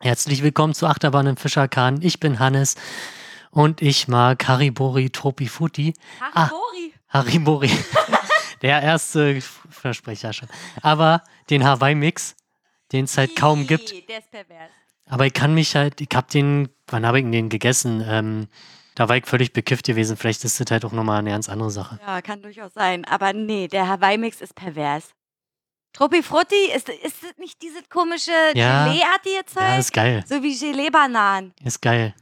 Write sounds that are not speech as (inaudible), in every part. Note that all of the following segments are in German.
Herzlich willkommen zu Achterbahn im Fischerkahn. Ich bin Hannes und ich mag Haribori Tropifuti. Haribori. Haribori. (laughs) Der erste Versprecher schon. Aber den Hawaii-Mix, den es halt kaum gibt. Ih, Der ist pervers. Aber ich kann mich halt, ich hab den, wann habe ich denn den gegessen? Ähm, da war ich völlig bekifft gewesen. Vielleicht ist das halt auch nochmal eine ganz andere Sache. Ja, kann durchaus sein. Aber nee, der Hawaii-Mix ist pervers. Truppi Frutti, ist, ist das nicht dieses komische Ja. Gelee-artige Zeug? Ja, ist geil. halt? so wie Gelee-Bananen. Ist geil.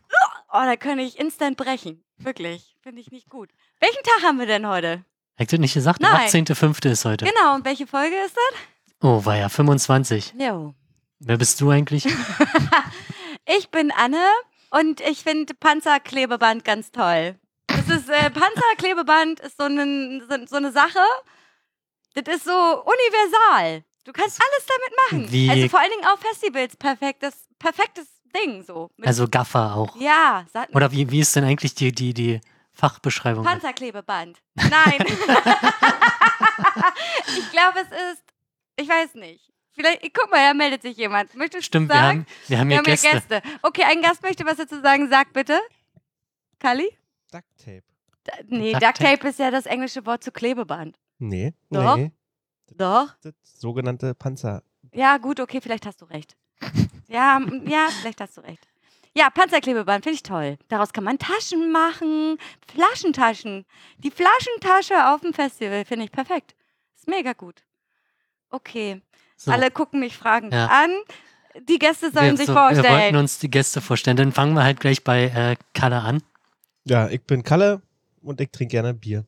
Oh, da könnte ich instant brechen. Wirklich. Finde ich nicht gut. Welchen Tag haben wir denn heute? Hab ich das nicht gesagt? Der Nein. 18.05. ist heute. Genau, und welche Folge ist das? Oh, war ja 25. Jo. Wer bist du eigentlich? Ich bin Anne und ich finde Panzerklebeband ganz toll. Das ist, äh, Panzerklebeband ist so, nen- so, so eine Sache, das ist so universal. Du kannst alles damit machen. Wie- Also vor allen Dingen auf Festivals perfekt, das perfektes Ding so. Mit- Also Gaffer auch. ja, sagt Oder wie, wie ist denn eigentlich die, die, die Fachbeschreibung? Panzerklebeband. Nein. (laughs) ich glaube, es ist, ich weiß nicht. Vielleicht, guck mal, da meldet sich jemand. Möchtest Stimmt, du wir sagen? haben, wir haben ja Gäste. ja Gäste. Okay, ein Gast möchte was dazu sagen. Sag bitte. Kali? Duct Tape. Da, Äh, nee, Duct Duct Tape ist ja das englische Wort zu Klebeband. Nee, Doch. nee. Doch? Das sogenannte Panzer. Ja, gut, okay, vielleicht hast du (laughs) recht. Ja, m- ja, vielleicht hast du recht. Ja, Panzerklebeband finde ich toll. Daraus kann man Taschen machen, Flaschentaschen. Die Flaschentasche auf dem Festival finde ich perfekt. Ist mega gut. Okay, So. alle gucken mich fragend Ja. an. Die Gäste sollen wir, sich so, Wir wollten vorstellen. uns die Gäste vorstellen. Dann fangen wir halt gleich bei äh, Kalle an. Ja, ich bin Kalle und ich trinke gerne Bier.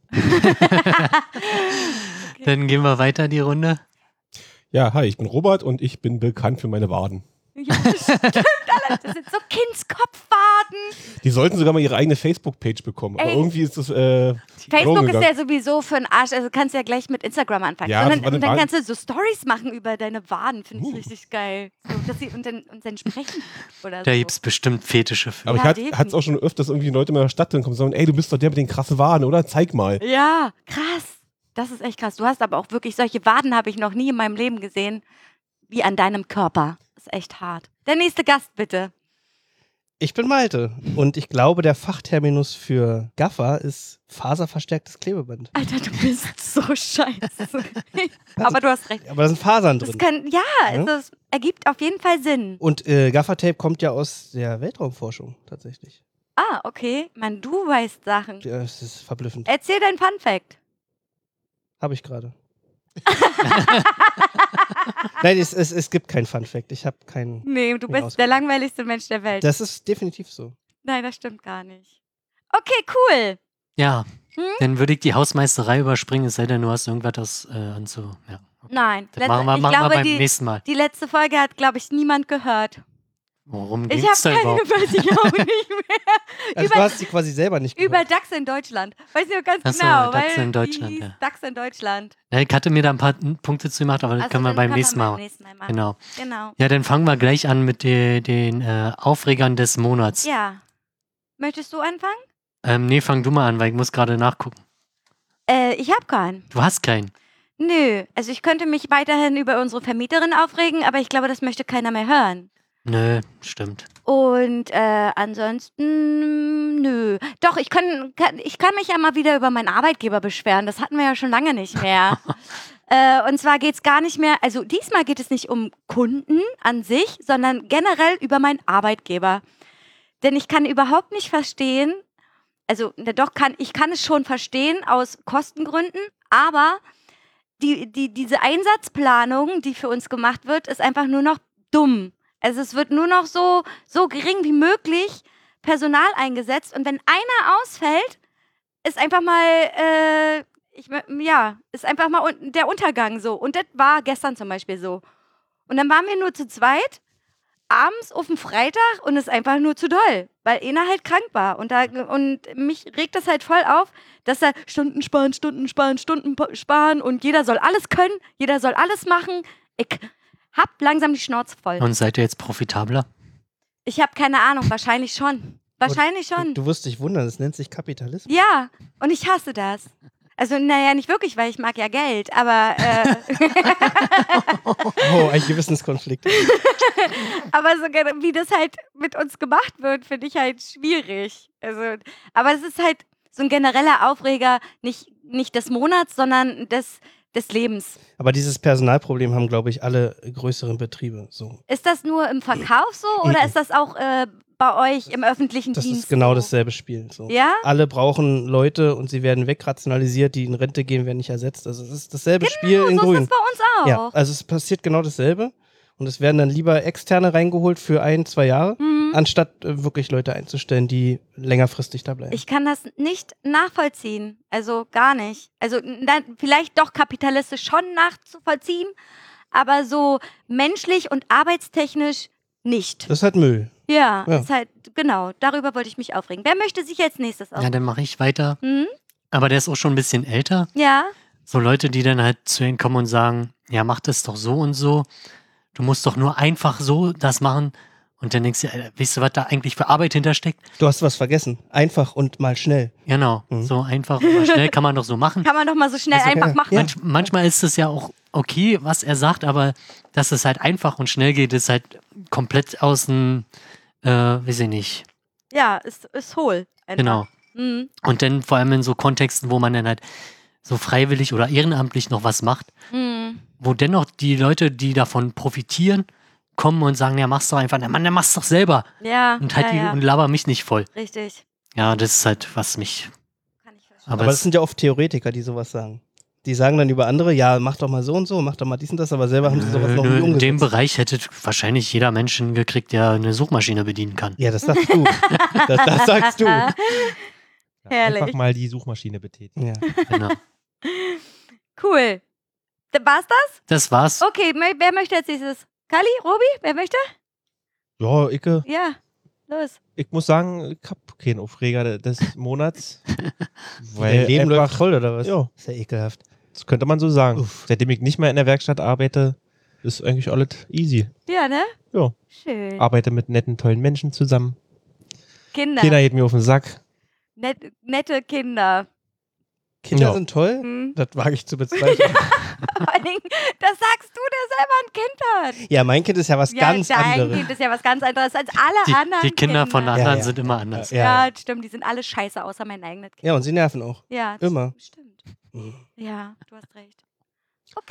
Dann gehen wir weiter die Runde. Ja, hi, ich bin Robert und ich bin bekannt für meine Waden. (laughs) Ja, stimmt, alle. Das sind so Kindskopfwaden. Die sollten sogar mal ihre eigene Facebook-Page bekommen. Aber Ey. irgendwie ist das. Äh, Facebook ist gegangen. ja sowieso für einen Arsch, also kannst ja gleich mit Instagram anfangen. Ja, und das war dann, und eine dann Wahl- kannst du so Stories machen über deine Waden, finde ich Uh. richtig geil. So, dass sie und dann, und dann sprechen oder Da so. gibt es bestimmt Fetische für. aber Ja, ich definitiv. hatte es auch schon öfters irgendwie Leute in meiner Stadt drin kommen und sagen: Ey, du bist doch der mit den krassen Waden, oder? Zeig mal. Ja, krass. Das ist echt krass. Du hast aber auch wirklich solche Waden habe ich noch nie in meinem Leben gesehen, wie an deinem Körper. Ist echt hart. Der nächste Gast bitte. Ich bin Malte und ich glaube, der Fachterminus für Gaffer ist faserverstärktes Klebeband. Alter, du (laughs) bist so scheiße. (laughs) aber du hast recht. Aber da sind Fasern Das drin. kann, ja, Ja? also es ergibt auf jeden Fall Sinn. Und äh, Gaffertape kommt ja aus der Weltraumforschung tatsächlich. Ah, okay. Man, du weißt Sachen. Ja, Das ist verblüffend. Erzähl dein Fun Fact. Habe (laughs) ich gerade. Nein, es, es, es gibt kein Fun Fact. Ich habe keinen. Nee, du Bin bist der rausgekommen. langweiligste Mensch der Welt. Das ist definitiv so. Nein, das stimmt gar nicht. Okay, cool. Ja, Hm? dann würde ich die Hausmeisterei überspringen, es sei denn, du hast irgendwas aus, äh, anzu. Ja. Nein, Das machen wir, ich machen wir glaube, beim die, nächsten Mal. die letzte Folge hat, glaube ich, niemand gehört. Worum Ich geht's habe da keine überhaupt? weiß (laughs) ich auch nicht mehr. Also, du Über- hast sie quasi selber nicht Über gehört. DAX in Deutschland. Weiß ich noch ganz Ach so, genau. DAX weil in Deutschland, die hieß ja. DAX in Deutschland. Ja, ich hatte mir da ein paar hm, Punkte zu gemacht, aber das Also, können wir dann beim nächsten Mal. beim nächsten Mal machen. Genau. Genau. Ja, dann fangen wir gleich an mit de, den äh, Aufregern des Monats. Ja. Möchtest du anfangen? Ähm, nee, fang du mal an, weil ich muss gerade nachgucken. Äh, ich habe keinen. Du hast keinen. Nö. Also ich könnte mich weiterhin über unsere Vermieterin aufregen, aber ich glaube, das möchte keiner mehr hören. Nö, stimmt. Und äh, ansonsten, nö. Doch, ich kann, kann, ich kann mich ja mal wieder über meinen Arbeitgeber beschweren. Das hatten wir ja schon lange nicht mehr. äh, und zwar geht es gar nicht mehr, also diesmal geht es nicht um Kunden an sich, sondern generell über meinen Arbeitgeber. Denn ich kann überhaupt nicht verstehen, also na doch, kann, ich kann es schon verstehen aus Kostengründen, aber die, die, diese Einsatzplanung, die für uns gemacht wird, ist einfach nur noch dumm. Also es wird nur noch so, so gering wie möglich Personal eingesetzt. Und wenn einer ausfällt, ist einfach mal, äh, ich, mö- ja, ist einfach mal un der Untergang so. Und das war gestern zum Beispiel so. Und dann waren wir nur zu zweit, abends auf dem Freitag und es ist einfach nur zu doll, weil einer halt krank war. Und, da, und mich regt das halt voll auf, dass da Stunden sparen, Stunden sparen, Stunden po- sparen und jeder soll alles können, jeder soll alles machen. Ich hab langsam die Schnauze voll. Und seid ihr jetzt profitabler? Ich habe keine Ahnung, wahrscheinlich schon. Wahrscheinlich Du, schon. du wirst dich wundern, das nennt sich Kapitalismus. Ja, und ich hasse das. Also, naja, nicht wirklich, weil ich mag ja Geld, aber, äh, (laughs) (laughs) Oh, ein Gewissenskonflikt. aber so, gen- wie das halt mit uns gemacht wird, finde ich halt schwierig. Also, aber es ist halt so ein genereller Aufreger, nicht, nicht des Monats, sondern des, des Lebens. Aber dieses Personalproblem haben, glaube ich, alle größeren Betriebe. So. Ist das nur im Verkauf so oder ist das auch äh, bei euch im öffentlichen Das Dienst? ist genau so? dasselbe Spiel. So. Ja? Alle brauchen Leute und sie werden wegrationalisiert, die in Rente gehen, werden nicht ersetzt. Also es ist dasselbe Spiel in Genau, so Grün. ist das bei uns auch. Ja, also es passiert genau dasselbe. Und es werden dann lieber externe reingeholt für ein, zwei Jahre, Mhm. anstatt äh, wirklich Leute einzustellen, die längerfristig da bleiben. Ich kann das nicht nachvollziehen. Also gar nicht. Also nein, vielleicht doch kapitalistisch schon nachzuvollziehen, aber so menschlich und arbeitstechnisch nicht. das ist halt Müll. Ja, Ja. Ist halt, genau. Darüber wollte ich mich aufregen. Wer möchte sich als nächstes Ja, aufregen? dann mache ich weiter. Hm? Aber der ist auch schon ein bisschen älter. Ja, So Leute, die dann halt zu ihnen kommen und sagen, ja, mach das doch so und so. Du musst doch nur einfach so das machen. Und dann denkst du, Alter, weißt du, was da eigentlich für Arbeit hintersteckt? Du hast was vergessen. Einfach und mal schnell. Genau, Mhm. so einfach oder schnell kann man doch so (laughs) machen. kann man doch mal so schnell Also, einfach ja, machen. ja. Manch, manchmal ist es ja auch okay, was er sagt, aber dass es halt einfach und schnell geht, ist halt komplett außen, äh, weiß ich nicht. Ja, ist, ist hohl. einfach. Genau. Mhm. Und dann vor allem in so Kontexten, wo man dann halt so freiwillig oder ehrenamtlich noch was macht, Mhm. wo dennoch die Leute, die davon profitieren, kommen und sagen, ja, mach's doch einfach. Na Mann, dann mach's doch selber. Ja, Und halt ja, die, ja. und laber mich nicht voll. richtig. Ja, das ist halt, was mich. Kann (laughs) ich verstehen. Aber, Aber das es, sind ja oft Theoretiker, die sowas sagen. Die sagen dann über andere, ja, mach doch mal so und so, mach doch mal dies und das, aber selber haben sie sowas noch nö, nie in dem umgesetzt. Bereich hätte wahrscheinlich jeder Menschen gekriegt, der eine Suchmaschine bedienen kann. Ja, das sagst (laughs) du. das, das sagst du. Ja. Herrlich. Einfach mal die Suchmaschine betätigen. Genau. (laughs) Cool. Da- War's das? Das war's. Okay, mö- wer möchte als nächstes? Kali, Robi, wer möchte? Ja, Icke, Ja, los. ich muss sagen, ich hab keinen Aufreger des (laughs) Monats. weil Dein Leben läuft einfach, voll oder was? Ja, Ist ja ekelhaft. das könnte man so sagen. Uff. Seitdem ich nicht mehr in der Werkstatt arbeite, ist eigentlich alles easy. Ja, ne? Ja. Schön. Arbeite mit netten, tollen Menschen zusammen. Kinder. Keiner geht mir auf den Sack. Net nette Kinder. Kinder Ja. sind toll. (laughs) Hm. Das wage ich zu bezweifeln. Vor allen Dingen, das sagst du, der selber ein Kind hat. (laughs) ja, mein Kind ist ja was ganz dein anderes. Kind ist ja was ganz anderes als alle Die, anderen. die Kinder von Kinder. anderen ja. sind immer anders. Ja, Ja, ja. stimmt, die sind alle scheiße, außer mein eigenes Kind. ja, und sie nerven auch. Ja, das Immer. Mhm. Stimmt. Ja, du hast recht.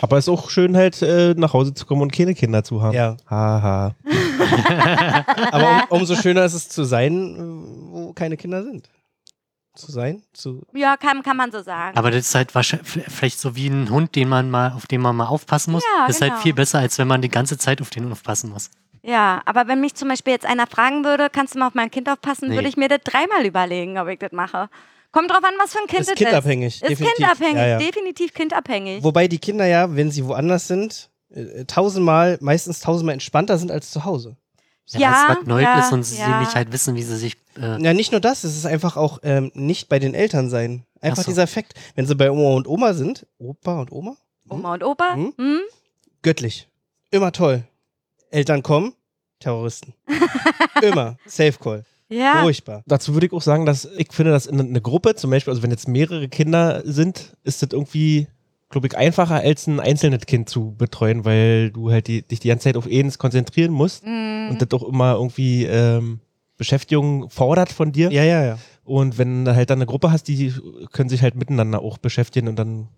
Aber es ist auch schön, halt äh, nach Hause zu kommen und keine Kinder zu haben. Ja. Haha. Aber um, umso schöner ist es zu sein, äh, wo keine Kinder sind. Zu sein, zu. Ja, kann, kann man so sagen. Aber das ist halt wahrscheinlich vielleicht so wie ein Hund, den man mal, auf den man mal aufpassen muss. Ja, das ist genau. halt viel besser, als wenn man die ganze Zeit auf den aufpassen muss. ja, aber wenn mich zum Beispiel jetzt einer fragen würde, kannst du mal auf mein Kind aufpassen, Nee. würde ich mir das dreimal überlegen, ob ich das mache. Kommt drauf an, was für ein Kind Ist das kindabhängig, Ist definitiv. kindabhängig, Ja, ja. definitiv kindabhängig. Wobei die Kinder ja, wenn sie woanders sind, äh, tausendmal, meistens tausendmal entspannter sind als zu Hause. Ja, Ja, weil es was Neues ja, ist und sie ja. nicht halt wissen, wie sie sich. Äh, Ja, nicht nur das, es ist einfach auch ähm, nicht bei den Eltern sein. Einfach Ach so. dieser Effekt. Wenn sie bei Oma und Oma sind, Opa und Oma, Oma und Opa. Hm? Hm? göttlich. Immer toll. Eltern kommen, Terroristen. Immer. Safe Call. Ja. Furchtbar. Dazu würde ich auch sagen, dass ich finde, dass in einer Gruppe, zum Beispiel, also wenn jetzt mehrere Kinder sind, ist das irgendwie, glaube ich, einfacher, als ein einzelnes Kind zu betreuen, weil du halt die, dich die ganze Zeit auf eins konzentrieren musst Hm. und das auch immer irgendwie ähm, Beschäftigung fordert von dir. Ja, ja, ja. Und wenn du halt dann eine Gruppe hast, die können sich halt miteinander auch beschäftigen und dann (laughs)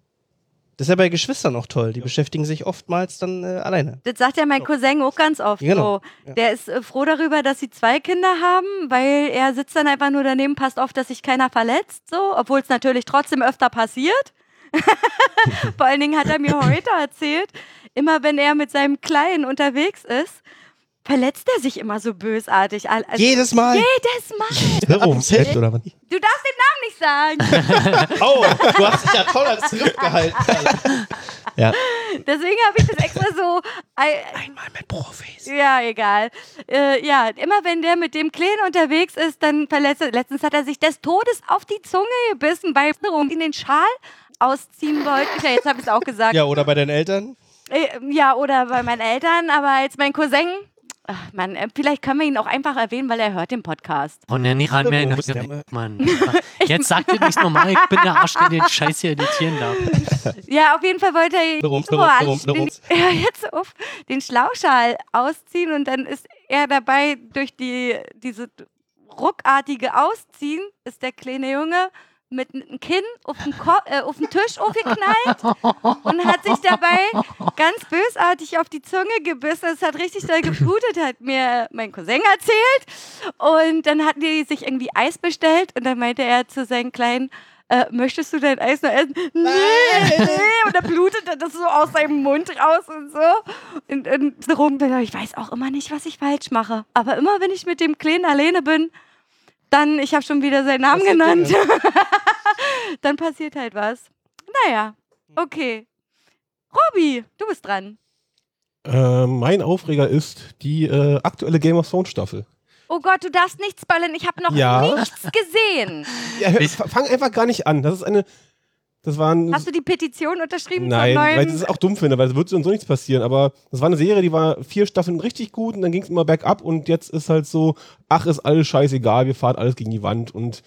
Das ist ja bei Geschwistern auch toll. Die beschäftigen sich oftmals dann äh, alleine. Das sagt ja mein Cousin auch ganz oft. Genau. So. Ja. Der ist äh, froh darüber, dass sie zwei Kinder haben, weil er sitzt dann einfach nur daneben, passt auf, dass sich keiner verletzt, so, obwohl es natürlich trotzdem öfter passiert. (laughs) Vor allen Dingen hat er mir heute erzählt, immer wenn er mit seinem Kleinen unterwegs ist, verletzt er sich immer so bösartig. Al- Also Jedes Mal. jedes Mal. Hirre ums ums Bett oder was? Du darfst den Namen nicht (laughs) sagen. Oh, du hast dich ja toll als Skript gehalten. Ja. Deswegen habe ich das extra so ei- Einmal mit Profis. Ja, egal. Äh, ja, immer wenn der mit dem Kleinen unterwegs ist, dann verletzt er. Letztens hat er sich des Todes auf die Zunge gebissen, weil er in den Schal ausziehen wollte. Ja, jetzt habe ich es auch gesagt. Ja, oder bei deinen Eltern? Äh, ja, oder bei meinen Eltern, aber als mein Cousin Ach, Mann, äh, vielleicht können wir ihn auch einfach erwähnen, weil er hört den Podcast. Und dann nicht mehr Wo in ist der mal? (laughs) Mann. Jetzt sagt ihr nicht normal, ich bin der Arsch, der den Scheiß hier editieren darf. Ja, auf jeden Fall wollte er Darum, so, darum, alles darum, darum. Den, (laughs) ja, jetzt auf den Schlauschal ausziehen und dann ist er dabei durch die, diese ruckartige Ausziehen, ist der kleine Junge mit dem Kinn auf dem, Ko äh, auf dem Tisch aufgeknallt und hat sich dabei ganz bösartig auf die Zunge gebissen. Es hat richtig doll geblutet, hat mir mein Cousin erzählt. Und dann hatten die sich irgendwie Eis bestellt und dann meinte er zu seinen Kleinen, äh, möchtest du dein Eis noch essen? Nee, nee. Und dann blutete das so aus seinem Mund raus und so. Und, und darum, ich weiß auch immer nicht, was ich falsch mache. Aber immer, wenn ich mit dem Kleinen alleine bin, dann, ich habe schon wieder seinen Namen Passiert genannt, (laughs) dann passiert halt was. Naja, okay. Robby, du bist dran. Äh, mein Aufreger ist die äh, aktuelle Game of Thrones Staffel. Oh Gott, du darfst nichts spoilern. Ich habe noch Ja. nichts gesehen. Ja, hör, fang einfach gar nicht an. Das ist eine. Das war ein. Hast du die Petition unterschrieben Nein, zur neuen? weil ich das auch dumm finde, weil es wird so und so nichts passieren. Aber das war eine Serie, die war vier Staffeln richtig gut und dann ging es immer bergab und jetzt ist halt so, ach, ist alles scheißegal, wir fahren alles gegen die Wand und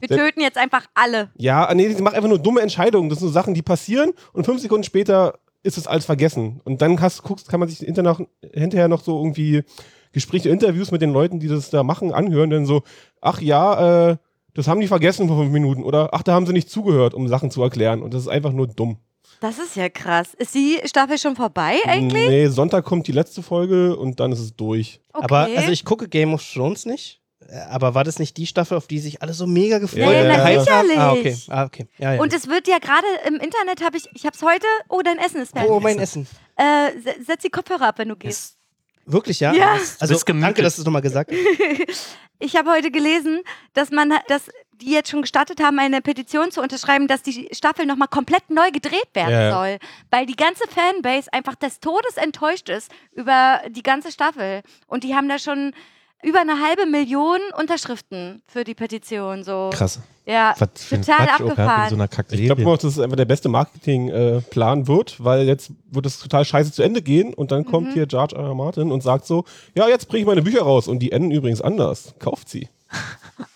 Wir töten jetzt einfach alle. ja, ah, nee, sie macht einfach nur dumme Entscheidungen. Das sind so Sachen, die passieren und fünf Sekunden später ist das alles vergessen. Und dann hast, guckst, kann man sich hinterher noch, hinterher noch so irgendwie Gespräche, Interviews mit den Leuten, die das da machen, anhören, dann so, ach ja, äh, das haben die vergessen vor fünf Minuten oder ach, da haben sie nicht zugehört, um Sachen zu erklären. Und das ist einfach nur dumm. Das ist ja krass. Ist die Staffel schon vorbei eigentlich? Nee, Sonntag kommt die letzte Folge und dann ist es durch. Okay. Aber also ich gucke Game of Thrones nicht. äh, Aber war das nicht die Staffel, auf die sich alle so mega gefreut Ja, und na gehypt haben? sicherlich. Ah, okay. Ah, okay. Ja, ja. und es wird ja gerade im Internet, habe ich, ich habe es heute, oh, dein Essen ist fertig. oh, mein Essen. Äh, se- setz die Kopfhörer ab, wenn du gehst. Ist, Wirklich, ja? Ja. Du Also, bist gemütet. danke, dass du es nochmal gesagt hast. Ich habe heute gelesen, dass man, dass die jetzt schon gestattet haben, eine Petition zu unterschreiben, dass die Staffel nochmal komplett neu gedreht werden Ja. soll. Weil die ganze Fanbase einfach des Todes enttäuscht ist über die ganze Staffel. Und die haben da schon über eine halbe Million Unterschriften für die Petition. So. Krass. Ja, Was für ein total Quatsch auch, ja, mit so abgefahren. einer Ich glaube Kackserie. nur, dass das einfach der beste Marketingplan äh, Plan wird, weil jetzt wird es total scheiße zu Ende gehen und dann Mhm. kommt hier George R. R. Martin und sagt so, ja, jetzt bringe ich meine Bücher raus und die enden übrigens anders. Kauft sie.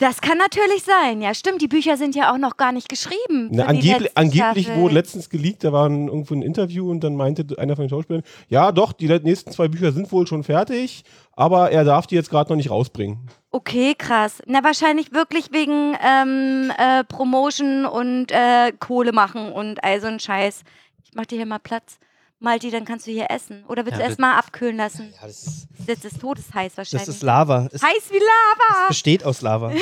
Das kann natürlich sein. Ja, stimmt. Die Bücher sind ja auch noch gar nicht geschrieben. Na, für die angebli letzte angeblich Staffel. wurde letztens geleakt, da war ein, irgendwo ein Interview und dann meinte einer von den Schauspielern, ja doch, die le- nächsten zwei Bücher sind wohl schon fertig, aber er darf die jetzt gerade noch nicht rausbringen. Okay, krass. Na, wahrscheinlich wirklich wegen ähm, äh, Promotion und äh, Kohle machen und all so ein Scheiß. Ich mach dir hier mal Platz. Malti, dann kannst du hier essen. Oder willst Ja, du erst mal abkühlen lassen? Ja, das, ist- Das ist todesheiß wahrscheinlich. das ist Lava. Es heiß wie Lava! besteht aus (laughs) Lava.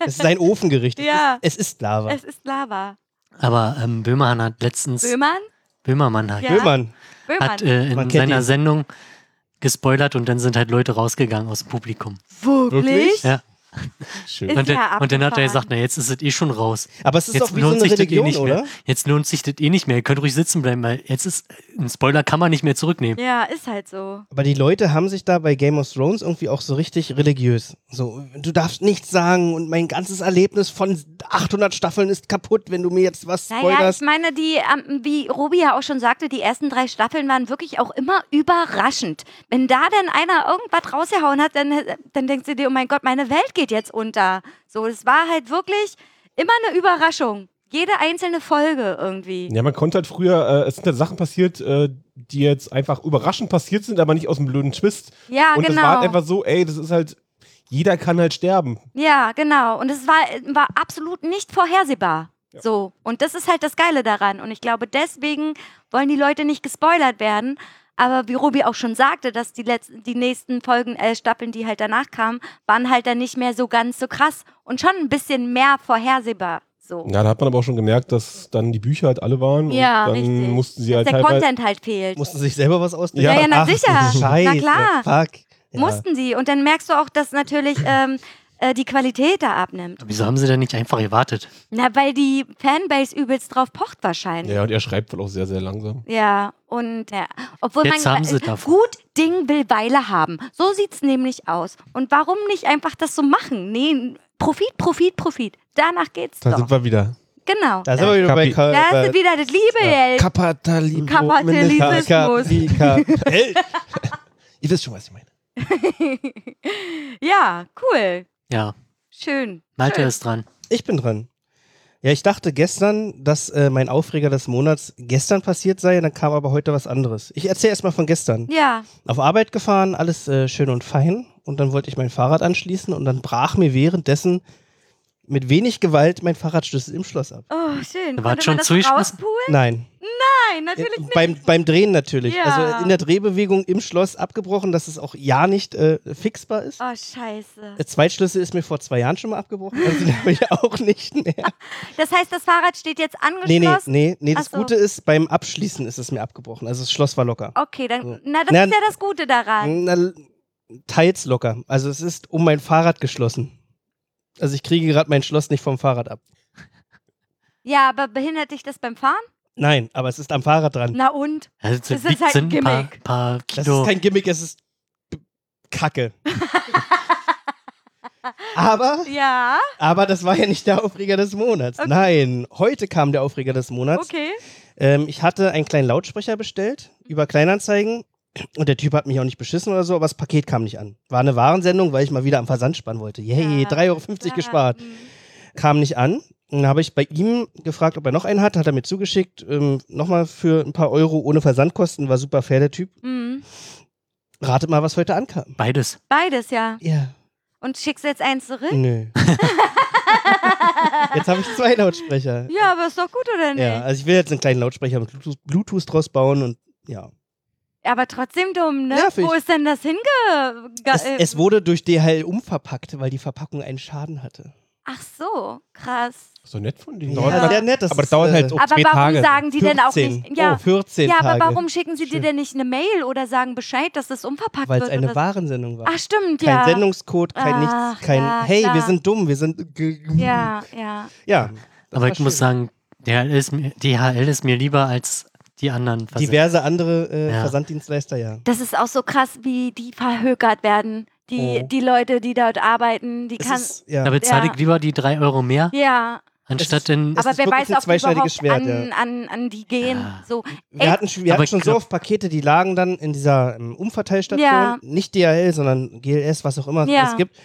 Es ist ein Ofengericht. Ja. Es ist, es ist Lava. Es ist Lava. aber ähm, Böhmermann hat letztens, Böhmann? Böhmermann hat, Ja. Böhmann. Böhmann. hat äh, in Man kennt seiner ihn. Sendung gespoilert und dann sind halt Leute rausgegangen aus dem Publikum. wirklich? Ja. Schön. Ist Und dann, ja und dann hat er abgefahren. gesagt, na jetzt ist es eh schon raus. Aber es ist jetzt auch wie so eine das eh Religion, nicht oder? mehr. Jetzt lohnt sich das eh nicht mehr. Ihr könnt ruhig sitzen bleiben, weil jetzt ist ein Spoiler kann man nicht mehr zurücknehmen. Ja, ist halt so. Aber die Leute haben sich da bei Game of Thrones irgendwie auch so richtig religiös. So, du darfst nichts sagen und mein ganzes Erlebnis von 800 Staffeln ist kaputt, wenn du mir jetzt was Naja, ich spoilerst. meine, die, ähm, wie Robi ja auch schon sagte, die ersten drei Staffeln waren wirklich auch immer überraschend. Wenn da dann einer irgendwas rausgehauen hat, dann, dann denkst du dir, oh mein Gott, meine Welt geht jetzt unter. So, es war halt wirklich immer eine Überraschung. Jede einzelne Folge irgendwie. Ja, man konnte halt früher, äh, es sind halt Sachen passiert, äh, die jetzt einfach überraschend passiert sind, aber nicht aus dem blöden Twist. Ja, und das war genau. halt einfach so, ey, das ist halt, jeder kann halt sterben. Ja, genau. Und es war, war absolut nicht vorhersehbar. So. Und das ist halt das Geile daran. Und ich glaube, deswegen wollen die Leute nicht gespoilert werden. Aber wie Robi auch schon sagte, dass die, letzten, die nächsten Folgen, äh, Staffeln, die halt danach kamen, waren halt dann nicht mehr so ganz so krass und schon ein bisschen mehr vorhersehbar. So. Ja, da hat man aber auch schon gemerkt, dass dann die Bücher halt alle waren Ja, und dann richtig. mussten sie Dass halt der teilweise. Content halt fehlt. Mussten sich selber was ausdenken. Ja, ja, na Ach, sicher. Scheiße. Na klar. Fuck. Ja. Mussten sie. Und dann merkst du auch, dass natürlich ähm, äh, die Qualität da abnimmt. Wieso haben sie denn nicht einfach gewartet? Na, weil die Fanbase übelst drauf pocht wahrscheinlich. Ja, und er schreibt wohl auch sehr, sehr langsam. Ja, und ja. obwohl Jetzt man haben sie davon. gut Ding will Weile haben. So sieht's nämlich aus. Und warum nicht einfach das so machen? Nee, Profit, Profit, Profit. Danach geht's Da doch. sind wir wieder. Genau. Da sind wir wieder bei Kapi- Ka- Da ist bei wieder das liebe Geld. Kapitalismus. Kapitalismus. (laughs) Ka- Ka- Ka- Ihr wisst schon, was ich meine. ja, cool. Ja, Schön. Malte Schön. ist dran. Ich bin dran. Ja, ich dachte gestern, dass äh, mein Aufreger des Monats gestern passiert sei, dann kam aber heute was anderes. Ich erzähle erstmal von gestern. Ja, Auf Arbeit gefahren, alles äh, schön und fein. Und dann wollte ich mein Fahrrad anschließen und dann brach mir währenddessen mit wenig Gewalt mein Fahrradschlüssel im Schloss ab. oh, schön. Da Konnte war man schon das zugeschmissen. rauspulen? Nein. Nein, natürlich Ja, nicht. beim, beim Drehen natürlich. Ja. Also in der Drehbewegung im Schloss abgebrochen, dass es auch ja nicht äh, fixbar ist. Oh, scheiße. Der Zweitschlüssel ist mir vor zwei Jahren schon mal abgebrochen, also (laughs) den habe ich auch nicht mehr. Das heißt, das Fahrrad steht jetzt Nee, nee, angeschlossen? nee, nee. Das Ach so. Gute ist, beim Abschließen ist es mir abgebrochen. Also das Schloss war locker. Okay, dann, na, das Na, hm. ist ja das Gute daran. Na, l- teils locker. Also es ist um mein Fahrrad geschlossen. Also ich kriege gerade mein Schloss nicht vom Fahrrad ab. Ja, aber behindert dich das beim Fahren? Nein, aber es ist am Fahrrad dran. Na und? Also, Das ist halt ein sind ein paar, Gimmick. paar Das Kilo. ist kein Gimmick, es ist b- (laughs) Kacke. aber, Ja, aber das war ja nicht der Aufreger des Monats. Okay. Nein, heute kam der Aufreger des Monats. okay. Ähm, ich hatte einen kleinen Lautsprecher bestellt über Kleinanzeigen und der Typ hat mich auch nicht beschissen oder so, aber das Paket kam nicht an. War eine Warensendung, weil ich mal wieder am Versand sparen wollte. Yay, Ja, 3,50 Euro ja, gespart. mm. Kam nicht an. Dann habe ich bei ihm gefragt, ob er noch einen hat. Hat er mir zugeschickt. Ähm, Nochmal für ein paar Euro ohne Versandkosten. War super fair, der Typ. Mhm. Ratet mal, was heute ankam. Beides. Beides, ja. Ja. Und schickst jetzt eins zurück? (laughs) Nö. jetzt habe ich zwei Lautsprecher. Ja, aber ist doch gut, oder nicht? Ja, also ich will jetzt einen kleinen Lautsprecher mit Bluetooth, Bluetooth draus bauen und ja. Aber trotzdem dumm, ne? Nervig. Wo ist denn das hinge... ge- Es, es wurde durch DHL umverpackt, weil die Verpackung einen Schaden hatte. Ach so, krass. So nett von denen. Ja, Dauert- sehr nett. Das aber ist, das dauert äh, halt auch aber zwei warum Tage. sagen die denn auch nicht... Ja. Oh, 14 ja, aber Tage. warum schicken sie dir Schön. denn nicht eine Mail oder sagen Bescheid, dass das umverpackt Weil es wird? eine oder so? Warensendung war. Ach, stimmt, kein ja. Sendungscode, kein Ach, nichts, kein ja, Hey, wir klar. sind dumm, wir sind. g- g- Ja, ja. ja. das Aber war ich muss schön. sagen, DHL ist, mir, DHL ist mir lieber als die anderen. Versand- diverse andere äh, also Ja. Versanddienstleister, ja. Das ist auch so krass, wie die verhökert werden. Die, Oh. die Leute, die dort arbeiten, die Es kann. ist, ja. Da bezahle Ja. ich lieber die drei Euro mehr, Ja, anstatt in. Es aber ist wer weiß, wirklich ein ob die überhaupt zweischneidiges Schwert, an, ja. an, an die gehen. Ja. So. wir hatten, schon- wir aber hatten schon ich so glaub- oft Pakete, die lagen dann in dieser ähm, Umverteilstation, Ja. nicht DHL, sondern GLS, was auch immer Ja. es gibt.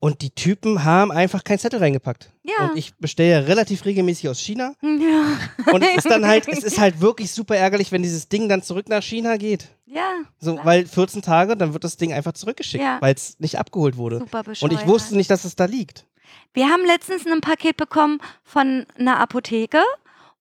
Und die Typen haben einfach keinen Zettel reingepackt. Ja. Und ich bestelle ja relativ regelmäßig aus China. (laughs) Ja. Und es ist dann halt, es ist halt wirklich super ärgerlich, wenn dieses Ding dann zurück nach China geht. ja, So, weil 14 Tage, dann wird das Ding einfach zurückgeschickt, Ja. weil es nicht abgeholt wurde. super bescheuert. Und ich wusste nicht, dass es da liegt. Wir haben letztens ein Paket bekommen von einer Apotheke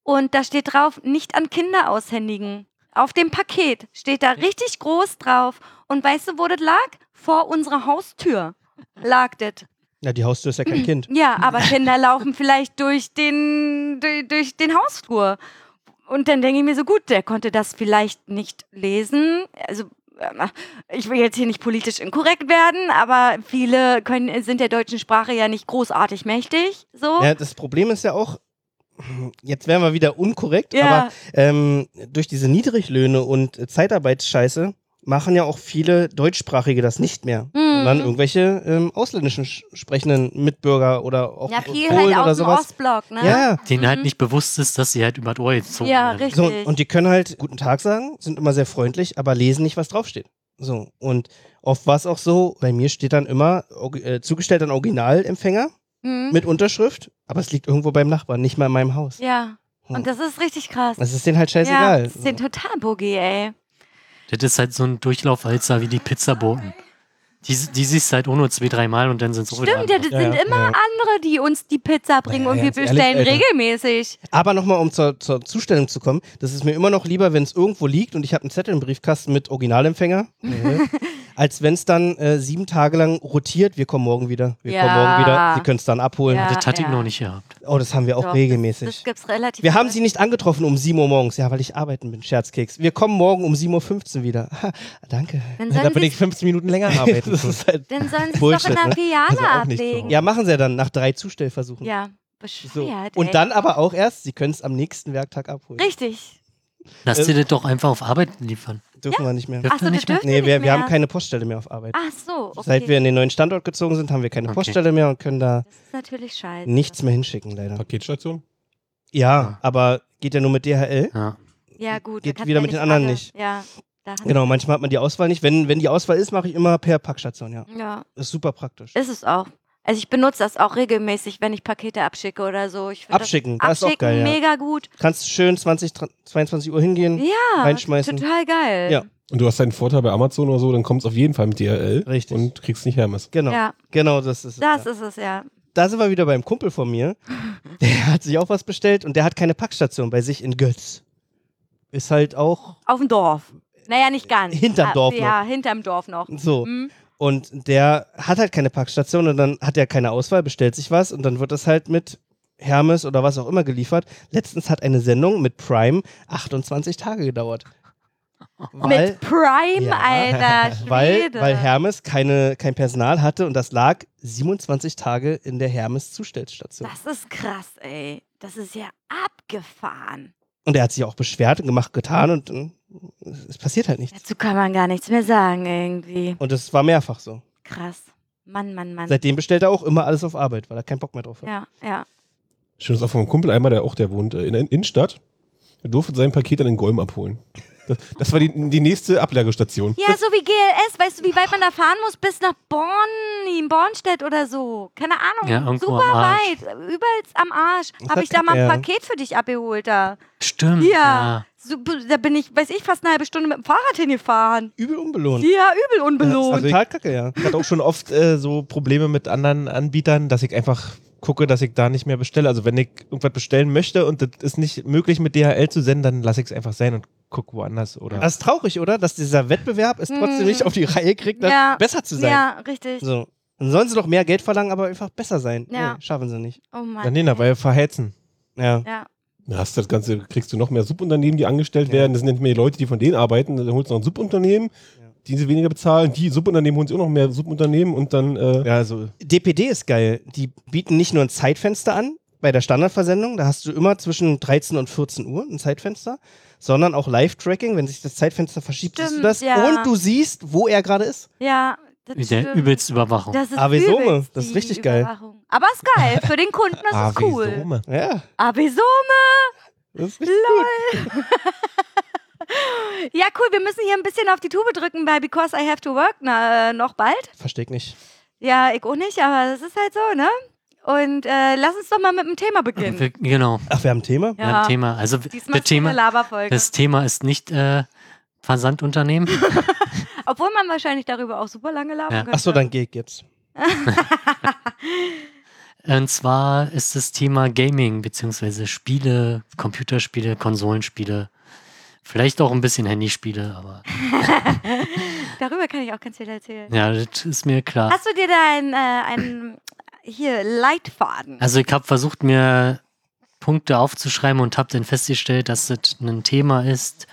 und da steht drauf, nicht an Kinder aushändigen. Auf dem Paket steht da richtig groß drauf. Und weißt du, wo das lag? Vor unserer Haustür lag das. Ja, die Haustür ist ja (clears throat) kein Kind. Ja, (laughs) aber Kinder laufen vielleicht durch den, durch, durch den Hausflur. Und dann denke ich mir so, gut, der konnte das vielleicht nicht lesen. Also, ähm, ich will jetzt hier nicht politisch inkorrekt werden, aber viele können, sind der deutschen Sprache ja nicht großartig mächtig. So. Ja, das Problem ist ja auch, jetzt wären wir wieder unkorrekt, Ja. aber ähm, durch diese Niedriglöhne und äh, Zeitarbeitsscheiße machen ja auch viele Deutschsprachige das nicht mehr, Mhm. hm. sondern irgendwelche ähm, ausländischen sch- sprechenden Mitbürger oder auch ja, äh, viel Polen halt oder aus dem sowas. Ostblock, ne? ja, ja. denen halt nicht bewusst ist, dass sie halt über das Ohr gezogen Ja, werden. richtig. So, und die können halt guten Tag sagen, sind immer sehr freundlich, aber lesen nicht, was draufsteht. So, und oft war es auch so, bei mir steht dann immer orgi- äh, zugestellt an Originalempfänger Mhm. mit Unterschrift, aber es liegt irgendwo beim Nachbarn, nicht mal in meinem Haus. ja. Hm. Und das ist richtig krass. Das ist denen halt ja, scheißegal. das ist den total Boogie, ey. Das ist halt so ein Durchlaufwalzer wie die Pizzaboten. Die, die siehst du halt auch nur zwei, dreimal und dann sind es auch Stimmt, wieder ja, andere. das sind ja, immer ja. andere, die uns die Pizza bringen Naja, und wir ganz ehrlich, bestellen Alter. regelmäßig. Aber nochmal, um zur, zur Zustellung zu kommen, das ist mir immer noch lieber, wenn es irgendwo liegt und ich habe einen Zettel im Briefkasten (laughs) mit Originalempfänger, ne, als wenn es dann äh, sieben Tage lang rotiert, wir kommen morgen wieder, wir Ja. kommen morgen wieder, sie können es dann abholen. Ja. Das hatte Ja. ich noch nicht gehabt. Oh, das haben wir auch Doch, regelmäßig. Das, das gibt's relativ. Wir haben viel. sie nicht angetroffen um 7 Uhr morgens. Ja, weil ich arbeiten bin, Scherzkeks. Wir kommen morgen um 7.15 Uhr wieder. (laughs) Ha, danke. Dann sollen, Damit sie, ich 15 (laughs) Minuten länger arbeiten (laughs) Das muss. ist halt dann sollen sie es doch Bullshit, in der ne? Filiale Also auch nicht ablegen. so. ja, machen sie ja dann nach drei Zustellversuchen. ja, So. bescheuert. ey. Und dann aber auch erst, sie können es am nächsten Werktag abholen. Richtig. Lass Äh, dir das doch einfach auf Arbeit liefern. Dürfen wir nicht mehr. Dürfen Achso, wir das nicht mehr? dürfen Nee, wir, nicht wir mehr. haben keine Poststelle mehr auf Arbeit. Ach so, okay. Seit wir in den neuen Standort gezogen sind, haben wir keine Okay. Poststelle mehr und können da das ist natürlich scheiße. nichts mehr hinschicken, leider. Paketstation? Ja, aber geht ja nur mit DHL. Ja. Ja, gut. Geht da kannst wieder du mit ja den anderen alle- nicht. Ja. Da hat- Genau, manchmal hat man die Auswahl nicht. Wenn, wenn die Auswahl ist, mache ich immer per Packstation, ja. Ja, Ist super praktisch. ist es auch. Also ich benutze das auch regelmäßig, wenn ich Pakete abschicke oder so. Ich find Abschicken, das, das ist auch abschicken geil. Ja. mega gut. Kannst schön 20, 22 Uhr hingehen. Ja, Reinschmeißen. total geil. Ja. Und du hast deinen Vorteil bei Amazon oder so, dann kommt es auf jeden Fall mit DRL Richtig. und kriegst nicht Hermes. Genau, Ja. genau, das ist es. Das ja. ist es, ja. Da sind wir wieder beim Kumpel von (laughs) mir. Der hat sich auch was bestellt und der hat keine Packstation bei sich in Götz. Ist halt auch Auf dem Dorf. Naja, nicht ganz. Äh, Hinterm Ah, Dorf Ja, hinterm Dorf noch. so. Hm? Und der hat halt keine Packstation und dann hat er keine Auswahl, bestellt sich was und dann wird das halt mit Hermes oder was auch immer geliefert. Letztens hat eine Sendung mit Prime 28 Tage gedauert. Mit Prime, Ja. Alter. Schwede. (laughs) weil, weil Hermes keine, kein Personal hatte und das lag 27 Tage in der Hermes-Zustellstation. das ist krass, ey. Das ist ja abgefahren. Und er hat sich auch beschwert und gemacht, getan und äh, es passiert halt nichts. Dazu kann man gar nichts mehr sagen, irgendwie. Und das war mehrfach so. Krass. Mann, Mann, Mann. Seitdem bestellt er auch immer alles auf Arbeit, weil er keinen Bock mehr drauf hat. ja, ja. Schönes auch von einem Kumpel einmal, der auch, der wohnt äh, in der Innenstadt. Er durfte sein Paket dann in Golm abholen. Das, das war die, die nächste Ablagestation. Ja, so wie GLS. Weißt du, wie weit man da fahren muss? Bis nach Bonn, in Bornstedt oder so. Keine Ahnung. Ja, irgendwo Super am Arsch. weit. Überall am Arsch. Das Habe hat ich da mal ein Kacke, ja. Paket für dich abgeholt da. Stimmt. Ja. So, da bin ich, weiß ich, fast eine halbe Stunde mit dem Fahrrad hingefahren. Übel unbelohnt. Ja, übel unbelohnt. Total kacke, ja. Ich hatte auch schon oft äh, so Probleme mit anderen Anbietern, dass ich einfach gucke, dass ich da nicht mehr bestelle. Also wenn ich irgendwas bestellen möchte und das ist nicht möglich mit DHL zu senden, dann lasse ich es einfach sein und gucke woanders. Oder Das ist traurig, oder? Dass dieser Wettbewerb es trotzdem Hm. nicht auf die Reihe kriegt, das Ja. besser zu sein. Ja, richtig. So. Dann sollen sie doch mehr Geld verlangen, aber einfach besser sein. Ja. Nee, schaffen sie nicht. Oh Mann. Ja, nee, na, weil verheizen. Ja. Ja. Dann hast du das Ganze, kriegst du noch mehr Subunternehmen, die angestellt werden. Das sind nicht mehr die Leute, die von denen arbeiten. Dann holst du noch ein Subunternehmen, die sie weniger bezahlen. Die Subunternehmen holen sich auch noch mehr Subunternehmen und dann äh, Ja, so. DPD ist geil. Die bieten nicht nur ein Zeitfenster an bei der Standardversendung, da hast du immer zwischen 13 und 14 Uhr ein Zeitfenster, sondern auch Live-Tracking, wenn sich das Zeitfenster verschiebt, siehst du Stimmt, das ja. und du siehst, wo er gerade ist. Ja, das Mit der stimmt. übelsten Überwachung. Das ist Avisome, übelst das ist die richtig geil. Überwachung. Aber ist geil. Für den Kunden ist Ah, es cool. Avisome. Ja, Avisome. das ist richtig gut. Ja, cool. Wir müssen hier ein bisschen auf die Tube drücken bei Because I Have to Work na, äh, noch bald. Versteh ich nicht. Ja, ich auch nicht, aber das ist halt so, ne? Und äh, lass uns doch mal mit dem Thema beginnen. Wir, genau, Ach, wir haben ein Thema? wir haben ein Thema. Also Diesmal das ist es eine Thema, Laberfolge. das Thema ist nicht äh, Versandunternehmen. Obwohl man wahrscheinlich darüber auch super lange labern Ja. könnte. Ach so, dann geh ich jetzt. Und zwar ist das Thema Gaming, beziehungsweise Spiele, Computerspiele, Konsolenspiele. Vielleicht auch ein bisschen Handyspiele, aber Darüber kann ich auch ganz viel erzählen. ja, das ist mir klar. Hast du dir da einen, äh, einen hier, Leitfaden? Also ich habe versucht, mir Punkte aufzuschreiben und habe dann festgestellt, dass das ein Thema ist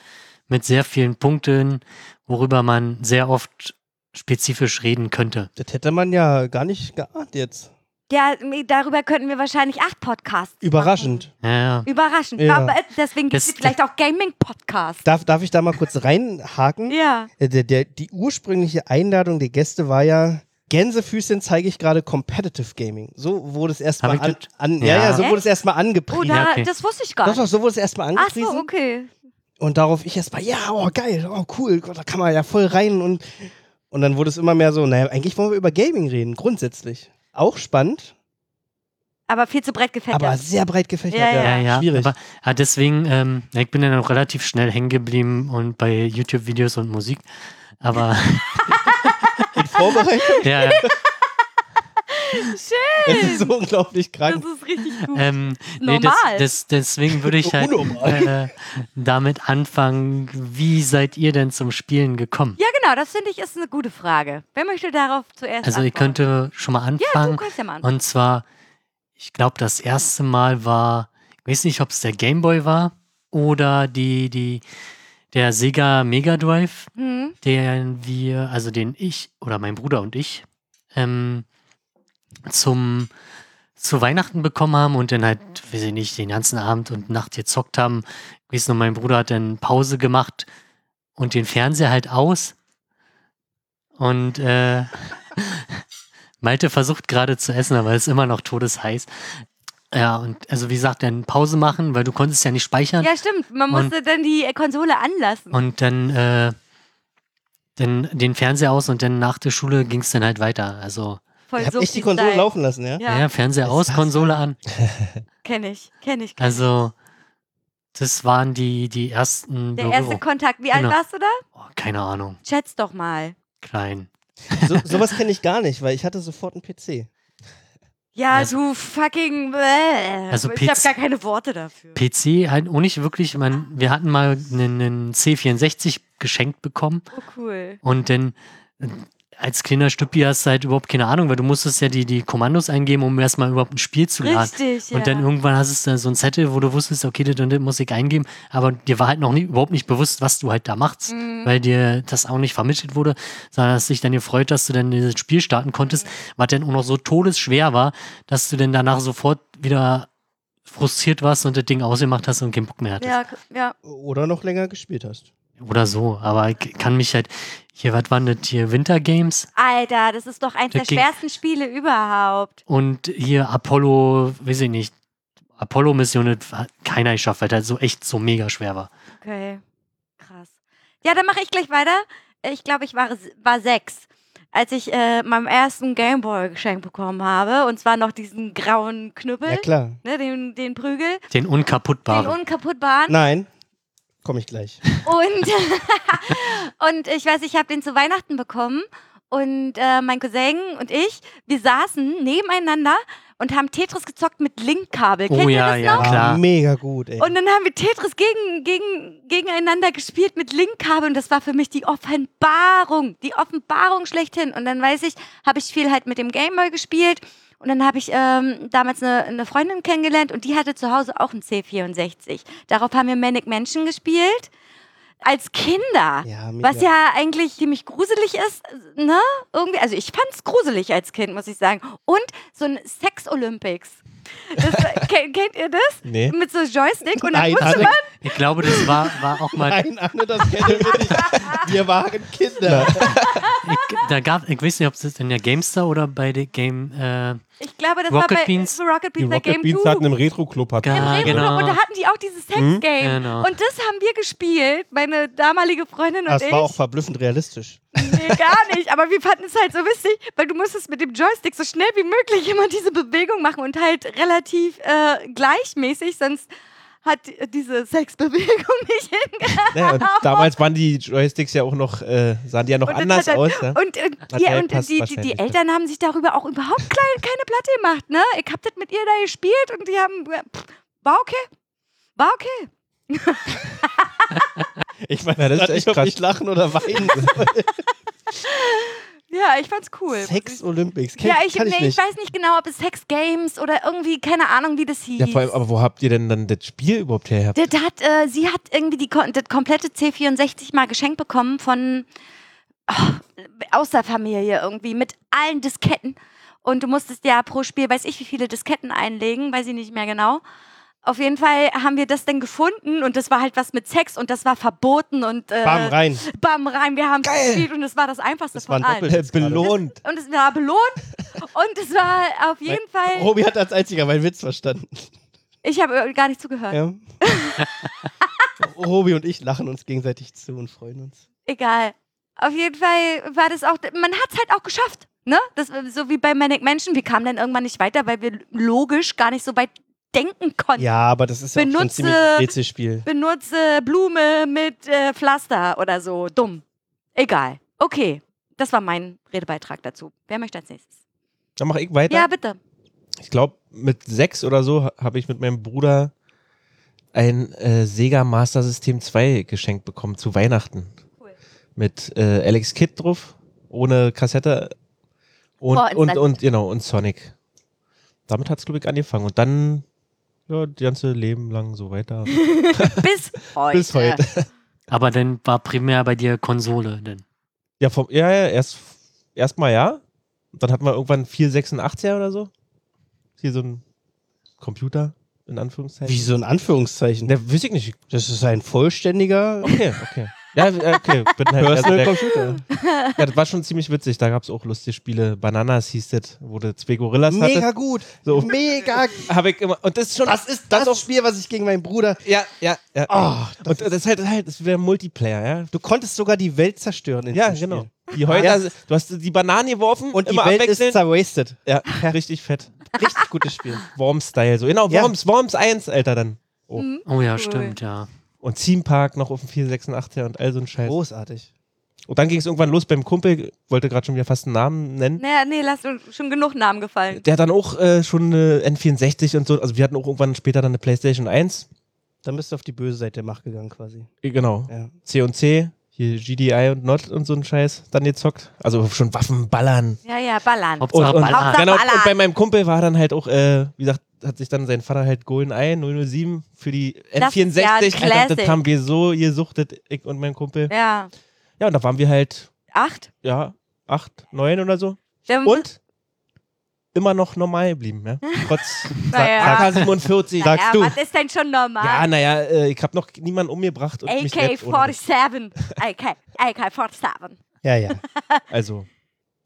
mit sehr vielen Punkten, worüber man sehr oft spezifisch reden könnte. Das hätte man ja gar nicht geahnt jetzt. Ja, darüber könnten wir wahrscheinlich acht Podcasts. Überraschend. Ja, ja. Machen. Überraschend. Ja. Aber äh, deswegen gibt es Das- vielleicht auch Gaming-Podcasts. Darf, darf ich da mal kurz reinhaken? Ja. Äh, Der, der, die ursprüngliche Einladung der Gäste war ja, Gänsefüßchen zeige ich gerade Competitive Gaming. So wurde es erstmal Hab ich an, an, ja. Ja. Ja, so Echt? wurde es erstmal angepriesen. Oder, okay. Oh, das wusste ich gar Doch, nicht. doch, so wurde es erstmal Ach angepriesen. so, okay. Und darauf ich erstmal, ja, oh geil, oh cool, Gott, da kann man ja voll rein und und dann wurde es immer mehr so, naja, eigentlich wollen wir über Gaming reden, grundsätzlich. Auch spannend, Aber viel zu breit gefällt aber das. sehr breit gefächert. Ja, Ja, ja, Schwierig. aber ja, deswegen, ähm, ja, ich bin dann auch relativ schnell hängen geblieben und bei YouTube-Videos und Musik. Aber (laughs) (laughs) In (laughs) Vorbereitung ja, ja, das ist so unglaublich Das krank. ist richtig gut. ähm, nee, das, Normal. das, deswegen würde ich halt Unnormal. äh, damit anfangen, wie seid ihr denn zum Spielen gekommen? ja, genau, das finde ich ist eine gute Frage. Wer möchte darauf zuerst Also ihr antworten? könnte schon mal Ja, du anfangen. kannst ja mal anfangen. Und zwar, ich glaube, das erste Mal war, ich weiß nicht, ob es der Gameboy war oder die, die, der Sega Mega Drive, Hm? den wir, also den ich oder mein Bruder und ich ähm, zum zu Weihnachten bekommen haben und dann halt, weiß ich nicht, den ganzen Abend und Nacht gezockt haben. Ich weiß noch, mein Bruder hat dann Pause gemacht und den Fernseher halt aus. Und äh, (laughs) Malte versucht gerade zu essen, aber ist immer noch todesheiß. Ja, und also wie gesagt, dann Pause machen, weil du konntest ja nicht speichern. Ja, stimmt. Man Und- musste dann die äh, Konsole anlassen. Und dann äh, dann den Fernseher aus und dann nach der Schule ging es dann halt weiter. Also, Voll Ich hab so echt die Konsole laufen lassen, ja? ja, Ja, Fernseher aus, Was? Konsole an. kenne ich, kenne ich. kenn ich. Also, das waren die, die ersten Der erste Berührungen. Kontakt. Wie alt Genau. warst du da? oh, keine Ahnung, Schätz doch mal. klein. So, sowas kenne ich gar nicht, weil ich hatte sofort einen PC. Ja, Also- du fucking. Bäh. Also ich habe Piz- gar keine Worte dafür. PC halt auch nicht wirklich, man, wir hatten mal einen, einen C64 geschenkt bekommen Oh, cool. und dann äh, als kleiner Stüppi hast du halt überhaupt keine Ahnung, weil du musstest ja die, die Kommandos eingeben, um erstmal überhaupt ein Spiel zu laden. Richtig. Und ja. dann irgendwann hast du da so ein Zettel, wo du wusstest, okay, das und das muss ich eingeben, aber dir war halt noch nie, überhaupt nicht bewusst, was du halt da machst, Mhm. weil dir das auch nicht vermittelt wurde, sondern hast dich dann gefreut, dass du dann dieses Spiel starten Mhm. konntest, was dann auch noch so todesschwer war, dass du dann danach sofort wieder frustriert warst und das Ding ausgemacht hast und keinen Bock mehr hattest. ja, k- ja. Oder noch länger gespielt hast. Oder so, aber ich kann mich halt, hier, was waren das hier, Winter Games Alter, das ist doch eins Der der ging- schwersten Spiele überhaupt. und hier Apollo, weiß ich nicht, Apollo-Mission, das hat keiner geschafft, weil das so echt so mega schwer war. Okay. Krass. Ja, dann mache ich gleich weiter. Ich glaube, ich war, war sechs, als ich äh, meinem ersten Gameboy geschenkt bekommen habe. Und zwar noch diesen grauen Knüppel, Ja, klar. ne, den, den Prügel, Den unkaputtbaren. den unkaputtbaren. Nein, komme ich gleich. Und, (laughs) und ich weiß, ich habe den zu Weihnachten bekommen. Und äh, mein Cousin und ich, wir saßen nebeneinander und haben Tetris gezockt mit Linkkabel. Oh Kennt ihr ja, das ja, noch? War klar. Ah, mega gut, ey. Und dann haben wir Tetris gegen, gegen, gegeneinander gespielt mit Linkkabel und das war für mich die Offenbarung, die Offenbarung schlechthin. Und dann weiß ich, habe ich viel halt mit dem Gameboy gespielt und dann habe ich ähm, damals eine, eine Freundin kennengelernt und die hatte zu Hause auch einen C64. Darauf haben wir Manic Mansion gespielt als Kinder. ja, mega. Was ja eigentlich ziemlich gruselig ist, ne? Irgendwie, also ich fand's gruselig als Kind, muss ich sagen. Und so ein Sex-Olympics. Das, kennt, kennt ihr das? Nee. Mit so Joystick und dann Nein, musste Anne, man. Ich glaube, das war, war auch mal. nein, Anne, das kennen wir nicht. Wir waren Kinder. Ich, da gab, ich weiß nicht, ob es das in der GameStar oder bei der Game. Äh, Ich glaube, Rocket das war bei Beans. bei Rocket Die Beans bei Rocket Game Beans 2. hatten im Retro-Club hat Im Ah, Im Retro-Club. genau. Und da hatten die auch dieses Hm? Sex-Game. Genau. Und das haben wir gespielt, meine damalige Freundin und Das ich. war auch verblüffend realistisch. Nee, gar nicht. Aber wir fanden es halt so witzig, weil du musstest mit dem Joystick so schnell wie möglich immer diese Bewegung machen und halt relativ äh, gleichmäßig, sonst hat diese Sexbewegung (laughs) nicht hingehauen. Naja, ne, (laughs) und damals waren die Joysticks ja auch noch, äh, sahen die ja noch Und das anders hat dann- aus. Ne? Und, äh, Hat ja, er und passt die, die, die wahrscheinlich, Eltern haben sich darüber auch überhaupt (laughs) klein, keine Platte gemacht. Ne? Ich hab das mit ihr da gespielt und die haben. äh, Pff, war okay. War okay. Ich weiß Ja, das ist grad echt nicht, ob krass. ich lachen oder weinen. Ja, ich fand's cool. Sex Olympics. Kenn, ja, ich, kann ich nee, ich nicht. weiß nicht genau, ob es Sex Games oder irgendwie, keine Ahnung, wie das hieß. Ja, vor allem, aber wo habt ihr denn dann das Spiel überhaupt her? Das hat, äh, sie hat irgendwie die, kon- das komplette C64 mal geschenkt bekommen von oh, aus der Familie irgendwie mit allen Disketten. Und du musstest ja pro Spiel, weiß ich, wie viele Disketten einlegen, weiß ich nicht mehr genau. Auf jeden Fall haben wir das dann gefunden und das war halt was mit Sex und das war verboten und äh, Bam, rein. bam rein, wir haben gespielt und das war das einfachste Das war von ein allen. Doppel- Äh, Belohnt. Und es war belohnt (laughs) und es war auf jeden Fall. Robi hat als einziger meinen Witz verstanden. Ich habe äh, gar nicht zugehört. Ja. Robi und ich lachen uns gegenseitig zu und freuen uns. egal. Auf jeden Fall war das auch, man hat es halt auch geschafft. Ne? Das, so wie bei Manic Menschen, wir kamen dann irgendwann nicht weiter, weil wir logisch gar nicht so weit denken konnten. Ja, aber das ist ja auch schon ein Benutze- ziemlich Rätselspiel. Benutze Blume mit äh, Pflaster oder so. Dumm. Egal. Okay, das war mein Redebeitrag dazu. Wer möchte als nächstes? Dann mache ich weiter. Ja, bitte. Ich glaube, mit sechs oder so ha- habe ich mit meinem Bruder ein äh, Sega Master System 2 geschenkt bekommen zu Weihnachten. Cool. Mit äh, Alex Kidd drauf, ohne Kassette und, und, Vorinstalliert. und, genau, und Sonic. Damit hat es, glaube ich, angefangen. Und dann, ja, das ganze Leben lang so weiter. Bis heute. Bis heute. aber dann war primär bei dir Konsole. Denn. Ja, vom, ja, ja erst, erstmal ja. Dann hatten wir irgendwann 486er oder so. Hier so ein Computer, in Anführungszeichen. Wie so ein Anführungszeichen. Ne, wüsste ich nicht. Das ist ein vollständiger. Okay, okay. Ja, äh, okay. Bin halt erst Personal weg. Computer. ja, das war schon ziemlich witzig. Da gab es auch lustige Spiele. Bananas hieß das, wo du zwei Gorillas Mega hattest. gut. So. Mega. Habe ich immer. Und das ist schon. Das Oh. ist das, auch- Spiel, was ich gegen meinen Bruder. ja, ja, ja. Ah, und das ist halt, das ist halt, das wäre Multiplayer, ja. Du konntest sogar die Welt zerstören. In Ja, diesem genau. Spiel. Die Ja. Heuler, du hast die Bananen geworfen Und die immer Welt ist zerwasted. abwechselnd. ja, richtig fett. Richtig gutes (laughs) Spiel. Worms-Style, so genau. Ja. Worms, Worms 1, Alter, dann. Oh. Hm? Oh ja, stimmt, ja. Und Theme Park noch auf dem 486er und all so ein Scheiß. Großartig. Und dann ging es irgendwann los beim Kumpel, wollte gerade schon wieder fast einen Namen nennen. Naja, nee, lass uns schon genug Namen gefallen. Der hat dann auch äh, schon eine N64 und so. Also wir hatten auch irgendwann später dann eine Playstation 1. Dann bist du auf die böse Seite der Macht gegangen quasi. Äh, Genau. Ja. C und C, hier GDI und Not und so ein Scheiß dann gezockt. Also schon Waffen ballern. Ja, ja, ballern. Hauptsache Und- und- Ballern. Hauptsache- genau, ballern. und bei meinem Kumpel war dann halt auch, äh, wie gesagt, hat sich dann sein Vater halt GoldenEye 007 für die Das ist ja ein N64. Alter, das Classic. haben wir so gesuchtet, ich und mein Kumpel. Ja. Ja, und da waren wir halt, Acht? ja, acht, neun oder so. Dann- Und immer noch normal geblieben, ja. Trotz Naja. Sa- Saka 47, Naja, sagst du. was ist denn schon Ja, normal? naja, äh, ich habe noch niemanden umgebracht und mich selbst ohne das. AK-47. AK, (laughs) AK-47. Ja, ja. Also,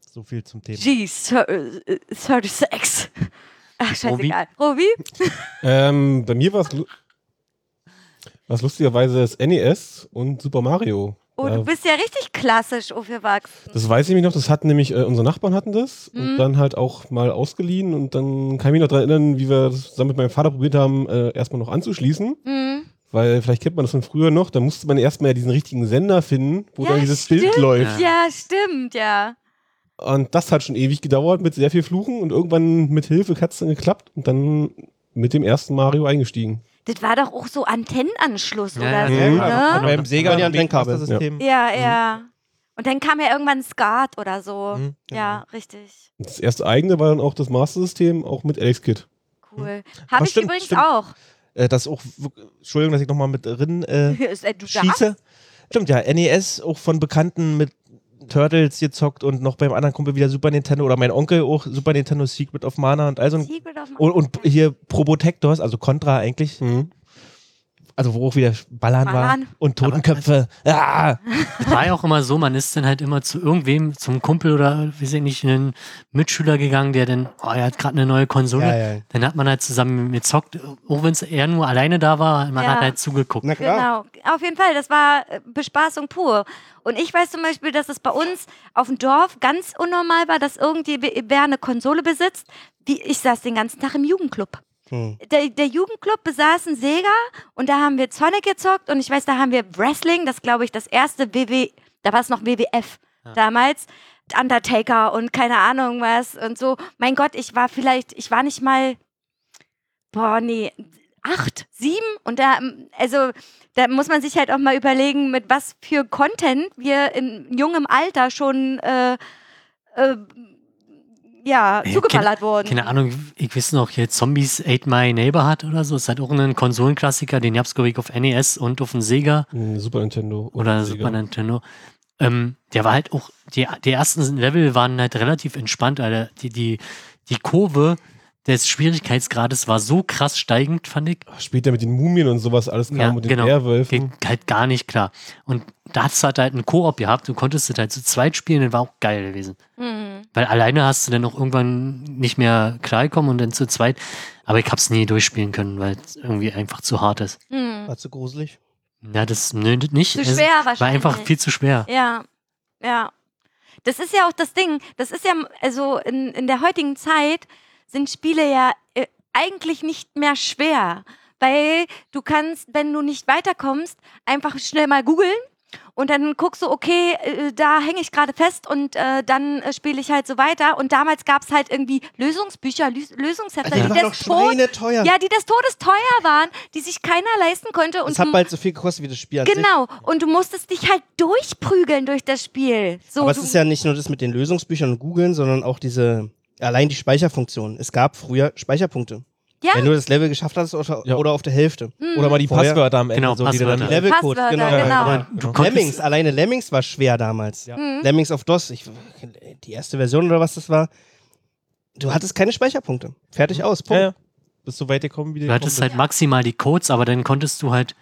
so viel zum Thema. G36. äh, Ach, scheißegal. Robi? Ähm, bei mir war es lu war's lustigerweise das NES und Super Mario. Oh, Ja, du bist ja richtig klassisch aufgewachsen. das weiß ich mich noch, das hatten nämlich, äh, unsere Nachbarn hatten das Mhm. und dann halt auch mal ausgeliehen und dann kann ich mich noch daran erinnern, wie wir das zusammen mit meinem Vater probiert haben, äh, erstmal noch anzuschließen, Hm. weil vielleicht kennt man das von früher noch, da musste man erstmal ja diesen richtigen Sender finden, wo Ja, dann dieses Bild stimmt. läuft. Ja, stimmt, ja. Und das hat schon ewig gedauert mit sehr viel Fluchen und irgendwann mit Hilfe hat es dann geklappt und dann mit dem ersten Mario eingestiegen. Das war doch auch so Antennenanschluss Ja, oder ja, so, ja, ne? Und beim Sega Ja, und die Kabel. System. Ja, ja. Und dann kam ja irgendwann Skat oder so. Mhm, Ja, richtig. Und das erste eigene war dann auch das Master System, auch mit Alex Kid. Cool. Mhm. Aber Habe ich stimmt, übrigens stimmt. auch. Äh, das auch, w- Entschuldigung, dass ich nochmal mit drin äh, Ist, äh, du darfst? schieße. Stimmt, ja, NES auch von Bekannten mit Turtles gezockt und noch beim anderen Kumpel wieder Super Nintendo oder mein Onkel auch Super Nintendo Secret of Mana und all so ein, Secret of und, und hier Probotectors, also Contra eigentlich, also wo auch wieder Ballern, Ballern. war und Totenköpfe. Ah! Das war ja auch immer so, man ist dann halt immer zu irgendwem, zum Kumpel oder weiß ich nicht, einen Mitschüler gegangen, der dann, oh, er hat gerade eine neue Konsole. Ja, ja. Dann hat man halt zusammen gezockt, auch wenn es er nur alleine da war, man Ja. hat halt zugeguckt. Na klar. Genau, auf jeden Fall. Das war äh, Bespaßung pur. Und ich weiß zum Beispiel, dass es bei uns auf dem Dorf ganz unnormal war, dass irgendwer eine Konsole besitzt. Die, ich saß den ganzen Tag im Jugendclub. Hm. Der, der Jugendclub besaß einen Sega und da haben wir Sonic gezockt und ich weiß, da haben wir Wrestling, das glaube ich das erste WW, da war es noch WWF damals, Undertaker und keine Ahnung was und so. Mein Gott, ich war vielleicht, ich war nicht mal, boah, nee, acht, sieben und da, ähm, also da muss man sich halt auch mal überlegen, mit was für Content wir in jungem Alter schon, äh, äh, ja, Ja, zugeballert wurden. Keine Ahnung, ich weiß noch, hier Zombies Ate My Neighbor hat oder so. Ist halt auch ein Konsolenklassiker, den gab's, glaube ich, auf NES und auf dem Sega Mhm, Super Nintendo. und oder Sega. Super Nintendo. Ähm, der war halt auch, die, die ersten Level waren halt relativ entspannt, Alter. Die, die, die Kurve des Schwierigkeitsgrades war so krass steigend, fand ich. Später mit den Mumien und sowas alles kam Ja, und den genau. Werwölfen. Ging halt gar nicht klar. Und das hat halt einen Koop gehabt. Du konntest es halt zu zweit spielen, das war auch geil gewesen. Mhm. Weil alleine hast du dann auch irgendwann nicht mehr klarkommen und dann zu zweit. Aber ich hab's nie durchspielen können, weil es irgendwie einfach zu hart ist. Mhm. War zu gruselig. Ja, das nö, das nicht. Zu Es schwer War einfach wahrscheinlich. viel zu schwer. Ja, ja. Das ist ja auch das Ding. Das ist ja, also in, in der heutigen Zeit sind Spiele ja äh, eigentlich nicht mehr schwer. Weil du kannst, wenn du nicht weiterkommst, einfach schnell mal googeln und dann guckst du, okay, äh, da hänge ich gerade fest und äh, dann äh, spiele ich halt so weiter. Und damals gab es halt irgendwie Lösungsbücher, Lü Lösungshefte, Die die waren doch des Todes, schweineteuer. ja, die des Todes teuer waren, die sich keiner leisten konnte. Und das hat bald so viel gekostet wie das Spiel an sich. Genau, und du musstest dich halt durchprügeln durch das Spiel. So, Aber es du, ist ja nicht nur das mit den Lösungsbüchern und Googeln, sondern auch diese, allein die Speicherfunktion. Es gab früher Speicherpunkte. Ja. Hm, Wenn du das Level geschafft hast oder, Ja. oder auf der Hälfte. Oder mal die Vorher- Passwörter am Ende, Genau, so, die du dann Passwörter. Levelcode, Passwörter, genau. genau. Ja, Aber du konntest, Lemmings, alleine Lemmings war schwer damals. Hm. Lemmings auf DOS, ich, die erste Version oder was das war. Du hattest keine Speicherpunkte. Hm. Fertig aus. Ja, Punkt. ja. Bist so weit gekommen, wie du hattest gekommen halt maximal die Codes, aber dann konntest du halt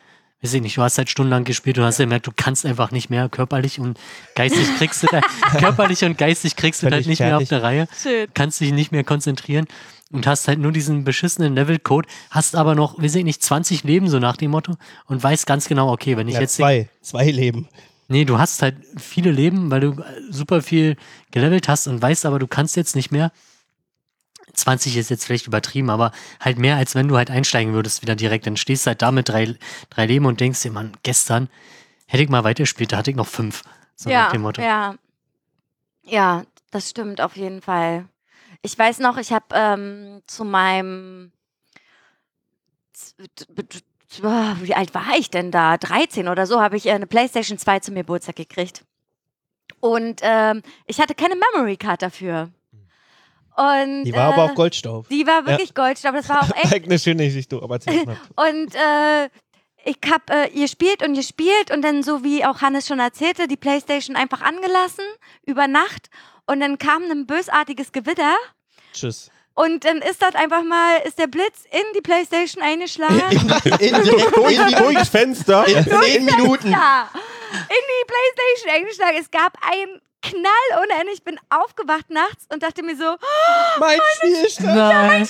weiß ich nicht, du hast halt stundenlang gespielt und hast gemerkt, du kannst einfach nicht mehr körperlich und geistig kriegst (laughs) du da, körperlich und geistig kriegst du Völlig halt nicht mehr auf fertig. der Reihe, Schön. kannst dich nicht mehr konzentrieren und hast halt nur diesen beschissenen Levelcode, hast aber noch, weiß ich nicht, 20 Leben so nach dem Motto und weißt ganz genau, okay, wenn ich Ja, jetzt den zwei. Zwei Leben. Nee, du hast halt viele Leben, weil du äh, super viel gelevelt hast und weißt aber, du kannst jetzt nicht mehr. 20 ist jetzt vielleicht übertrieben, aber halt mehr, als wenn du halt einsteigen würdest wieder direkt. Dann stehst du halt da mit drei, drei Leben und denkst dir, Mann, gestern hätte ich mal weitergespielt, da hatte ich noch fünf. So ja, nach dem Motto. Ja. ja, das stimmt auf jeden Fall. Ich weiß noch, ich habe ähm, zu meinem. oh, Wie alt war ich denn da? 13 oder so, habe ich äh, eine PlayStation 2 zu mir Geburtstag gekriegt. Und ähm, ich hatte keine Memory Card dafür. Und, Hm. Die war äh, aber auch Goldstaub. Die war wirklich Goldstaub, das (laughs) war auch echt Eigentlich eine schöne Geschichte, aber (laughs) erzähl mal. und äh, ich hab äh, ihr spielt und ihr spielt und dann so wie auch Hannes schon erzählte, die Playstation einfach angelassen über Nacht und dann kam ein bösartiges Gewitter Tschüss. und dann ist das einfach mal ist der Blitz in die Playstation (laughs) eingeschlagen. (laughs) (laughs) Indirekt Durch, in die- durchs Fenster. in zehn Minuten. ja, in die Playstation eingeschlagen. Es gab einen Knall ohne Ende. Ich bin aufgewacht nachts und dachte mir so, Mein Spielstand. Nein.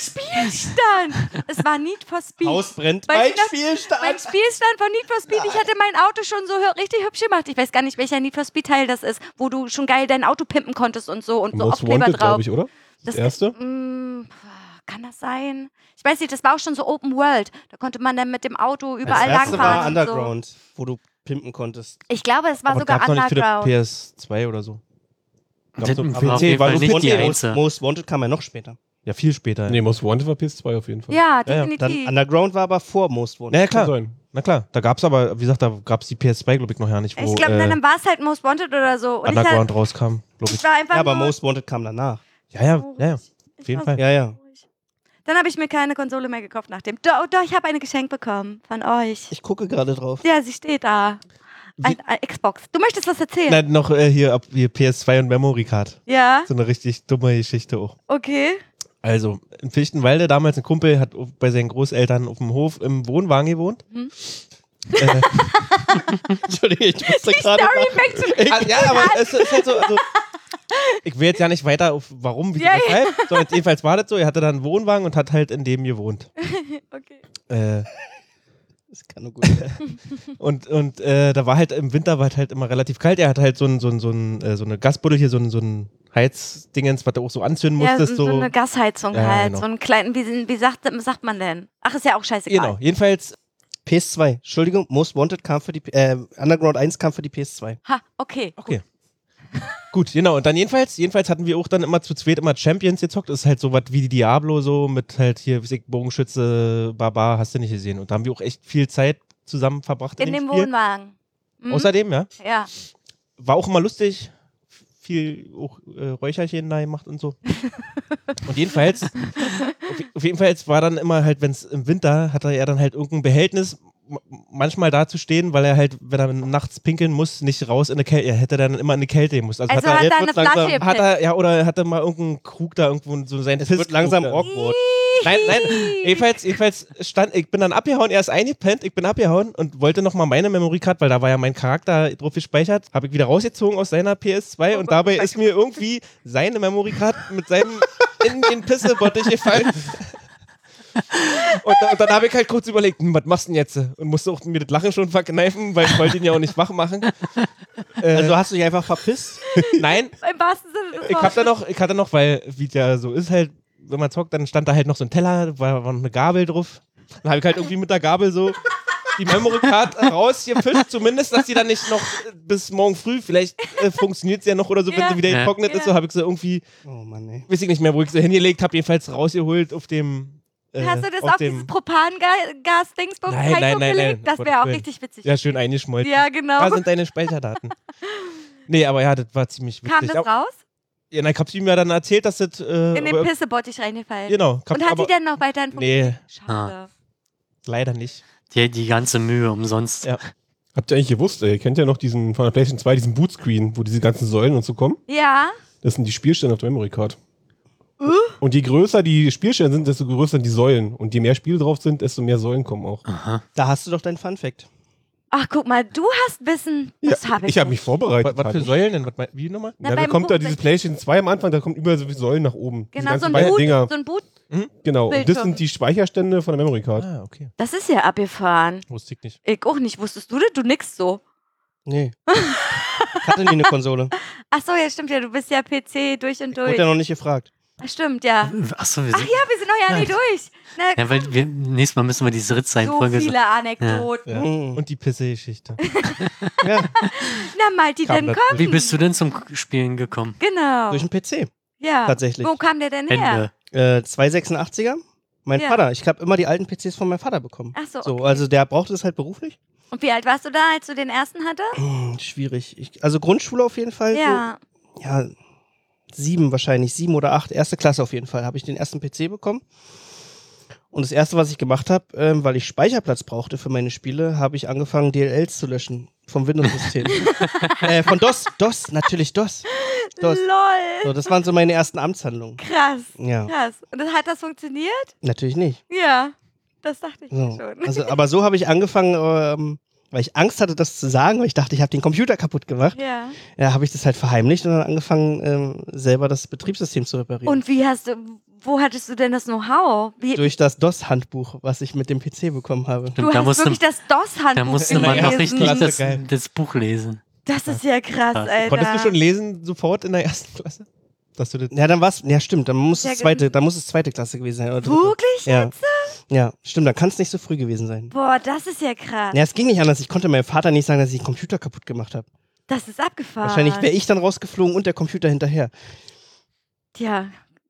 dann, es war Need for Speed. Haus brennt. Weißt Mein du das? Mein Spielstand. Spielstand von Need for Speed. Ich hatte mein Auto schon so hü- richtig hübsch gemacht. Ich weiß gar nicht, welcher Need for Speed Teil das ist, wo du schon geil dein Auto pimpen konntest und so und so Most Aufkleber Wanted, drauf. glaube ich, oder? Das Das- erste? Mm, kann das sein? Ich weiß nicht, das war auch schon so Open World. Da konnte man dann mit dem Auto überall das erste war langfahren. und Underground, wo du pimpen konntest. So. Ich glaube, es war aber sogar gab's noch nicht für die Underground. PS2 oder so. Gab's Das noch- war auf jeden war Fall nur nicht die Wanted. Most, Einzige. Most Wanted kam ja noch später. Ja, viel später. Nee, Most Wanted war PS2 auf jeden Fall. Ja, ja, Dann definitiv. Underground war aber vor Most Wanted. Ja, ja, Kann klar. sein. Na klar, da gab's aber, wie gesagt, da gab's die PS2, glaube ich, noch ja nicht, wo ich glaube, äh, dann war es halt Most Wanted oder so. Und ich, halt, Underground rauskam, glaube ich. ich war einfach Ja, aber nur, Most Wanted kam danach. Ja, ja, ja, ja, auf Ich jeden war Fall. Ja, ja. Dann habe ich mir keine Konsole mehr gekauft nach dem. Doch, doch ich habe eine Geschenk bekommen von euch. Ich gucke gerade (laughs) drauf. Ja, sie steht da. Ein, Wie- ein Xbox. Du möchtest was erzählen? Nein, noch äh, hier, ab, hier PS2 und Memory Card. Ja, So eine richtig dumme Geschichte auch. okay. Also, in Fichtenwalde, damals ein Kumpel, hat auf- bei seinen Großeltern auf dem Hof im Wohnwagen gewohnt. Entschuldige, ich (laughs) musste gerade. Sorry, back to Ah, ja, aber es ist halt so, also, ich will jetzt ja nicht weiter auf warum, wie Ja, ja, weshalb, sondern jedenfalls war das so, er hatte dann einen Wohnwagen und hat halt in dem gewohnt. Okay. Äh, Das kann nur gut werden. und und äh, da war halt im Winter war halt, halt immer relativ kalt, er hat halt so, ein, so, ein, so, ein, äh, so eine Gasbuddel hier, so ein, so ein Heizdingens, was du auch so anzünden Ja, musstest. so, so eine Gasheizung Ja, halt. genau. So einen kleinen, wie, wie sagt, sagt man denn? Ach, ist ja auch scheißegal. genau, jedenfalls PS2. Entschuldigung, Most Wanted kam für die. P- Äh, Underground 1 kam für die PS2. Ha, okay. Okay. Gut, genau. Und dann jedenfalls, jedenfalls hatten wir auch dann immer zu zweit immer Champions gezockt. Das ist halt so was wie Diablo so mit halt hier weiß ich, Bogenschütze, Barbar, hast du nicht gesehen. Und da haben wir auch echt viel Zeit zusammen verbracht in, In dem Spiel. Wohnwagen. Mhm. Außerdem, ja, ja. war auch immer lustig. Viel auch, äh, Räucherchen da (laughs) gemacht und so. und jedenfalls, auf, auf jedenfalls war dann immer halt, wenn es im Winter, hatte er dann halt irgendein Behältnis, m- manchmal da zu stehen, weil er halt, wenn er nachts pinkeln muss, nicht raus in eine Kälte, er hätte dann immer in eine Kälte gehen müssen. Also, Also hat er hat jetzt er eine wird's Flasche langsam- gepinnt. hat er, ja, oder hat er mal irgendeinen Krug da irgendwo so sein Es wird langsam da. awkward. Nein, nein. Jedenfalls, jedenfalls stand, ich bin dann abgehauen, er ist eingepennt, ich bin abgehauen und wollte nochmal meine Memory Card, weil da war ja mein Charakter drauf gespeichert, habe ich wieder rausgezogen aus seiner PS2 und dabei ist mir irgendwie seine Memory Card (laughs) mit seinem in den Pissebottich gefallen. Und, da- und dann habe ich halt kurz überlegt, hm, was machst du denn jetzt? Und musste auch mir das Lachen schon verkneifen, weil ich wollte ihn ja auch nicht wach machen. Äh, Also hast du dich einfach verpisst? (laughs) Nein, Im wahrsten Sinne des ich hab da Wortes. noch, ich hatte noch, weil wie es ja so ist halt, wenn man zockt, dann stand da halt noch so ein Teller, war, war noch eine Gabel drauf. Dann habe ich halt irgendwie mit der Gabel so die Memory Card rausgefischt, zumindest, dass die dann nicht noch äh, bis morgen früh, vielleicht äh, funktioniert sie ja noch oder so, wenn Ja. sie wieder Ja. getrocknet ist, so Ja. habe ich so irgendwie, Oh Mann, ey. weiß ich nicht mehr, wo ich sie hingelegt habe, jedenfalls rausgeholt auf dem. Äh, Hast du das auf dem, dieses Propangas-Dingsbums Nein, nein, nein, nein. gelegt? Das wäre auch Gottes Willen. richtig witzig. Ja, schön Also, eingeschmolzen. Ja, genau. Da sind (laughs) deine Speicherdaten. Nee, aber ja, das war ziemlich Kam witzig. das Aber- raus? Ja, dann hab's ihm ja dann erzählt, dass das. Äh, In aber- den Pissebottich reingefallen. Genau. Und hat die dann noch weiterhin Nee, Schade. leider nicht. Die, die ganze Mühe umsonst. Ja. Habt ihr eigentlich gewusst, ey, ihr kennt ja noch diesen von der PlayStation 2, diesen Bootscreen, wo diese ganzen Säulen und so kommen? Ja. Das sind die Spielstände auf der Memory Card. Äh? Und je größer die Spielstände sind, Ah, desto größer die Säulen. Und je mehr Spiele drauf sind, desto mehr Säulen kommen auch. Da hast du doch dein Fun Fact. Ach, guck mal, du hast Wissen. Ja, Das habe ich. ich habe mich nicht. vorbereitet. Was, was für Tati. Säulen denn? Was, mein- wie nochmal? Na, Ja, da beim kommt da Buch- dieses PlayStation 2 am Anfang, da kommen überall so viele Säulen nach oben. Diese Genau, so ganzen ein, beiden Boot, Dinger. so ein Boot. Genau. Und das Bildschirm. sind die Speicherstände von der Memory Card. Ah, okay. Das ist ja abgefahren. Wusste ich nicht. Ich auch nicht. Wusstest du das? Du nix so. Nee. Ich hatte nie eine (laughs) Konsole. Ach so, ja, stimmt ja. Du bist ja PC durch und durch. Wurde ja noch nicht gefragt. Stimmt, ja. Achso, wir Ach ja, sind. wir sind noch ja Nein. nicht durch. Na, Ja, weil wir, nächstes Mal müssen wir die so Sritzreihenfolge. viele Anekdoten. Ja. Mhm. Und die Pisse-Geschichte. Ja, Na, Malti, Kam dann das komm. Wie bist du denn zum K- Spielen gekommen? Genau. durch den PC. Ja. tatsächlich. Wo kam der denn her? Ende. Äh, 286er. Mein Ja. Vater. Ich habe immer die alten PCs von meinem Vater bekommen. Ach so, so also der brauchte es halt beruflich. Und wie alt warst du da, als du den ersten hattest? Hm, schwierig. Ich, also Grundschule auf jeden Fall. Ja. So, ja. Sieben wahrscheinlich, sieben oder acht, erste Klasse auf jeden Fall, habe ich den ersten PC bekommen. Und das erste, was ich gemacht habe, ähm, weil ich Speicherplatz brauchte für meine Spiele, habe ich angefangen, DLLs zu löschen. (laughs) Vom Windows-System. äh, von DOS. DOS, natürlich DOS. DOS. Lol. So, das waren so meine ersten Amtshandlungen. Krass. Ja, Krass. Und das- hat das funktioniert? natürlich nicht. Ja. Das dachte ich mir So. schon. Also, aber so habe ich angefangen, ähm, weil ich Angst hatte, das zu sagen, weil ich dachte, ich habe den Computer kaputt gemacht. Ja. Ja, habe ich das halt verheimlicht und dann angefangen, ähm, selber das Betriebssystem zu reparieren. Und wie hast du, wo hattest du denn das Know-how? Wie- durch das DOS-Handbuch, was ich mit dem PC bekommen habe. Du da hast musste, wirklich das DOS-Handbuch da musste man noch gelesen. richtig das, Geil. das Buch lesen. Das ist ja krass, Krass. Alter. Konntest du schon lesen sofort in der ersten Klasse? Dass du das Ja, dann war's. Ja, stimmt. Dann muss Ja, es zweite, dann muss es zweite Klasse gewesen sein. Oder dritte. Wirklich? Ja. ja, stimmt. Dann kann es nicht so früh gewesen sein. Boah, das ist ja krass. Ja, es ging nicht anders. Ich konnte meinem Vater nicht sagen, dass ich den Computer kaputt gemacht habe. Das ist abgefahren. Wahrscheinlich wäre ich dann rausgeflogen und der Computer hinterher. Ja,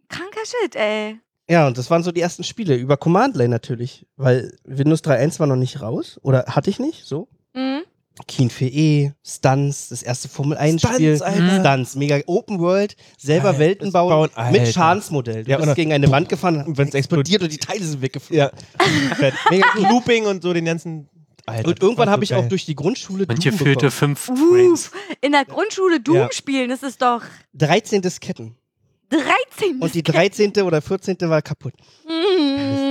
kranker Shit, ey. Ja, und das waren so die ersten Spiele über Command Line natürlich, weil Windows 3.1 war noch nicht raus oder hatte ich nicht, so. Mhm. Keen 4E, Stunts, das erste Formel 1 Spiel, Stunts, Alter. Stunts, mega Open World, selber Alter, Welten das bauen bauen, Alter. mit Schadensmodell. Du Ja, und bist dann- gegen eine Wand gefahren, Und wenn's explodiert und die Teile sind weggeflogen. Ja. (laughs) Mega cool. Looping und so den ganzen. Alter, Und irgendwann das war habe so ich geil. auch durch die Grundschule Und hier Doom fehlte bekommen. fünf Uff, Frames. in der Grundschule Doom Ja. spielen, das ist doch 13 Disketten. 13. Und die 13. oder 14. war kaputt. Mhm.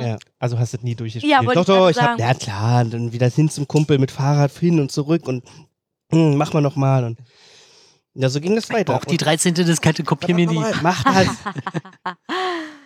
Ja. Also hast du das nie durchgespielt. Ja, wollte Doch, ich gerade doch, ich hab, sagen. ja klar, und dann wieder hin zum Kumpel mit Fahrrad hin und zurück und hm, mach mal nochmal und ja, so ging das weiter. Auch die 13. Diskette, kopier mir und, die. mach das. (laughs)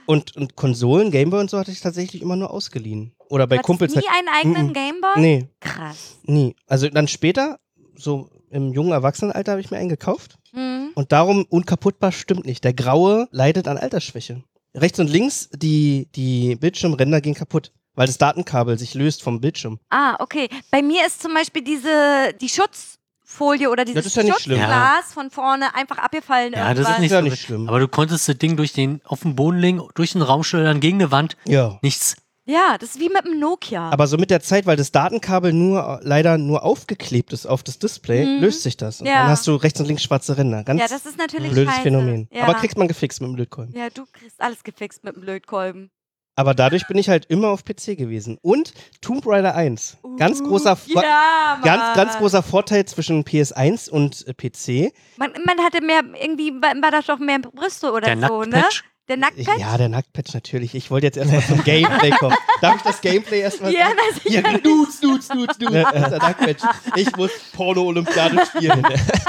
und, und Konsolen, Gameboy und so hatte ich tatsächlich immer nur ausgeliehen. Oder bei Hattest Kumpels nie einen eigenen Mhm. Gameboy? Nee, Krass. nie. Also dann später, so im jungen Erwachsenenalter habe ich mir einen gekauft. Mhm. Und darum unkaputtbar stimmt nicht. Der Graue leidet an Altersschwäche. Rechts und links, die, die Bildschirmränder gehen kaputt, weil das Datenkabel sich löst vom Bildschirm. Ah, okay. Bei mir ist zum Beispiel diese, die Schutzfolie oder das dieses ist ja nicht schlimm. Schutzglas von vorne einfach abgefallen. Ja, das ist irgendwann. nicht Ja, so nicht schlimm. Aber du konntest das Ding durch den, auf den Boden legen, durch den Raum schleudern, gegen eine Wand, Ja. nichts. Ja, das ist wie mit dem Nokia. Aber so mit der Zeit, weil das Datenkabel nur leider nur aufgeklebt ist auf das Display, Mhm. löst sich das. Und Ja. dann hast du rechts und links schwarze Ränder. Ganz ja, das ist natürlich blödes scheiße. Phänomen. Ja. Aber kriegt man gefixt mit dem Lötkolben. ja, du kriegst alles gefixt mit dem Lötkolben. Aber dadurch bin ich halt immer auf PC gewesen. Und Tomb Raider 1. Ganz Uh, großer Vor- ja, Mann. Ganz, ganz großer Vorteil zwischen PS1 und äh, PC. Man, man hatte mehr, irgendwie war war das doch mehr Brüste oder Der so, ne? Nacktpatch. Der Nacktpatch? Ja, der Nacktpatch natürlich. Ich wollte jetzt erstmal zum Gameplay kommen. Darf ich das Gameplay erstmal (laughs) Ja, sagen? na Ja, dudes, dudes, dudes, dudes. Das ist der Nacktpatch. Ich muss Porno-Olympiade spielen. (laughs)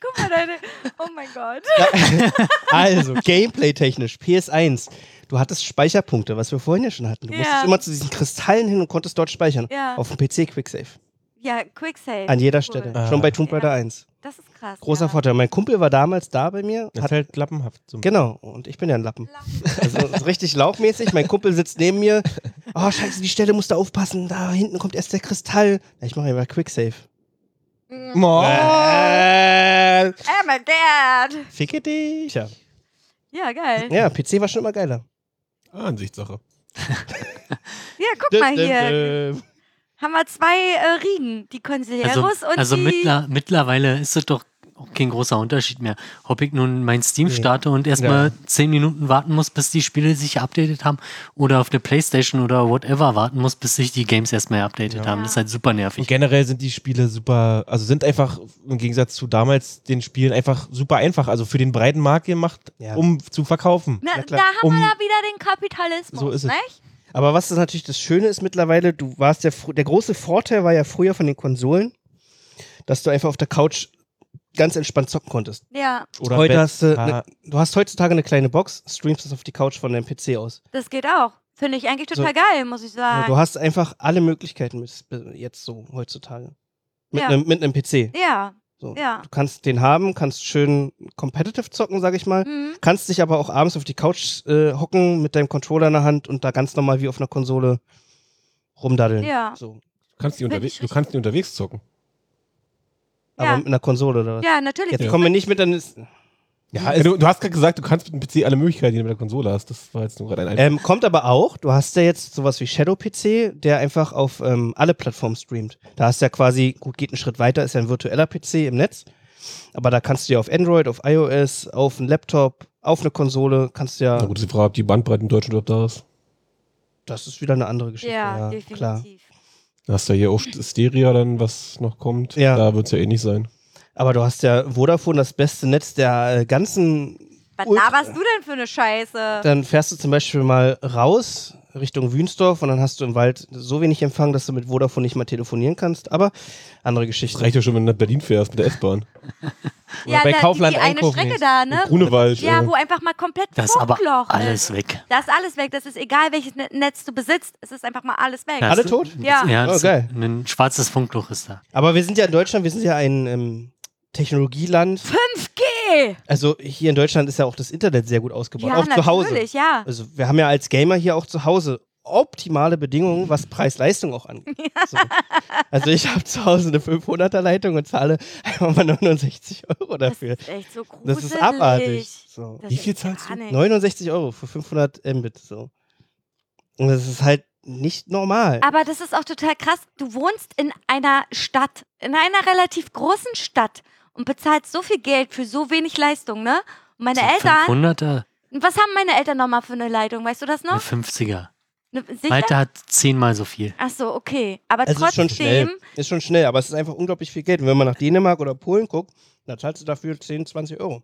Guck mal, deine. Oh mein Gott. Also, gameplay-technisch, PS1. Du hattest Speicherpunkte, was wir vorhin ja schon hatten. Du Ja. musstest immer zu diesen Kristallen hin und konntest dort speichern. Ja. Auf dem PC Quicksave. Ja, Quicksave. An jeder Cool. Stelle. Ah. Schon bei Tomb Raider Ja. 1. Das ist krass. Großer ja. Vorteil. Mein Kumpel war damals da bei mir. Das Hat, ist halt lappenhaft. So. genau. Und ich bin ja ein Lappen. Also so richtig lauchmäßig. Mein Kumpel sitzt neben mir. Oh, scheiße, die Stelle musst du aufpassen. Da hinten kommt erst der Kristall. Ja, Ich mache immer Quicksave. Mm. Mo- Äh, Oh mein Gott. Ficke dich. Ja. Ja, geil. ja, PC war schon immer geiler. Ah, Ansichtssache. Ja, guck mal hier. Äh, Düm, düm. Haben wir zwei äh, Riegen. Die Also, Consiglieros und also die. mittler, mittlerweile ist es doch auch kein großer Unterschied mehr. Ob ich nun mein Steam starte und erstmal zehn Minuten warten muss, bis die Spiele sich updated haben oder auf eine Playstation oder whatever warten muss, bis sich die Games erstmal updated haben. Das ist halt super Und nervig. generell sind die Spiele super, also sind einfach im Gegensatz zu damals den Spielen einfach super einfach, also für den breiten Markt gemacht, Ja. um zu verkaufen. Na, Ja, da klar. haben Um- wir da wieder den Kapitalismus, So ist es. nicht? Aber was ist natürlich das Schöne ist mittlerweile, du warst der, der große Vorteil war ja früher von den Konsolen, dass du einfach auf der Couch ganz entspannt zocken konntest. Ja, Oder Heute Bett- hast du, Ah. ne, du hast heutzutage eine kleine Box, streamst es auf die Couch von deinem PC aus. das geht auch. Finde ich eigentlich So. total geil, muss ich Ja, sagen. Du hast einfach alle Möglichkeiten bis- bis jetzt so heutzutage. Mit, Ja. einem, mit einem PC. Ja, So. ja. Du kannst den haben, kannst schön competitive zocken, sag ich mal. Mhm. Kannst dich aber auch abends auf die Couch äh, hocken mit deinem Controller in der Hand und da ganz normal wie auf einer Konsole rumdaddeln. Ja. So. Du kannst die, Finde unterwe ich du kannst die unterwegs zocken. Aber Ja. mit einer Konsole oder was? Ja, natürlich. Jetzt kommen wir nicht mit dann Ja, du, du hast gerade gesagt, du kannst mit dem PC alle Möglichkeiten, die du mit der Konsole hast. Das war jetzt nur Äh, gerade ein Einfall. ähm, kommt aber auch, du hast ja jetzt sowas wie Shadow PC, der einfach auf ähm, alle Plattformen streamt. Da hast du ja quasi, gut, geht einen Schritt weiter, ist ja ein virtueller PC im Netz. Aber da kannst du ja auf Android, auf iOS, auf einen Laptop, auf eine Konsole, kannst du ja. Na gut, ist die Frage, ob die Bandbreite in Deutschland überhaupt da ist. Das ist wieder eine andere Geschichte. ja, Ja, definitiv. klar. Da hast du ja hier oft Stereo dann, was noch kommt. Ja. Da wird es ja ähnlich sein. Aber du hast ja Vodafone, das beste Netz der äh, ganzen. Was Ultra- laberst du denn für eine Scheiße? Dann fährst du zum Beispiel mal raus Richtung Wünsdorf und dann hast du im Wald so wenig Empfang, dass du mit Vodafone nicht mal telefonieren kannst. Aber andere Das Geschichte. reicht ja schon, wenn du nach Berlin fährst mit der S-Bahn. ja, bei da, Kaufland die, die eine einkaufen Strecke jetzt. da, ne? Grunewald. Ja, äh, wo einfach mal komplett Das ist aber Funkloch ist. alles weg. Da ist alles weg. Das ist egal, welches Ne- Netz du besitzt. Es ist einfach mal alles weg. Ja. Alle tot? Ja. ja Oh, das- geil. Ein schwarzes Funkloch ist da. Aber wir sind ja in Deutschland, wir sind ja ein ähm, Technologieland. 5G! Also hier in Deutschland ist ja auch das Internet sehr gut ausgebaut. Ja, auch zu Hause. natürlich, ja. Also wir haben ja als Gamer hier auch zu Hause optimale Bedingungen, was Preis-Leistung auch angeht. So. Also ich habe zu Hause eine 500er Leitung und zahle einfach mal 69 Euro Das dafür. ist echt so gruselig. Das ist abartig. So. Das Wie ist viel zahlst gar du? nicht. 69 Euro für 500 Mbit. So. Und das ist halt nicht normal. Aber das ist auch total krass. Du wohnst in einer Stadt, in einer relativ großen Stadt und bezahlst so viel Geld für so wenig Leistung, ne? Und meine Eltern, 500er, was haben meine Eltern nochmal für eine Leitung? Weißt du das eine noch? 50er. Ne, sicher? Malte hat zehnmal so viel. Ach so, okay. Aber Also ist trotzdem, schon schnell. Ist schon schnell, aber es ist einfach unglaublich viel Geld. Und wenn man nach Dänemark oder Polen guckt, dann zahlst du dafür 10, 20 Euro.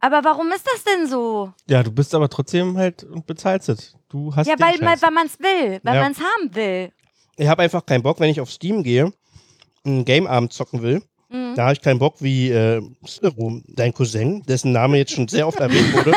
aber warum ist das denn so? Ja, du bist aber trotzdem halt und bezahlst es. Du hast Ja, den weil, Scheiß. weil man es will, weil Ja. man es haben will. Ich habe einfach keinen Bock, wenn ich auf Steam gehe, einen Gameabend zocken will. Mhm. Da habe ich keinen Bock, wie äh, Cicero, dein Cousin, dessen Name jetzt schon sehr oft erwähnt (laughs) wurde,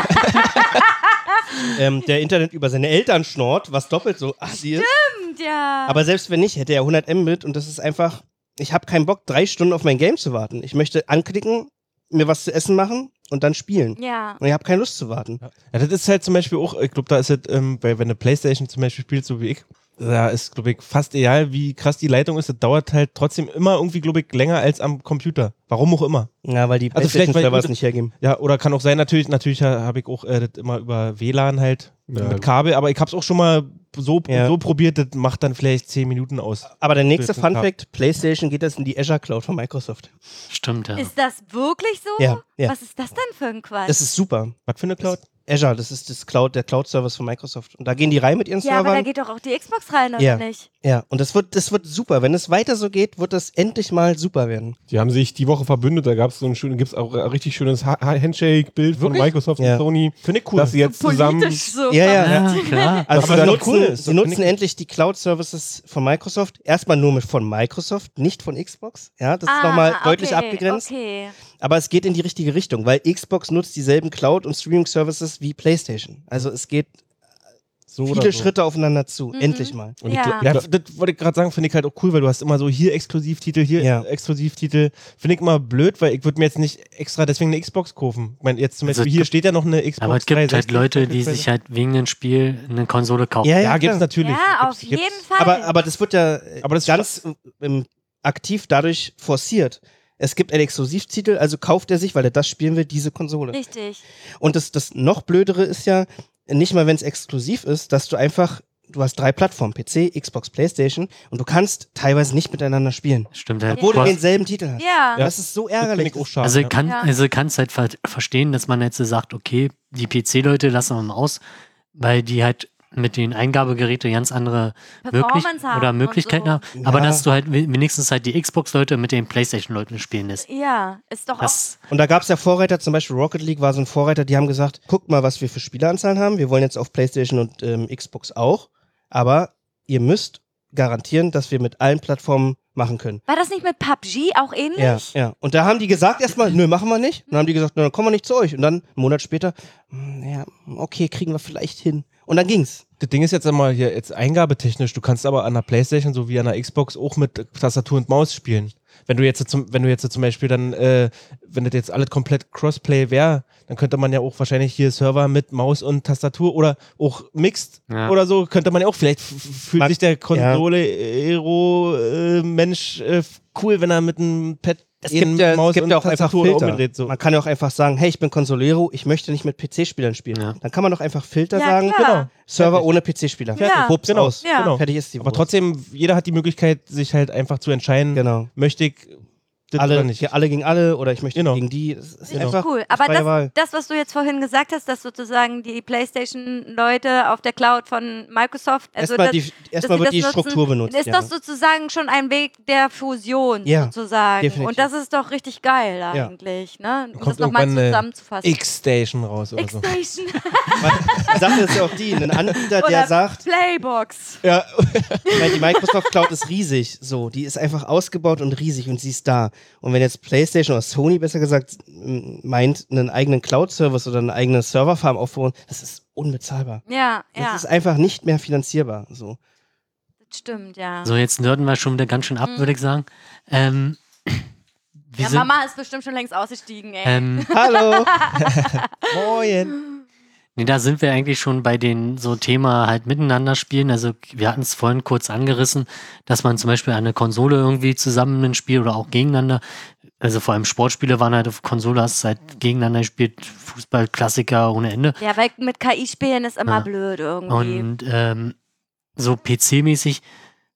ähm, der Internet über seine Eltern schnort, was doppelt so assi ist. Stimmt, ja. Aber selbst wenn nicht, hätte er 100 Mbit und das ist einfach, ich habe keinen Bock, drei Stunden auf mein Game zu warten. Ich möchte anklicken, mir was zu essen machen und dann spielen. ja. Und ich habe keine Lust zu warten. Ja, das ist halt zum Beispiel auch, ich glaube, da ist halt, ähm, weil wenn eine Playstation zum Beispiel spielt, so wie ich, da ist, glaube ich, fast egal, wie krass die Leitung ist, das dauert halt trotzdem immer irgendwie, glaube ich, länger als am Computer. Warum auch immer. Ja, weil die Also vielleicht, weil- PlayStation-Server es nicht hergeben. Ja, oder kann auch sein, natürlich, natürlich habe ich auch äh, das immer über WLAN halt Ja. mit Kabel, aber ich habe es auch schon mal so, Ja. so probiert, das macht dann vielleicht 10 Minuten aus. Aber der nächste Blödsinn, Fun ja. Fact, PlayStation geht das in die Azure Cloud von Microsoft. Stimmt, ja. Ist das wirklich so? Ja, ja. Was ist das denn für ein Quatsch? Das ist super. Was für eine Cloud? Azure, das ist das Cloud, der Cloud-Service von Microsoft. Und da gehen die rein mit ihren ja, aber da Servern. geht doch auch die Xbox rein, oder Ja. nicht? Ja, und das wird, das wird super. Wenn es weiter so geht, wird das endlich mal super werden. Die haben sich die Woche verbündet, da gab es so ein schönes, gibt's auch ein richtig schönes Ha- Ha- Handshake-Bild von Microsoft Ja. und Sony, Finde ich cool. dass sie jetzt zusammen. Politisch so. Ja, ja. Ja, (laughs) klar. Also Aber sie das nutzen, Coole ist, sie das nutzen finde ich- endlich die Cloud-Services von Microsoft. Erstmal nur mit von Microsoft, nicht von Xbox. Ja, das ist nochmal deutlich Ah, okay, abgegrenzt. Okay. Aber es geht in die richtige Richtung, weil Xbox nutzt dieselben Cloud- und Streaming-Services wie PlayStation. Also es geht so viele oder so. Schritte aufeinander zu. Mhm. Endlich mal. Und ja. Ja, das wollte ich gerade sagen, finde ich halt auch cool, weil du hast immer so hier Exklusivtitel, hier Ja. Exklusivtitel. Finde ich immer blöd, weil ich würde mir jetzt nicht extra deswegen eine Xbox kaufen. Ich meine, jetzt zum Also, Beispiel hier steht ja noch eine Xbox Aber es gibt halt 360 Leute, die beispielsweise. sich halt wegen dem Spiel eine Konsole kaufen. Ja, Ja, ja, gibt's klar. natürlich. ja, Gibt's- auf gibt's. jeden Fall. Aber, aber das wird ja äh, Aber das- ganz ähm, aktiv dadurch forciert. Es gibt einen Exklusivtitel, also kauft er sich, weil er das spielen will, diese Konsole. Richtig. Und das, das noch blödere ist ja, nicht mal wenn es exklusiv ist, dass du einfach, du hast drei Plattformen, PC, Xbox, Playstation, und du kannst teilweise nicht miteinander spielen. Stimmt, halt. Obwohl du Cross- denselben Titel hast. Ja. Das ist so Das finde ärgerlich. ich auch schade. Also ja. kann Ja. also kann's halt ver verstehen, dass man jetzt so sagt, okay, die PC-Leute lassen wir mal aus, weil die halt mit den Eingabegeräten ganz andere möglich Performance haben oder und Möglichkeiten so. haben. Aber Ja. dass du halt we- wenigstens halt die Xbox-Leute mit den PlayStation-Leuten spielen lässt. Ja, ist doch Das, Und da gab es ja Vorreiter, zum Beispiel Rocket League war so ein Vorreiter, die haben gesagt, guck mal, was wir für Spieleranzahlen haben. Wir wollen jetzt auf Playstation und ähm, Xbox auch. Aber ihr müsst garantieren, dass wir mit allen Plattformen machen können. War das nicht mit PUBG auch Ja, ähnlich? ja. Und da haben die gesagt erstmal, nö, machen wir nicht. Und dann haben die gesagt, nö, dann kommen wir nicht zu euch. Und dann, einen Monat später, hm, ja, okay, kriegen wir vielleicht hin. Und dann ging's. Das Ding ist jetzt einmal hier, jetzt eingabetechnisch, du kannst aber an der Playstation sowie an der Xbox auch mit Tastatur und Maus spielen. Wenn du jetzt zum, wenn du jetzt zum Beispiel dann, äh, wenn das jetzt alles komplett Crossplay wäre, dann könnte man ja auch wahrscheinlich hier Server mit Maus und Tastatur oder auch Mixed Ja. oder so, könnte man ja auch, vielleicht f- f- fühlt Mag- sich der Konsole-Ero-Mensch äh, f- cool, wenn er mit einem Pad Es eben gibt ja, es gibt ja auch einfach Tastatur Filter. umgedreht, so. Man kann ja auch einfach sagen, hey, ich bin Consolero, ich möchte nicht mit PC-Spielern spielen. Ja. Dann kann man doch einfach Filter Ja, sagen, klar. genau, Server ohne PC-Spieler. Ja. Fertig, Pups Genau, aus. Ja. genau. Fertig ist die Aber Wurst. trotzdem, jeder hat die Möglichkeit, sich halt einfach zu entscheiden, genau. möchte ich das Alle, oder nicht. ja, alle gegen alle oder ich möchte Genau. gegen die. Das ist Richtig einfach cool. Aber freie das, also Wahl. das, was du jetzt vorhin gesagt hast, dass sozusagen die PlayStation-Leute auf der Cloud von Microsoft, also das, erstmal die, erstmal dass wird sie die das nutzen, Struktur benutzt. ist ja. das sozusagen schon ein Weg der Fusion Ja, sozusagen. definitiv. Und das ist doch richtig geil Ja. eigentlich, ne? Um Kommt das nochmal irgendwann, äh, zusammenzufassen. Also X-Station raus oder so. X-Station, Die Sache ist ja auch die, (laughs) ein Anbieter, der Oder- (laughs) sagt, Playbox. Ja. ich meine, die Microsoft Cloud ist riesig. So, die ist einfach ausgebaut und riesig und sie ist da. Und wenn jetzt PlayStation oder Sony besser gesagt m- meint, einen eigenen Cloud-Service oder eine eigene Serverfarm aufbauen, das ist unbezahlbar. Ja, Das ja, ist einfach nicht mehr finanzierbar. So. das stimmt, ja. So, jetzt nörden wir schon wieder ganz schön ab, würde ich sagen. Ähm, wir Mhm. ja, sind, Mama ist bestimmt schon längst ausgestiegen, ey. ähm, (laughs) Hallo! Moin! nee, da sind wir eigentlich schon bei den so Thema halt miteinander spielen. Also wir hatten es vorhin kurz angerissen, dass man zum Beispiel eine Konsole irgendwie zusammen ein Spiel oder auch gegeneinander. Also vor allem Sportspiele waren halt auf Konsole, hast halt gegeneinander gespielt, Fußballklassiker ohne Ende. ja, weil mit KI-Spielen ist immer Ja. blöd irgendwie. Und ähm, so PC-mäßig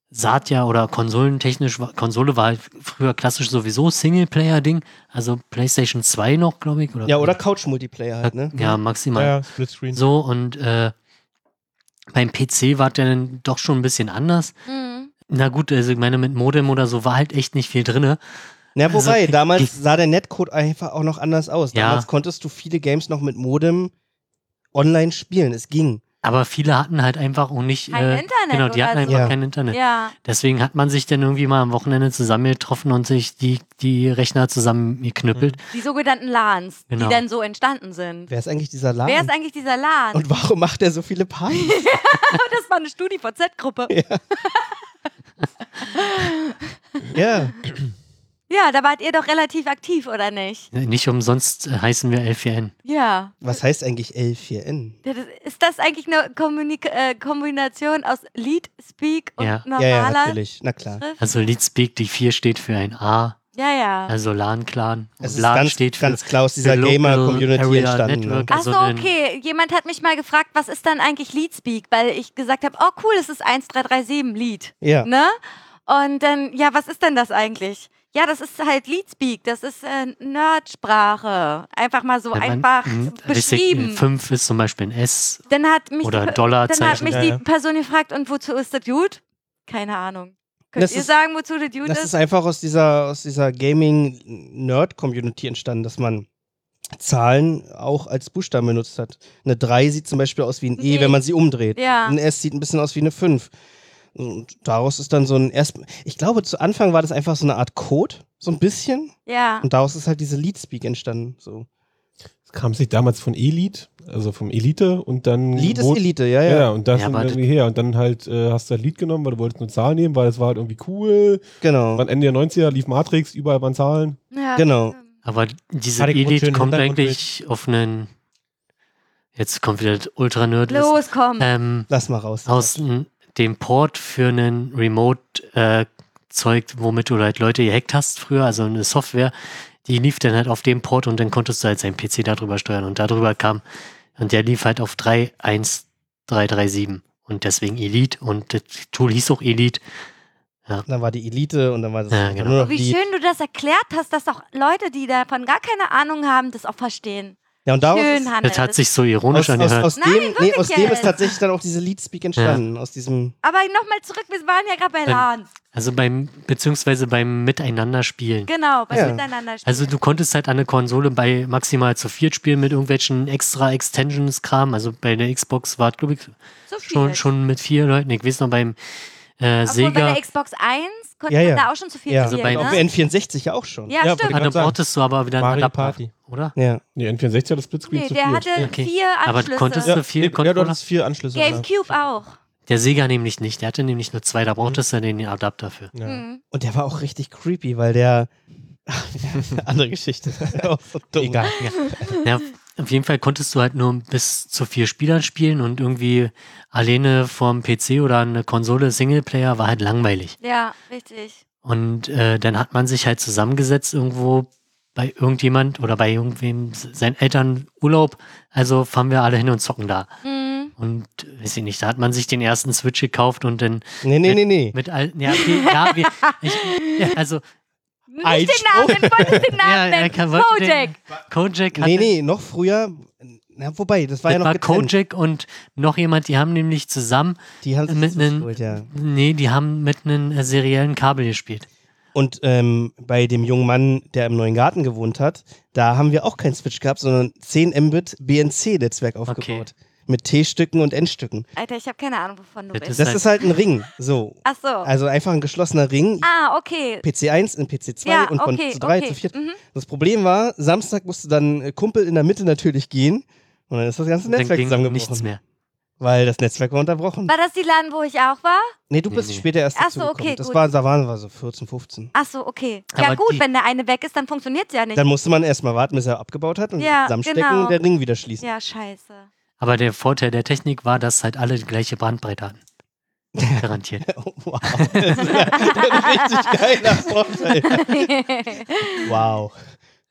saht ja oder konsolentechnisch, war- Konsole war halt früher klassisch sowieso Singleplayer-Ding, also PlayStation 2 noch, glaube ich. Oder Ja, oder Couch-Multiplayer halt, ne? Ja, maximal. Ja, ja, Splitscreen. So und äh, beim PC war der dann doch schon ein bisschen anders. Mhm. Na gut, also ich meine, mit Modem oder so war halt echt nicht viel drinne. Na, Also, wobei, die- damals sah der Netcode einfach auch noch anders aus. Ja. Damals konntest du viele Games noch mit Modem online spielen. Es ging. Aber viele hatten halt einfach auch nicht. Kein äh, Internet Genau, die oder hatten so. einfach Ja. kein Internet. Ja, Deswegen hat man sich dann irgendwie mal am Wochenende zusammengetroffen und sich die, die Rechner zusammengeknüppelt. die sogenannten LANs, Genau. die dann so entstanden sind. Wer ist eigentlich dieser Laden? Wer ist eigentlich dieser LAN? und warum macht er so viele Partys? (laughs) das war eine (laughs) StudiVZ-Gruppe. ja. Ja, da wart ihr doch relativ aktiv, oder nicht? Ne, Nicht umsonst äh, heißen wir L4N. Ja. Was heißt eigentlich L4N? Das ist- Ist das eigentlich eine Kommunik äh, Kombination aus Lied, Speak und Ja. Ja, ja, normaler? natürlich, na klar. Schrift? Also Leadspeak, die 4 steht für ein A, Ja, ja. also LAN-Clan. Es Und ist LAN ganz, steht für ganz klar aus dieser Local Gamer-Community Area entstanden. Ne? Network. Ach also so, den- okay. Jemand hat mich mal gefragt, was ist dann eigentlich Leadspeak? Weil ich gesagt habe, oh cool, es ist 1337 Lied. Ja. Ne? Und dann, ja, was ist denn das eigentlich? Ja, das ist halt Leadspeak, das ist äh, Nerdsprache. Einfach mal so wenn man- einfach Mhm, richtig, beschrieben. 5 ist zum Beispiel ein S Dann hat mich, oder die, ein Per- dann hat Dollarzeichen. mich ja, die ja. Person gefragt, und wozu ist das gut? Keine Ahnung. Könnt Das ihr ist- sagen, wozu das gut Das ist? ist einfach aus dieser, aus dieser Gaming-Nerd-Community entstanden, dass man Zahlen auch als Buchstaben benutzt hat. Eine 3 sieht zum Beispiel aus wie ein E, Nee. wenn man sie umdreht. Ja. Ne, Ein S sieht ein bisschen aus wie eine 5. Und daraus ist dann so ein erst. Ich glaube, zu Anfang war das einfach so eine Art Code, so ein bisschen. Ja. Und daraus ist halt diese Leadspeak entstanden. So. Kam sich damals von Elite, also vom Elite und dann. Lead ist wurde- Elite, ja, Ja, ja. ja, und das Ja, sind aber irgendwie her. Und dann halt äh, hast du das Lied genommen, weil du wolltest eine Zahl nehmen, weil es war halt irgendwie cool. Genau. Wann Ende der 90er lief Matrix, überall waren Zahlen. ja. Genau. Aber diese Hatte ich gut Elite schön kommt Hintergrundbild. eigentlich auf einen. Jetzt kommt wieder das Ultra-Nerd. Los, komm. Ähm, Lass mal raus. aus n- dem Port für einen Remote-Zeug, womit du halt Leute gehackt hast früher, also eine Software, die lief dann halt auf dem Port und dann konntest du halt seinen PC darüber steuern und darüber kam und der lief halt auf 31337 und deswegen Elite und das Tool hieß auch Elite. Dann war die Elite und dann war das Ja, dann genau. nur noch Wie die. schön du das erklärt hast, dass auch Leute, die davon gar keine Ahnung haben, das auch verstehen. Ja, und daraus Schön, ist- Hanne. Das hat sich so ironisch aus, aus, angehört. aus, Nein, dem, nee, aus wirklich dem ist jetzt. tatsächlich dann auch diese Lead Speak entstanden. Aus diesem das, aber nochmal zurück, wir waren ja gerade bei Dann- LAN. Also beim, beziehungsweise beim Miteinanderspielen. Genau, bei Ja. Miteinander spielen. Also du konntest halt an der Konsole bei maximal zu viert spielen mit irgendwelchen extra Extensions-Kram. Also bei der Xbox war glaube ich, so schon, viel. schon mit vier Leuten. Ich weiß noch, beim äh, Obwohl bei Sega, der Xbox 1 konnte Ja, ja. man da auch schon zu viel Ja. Also spielen, bei- auf ne? N64 ja auch schon. Ja, Ja, stimmt. Ah, kann dann sagen. brauchtest du aber wieder einen Mario Adapter, Party. oder? Ja. Nee, N64 hat das Blitzkrieg Nee, zu der viel. hatte Okay. vier Aber Anschlüsse. konntest du viel nee, ja, du Controller? hattest vier Anschlüsse. ja. Gamecube auch. Der Sega nämlich nicht. Der hatte nämlich nur Mhm. zwei. Da brauchtest du den Adapter für. Ja. Hm. Und der war auch richtig creepy, weil der. (laughs) Andere Geschichte. (laughs) Auch so dumm. Egal. Ja, auf jeden Fall konntest du halt nur bis zu vier Spielern spielen und irgendwie alleine vom PC oder eine Konsole Singleplayer war halt langweilig. Ja, richtig. Und äh, dann hat man sich halt zusammengesetzt irgendwo bei irgendjemand oder bei irgendwem, s- seinen Eltern Urlaub. Also fahren wir alle hin und zocken da. Hm. Und äh, weiß ich nicht, da hat man sich den ersten Switch gekauft und dann Nee, nee, nee, nee. (laughs) mit allen, ja, okay, ja, wir, ich, ja, (laughs) also, Nicht Ein den Namen, ich wollte den (laughs) ja, Namen er nennen. kann- wollte Kojak. den- Kojak hatte, Nee, nee, noch früher. Na, wobei, das war das ja noch war getrennt. Kojak und noch jemand, die haben nämlich zusammen Die haben mit sich einem- geholt, ja. Nee, die haben mit einem äh, seriellen Kabel gespielt. Und ähm, bei dem jungen Mann, der im neuen Garten gewohnt hat, da haben wir auch keinen Switch gehabt, sondern 10 Mbit BNC-Netzwerk aufgebaut. Mit T-Stücken und N-Stücken. Alter, ich habe keine Ahnung, wovon du Das bist. Das heißt- ist halt ein Ring. So. Ach so. Äh, Also einfach ein geschlossener Ring. Oh. ah, okay. PC1 in PC2 Ja, und von okay, zu 3 okay. zu 4. Mhm. Das Problem war, Samstag musste dann äh, Kumpel in der Mitte natürlich gehen. Und dann ist das ganze Dann Netzwerk ging nichts zusammengebrochen. mehr. Weil das Netzwerk war unterbrochen. War das die LAN, wo ich auch war? Nee, du Nee, bist nee. später erst Ach dazu so, okay, gekommen. Das gut. war, da waren wir so 14, 15. Ach so, okay. ja Aber gut, die- wenn der eine weg ist, dann funktioniert es ja nicht. Dann musste man erstmal warten, bis er abgebaut hat und Ja, zusammenstecken genau. und der Ring wieder schließen. ja, scheiße. (laughs) Aber der Vorteil der Technik war, dass halt alle die gleiche Bandbreite (laughs) hatten. Garantiert. Oh, wow. (laughs) Das ist ja ein richtig geiler Vorteil. Wow.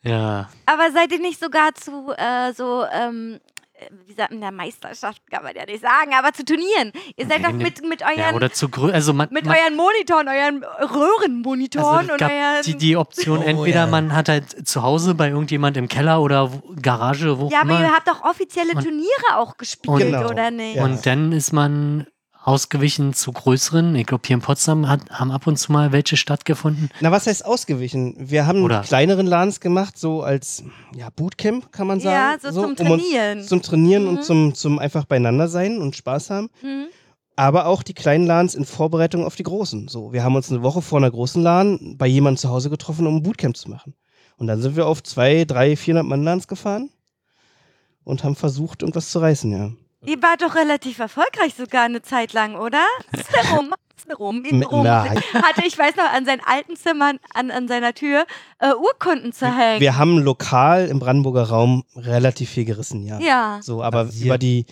Ja. Aber seid ihr nicht sogar zu äh, so, ähm, äh, wie sagt man, der Meisterschaft kann man ja nicht sagen, aber zu Turnieren. Ihr seid Nee, doch nee. mit, mit ja euren, oder zu grün. Also man, mit man, euren Monitoren, euren Röhrenmonitoren also es und euren. gab die, die Option, Oh, entweder ja. man hat halt zu Hause bei irgendjemand im Keller oder wo- Garage, wo auch ja, aber ihr immer. habt doch offizielle Und- Turniere auch gespielt, Genau. oder nicht? Ja. Und dann ist man ausgewichen zu größeren. Ich glaube, hier in Potsdam hat, haben ab und zu mal welche stattgefunden. Na, was heißt ausgewichen? Wir haben Oder- kleineren LANs gemacht, so als ja, Bootcamp, kann man Ja, sagen. so, zum um uns- Trainieren. zum Trainieren Mhm. und zum, zum einfach beieinander sein und Spaß haben. hm? Aber auch die kleinen LANs in Vorbereitung auf die großen. So, wir haben uns eine Woche vor einer großen LAN bei jemandem zu Hause getroffen, um ein Bootcamp zu machen. Und dann sind wir auf zwei, drei, 400 Mann LANs gefahren und haben versucht, irgendwas zu reißen, ja. Ihr wart doch relativ erfolgreich sogar eine Zeit lang, oder? Rum, rum, in M- Rom na, hatte ich weiß noch an seinen alten Zimmern, an, an seiner Tür äh, Urkunden zu hängen. Wir haben lokal im Brandenburger Raum relativ viel gerissen, ja. ja, So, aber Rasiert. über die,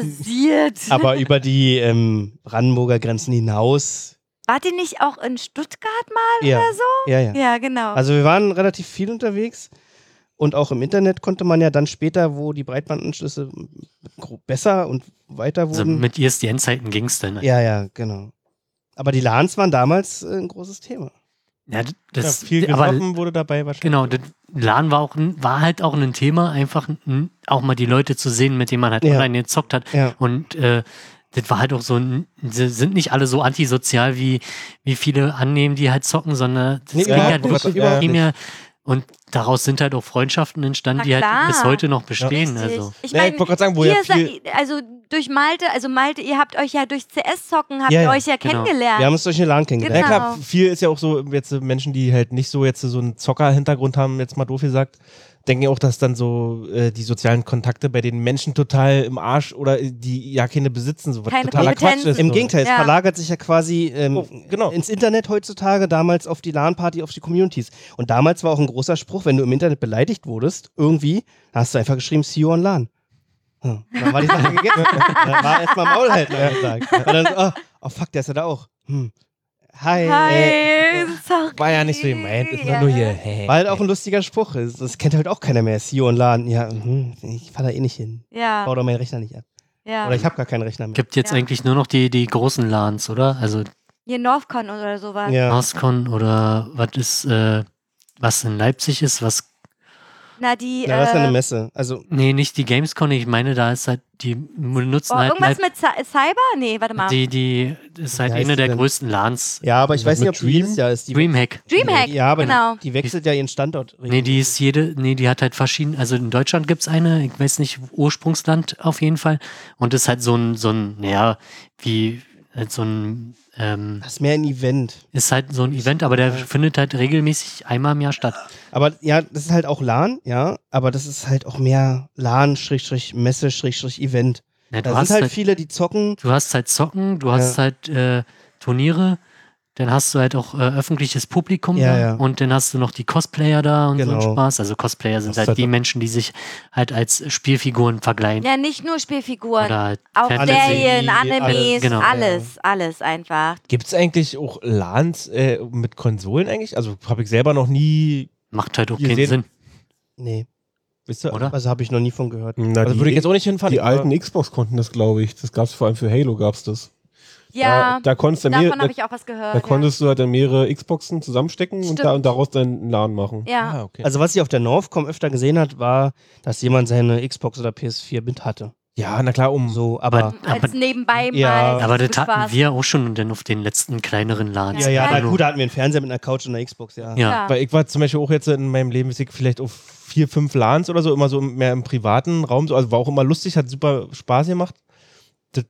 rasiert. aber über die ähm, Brandenburger Grenzen hinaus. Wart ihr nicht auch in Stuttgart mal? Ja, ja, ja. Ja, genau. Also wir waren relativ viel unterwegs und auch im Internet konnte man ja dann später, wo die Breitbandanschlüsse gro- besser und weiter Also wurden. mit ISDN-Zeiten ging es dann. ja, ja, genau. Aber die LANs waren damals äh, ein großes Thema. Ja, Ja, das, viel aber gesoffen wurde dabei wahrscheinlich. Genau, das LAN war, auch, ein- war halt auch ein Thema, einfach n- auch mal die Leute zu sehen, mit denen man halt Ja. online gezockt hat. Ja. Und äh, das war halt auch so, ein- sie sind nicht alle so antisozial, wie, wie viele annehmen, die halt zocken, sondern das Nee, ging halt überhaupt nicht, wirklich überhaupt nicht. primär. Und daraus sind halt auch Freundschaften entstanden, Na die halt klar. bis heute noch bestehen. Richtig. also. Ich Ja, meine, ich wollte gerade sagen, wo ja ihr viel. seid, also durch Malte, also Malte, ihr habt euch ja durch CS-Zocken, habt Ja, ihr ja, euch ja genau. kennengelernt. Wir haben uns durch eine LAN Ja kennengelernt. klar, Genau. viel ist ja auch so, jetzt äh, Menschen, die halt nicht so jetzt so einen Zocker-Hintergrund haben, jetzt mal doof gesagt, denken ja auch, dass dann so äh, die sozialen Kontakte bei den Menschen total im Arsch oder äh, die ja keine besitzen, so was Keine totaler Quatsch Kompetenzen. ist. Im so. Gegenteil, es Ja. verlagert sich ja quasi ähm, Oh, genau. ins Internet heutzutage, damals auf die LAN-Party, auf die Communities. Und damals war auch ein großer Spruch, wenn du im Internet beleidigt wurdest, irgendwie hast du einfach geschrieben, see you on LAN. Ja, dann war die (laughs) Sache gegessen. dann war erstmal Maul halt gesagt. Und dann, so, oh, oh fuck, der ist ja da auch. Hm. Hi. Äh, Hi, sorry. War ja nicht so gemeint, ist nur hier. Hey. war halt auch ein lustiger Spruch. Das kennt halt auch keiner mehr. See you on LAN. Ja, hm, ich fahr da eh nicht hin. Bau Ja, doch meinen Rechner nicht ab. ja. Oder ich habe gar keinen Rechner mehr. Gibt jetzt Ja. eigentlich nur noch die, die großen LANs, oder? Also Hier Northcon oder sowas. Ja. Auscon oder was ist, äh, was in Leipzig ist, was Na, die. Na, das ist ja eine äh, Messe. Also, Nee, nicht die Gamescon, ich meine, da ist halt, die benutzen oh, halt, irgendwas halt mit Cy- Cyber? Nee, warte mal. die, die, das ist halt heißt eine die der denn? größten LANs. ja, aber ich weiß mit nicht, ob die jedes Dream? Jahr ist. Die Dreamhack. Dreamhack. Ja, aber die- genau. die wechselt ja ihren Standort. Nee, die ist jede, nee, die hat halt verschiedene, also in Deutschland gibt es eine, ich weiß nicht, Ursprungsland auf jeden Fall. Und ist halt so ein, so ein, ja, wie, halt so ein, ähm, Das ist mehr ein Event. ist halt so ein Event, aber der findet halt regelmäßig einmal im Jahr statt. Aber ja, das ist halt auch LAN, ja, aber das ist halt auch mehr LAN-Messe-Event. Ja, du, Da hast sind halt halt, viele, die zocken. du hast halt Zocken, du hast halt äh, Turniere, dann hast du halt auch äh, öffentliches Publikum Ja, da ja. und dann hast du noch die Cosplayer da und so Genau. einen Spaß. Also Cosplayer sind Hast halt halt die auch- Menschen, die sich halt als Spielfiguren vergleichen. Ja, nicht nur Spielfiguren. Oder halt auch Fantasy. Serien, Anime, Animes, alles, genau. alles, alles einfach. Gibt es eigentlich auch LANs äh, mit Konsolen eigentlich? Also habe ich selber noch nie, Macht halt auch Ihr keinen seht- Sinn, Nee, wisst ihr, oder? also habe ich noch nie von gehört. Na, also die, würde ich jetzt auch nicht hinfahren. die aber- alten Xbox konnten das, glaube ich. Das gab es vor allem für Halo, gab es das. Ja, Da, da konntest du davon mehrere, habe ich auch was gehört. Da konntest du halt dann mehrere Xboxen zusammenstecken und, Stimmt. da, und daraus deinen Laden machen. ja. Ah, okay. Also was ich auf der Northcom öfter gesehen hat, war, dass jemand seine Xbox oder PS4 mit hatte. ja, na klar, um. So, aber Aber- als nebenbei Ja. mal. Aber das zum hatten Spaß. wir auch schon dann auf den letzten kleineren Laden. ja, ja, Ja, na ja. gut, da hatten wir einen Fernseher mit einer Couch und einer Xbox, ja. Ja. Ja. Weil ich war zum Beispiel auch jetzt in meinem Leben, weiß ich, vielleicht auf vier, fünf LANs oder so, immer so mehr im privaten Raum. so. Also war auch immer lustig, hat super Spaß gemacht. Das,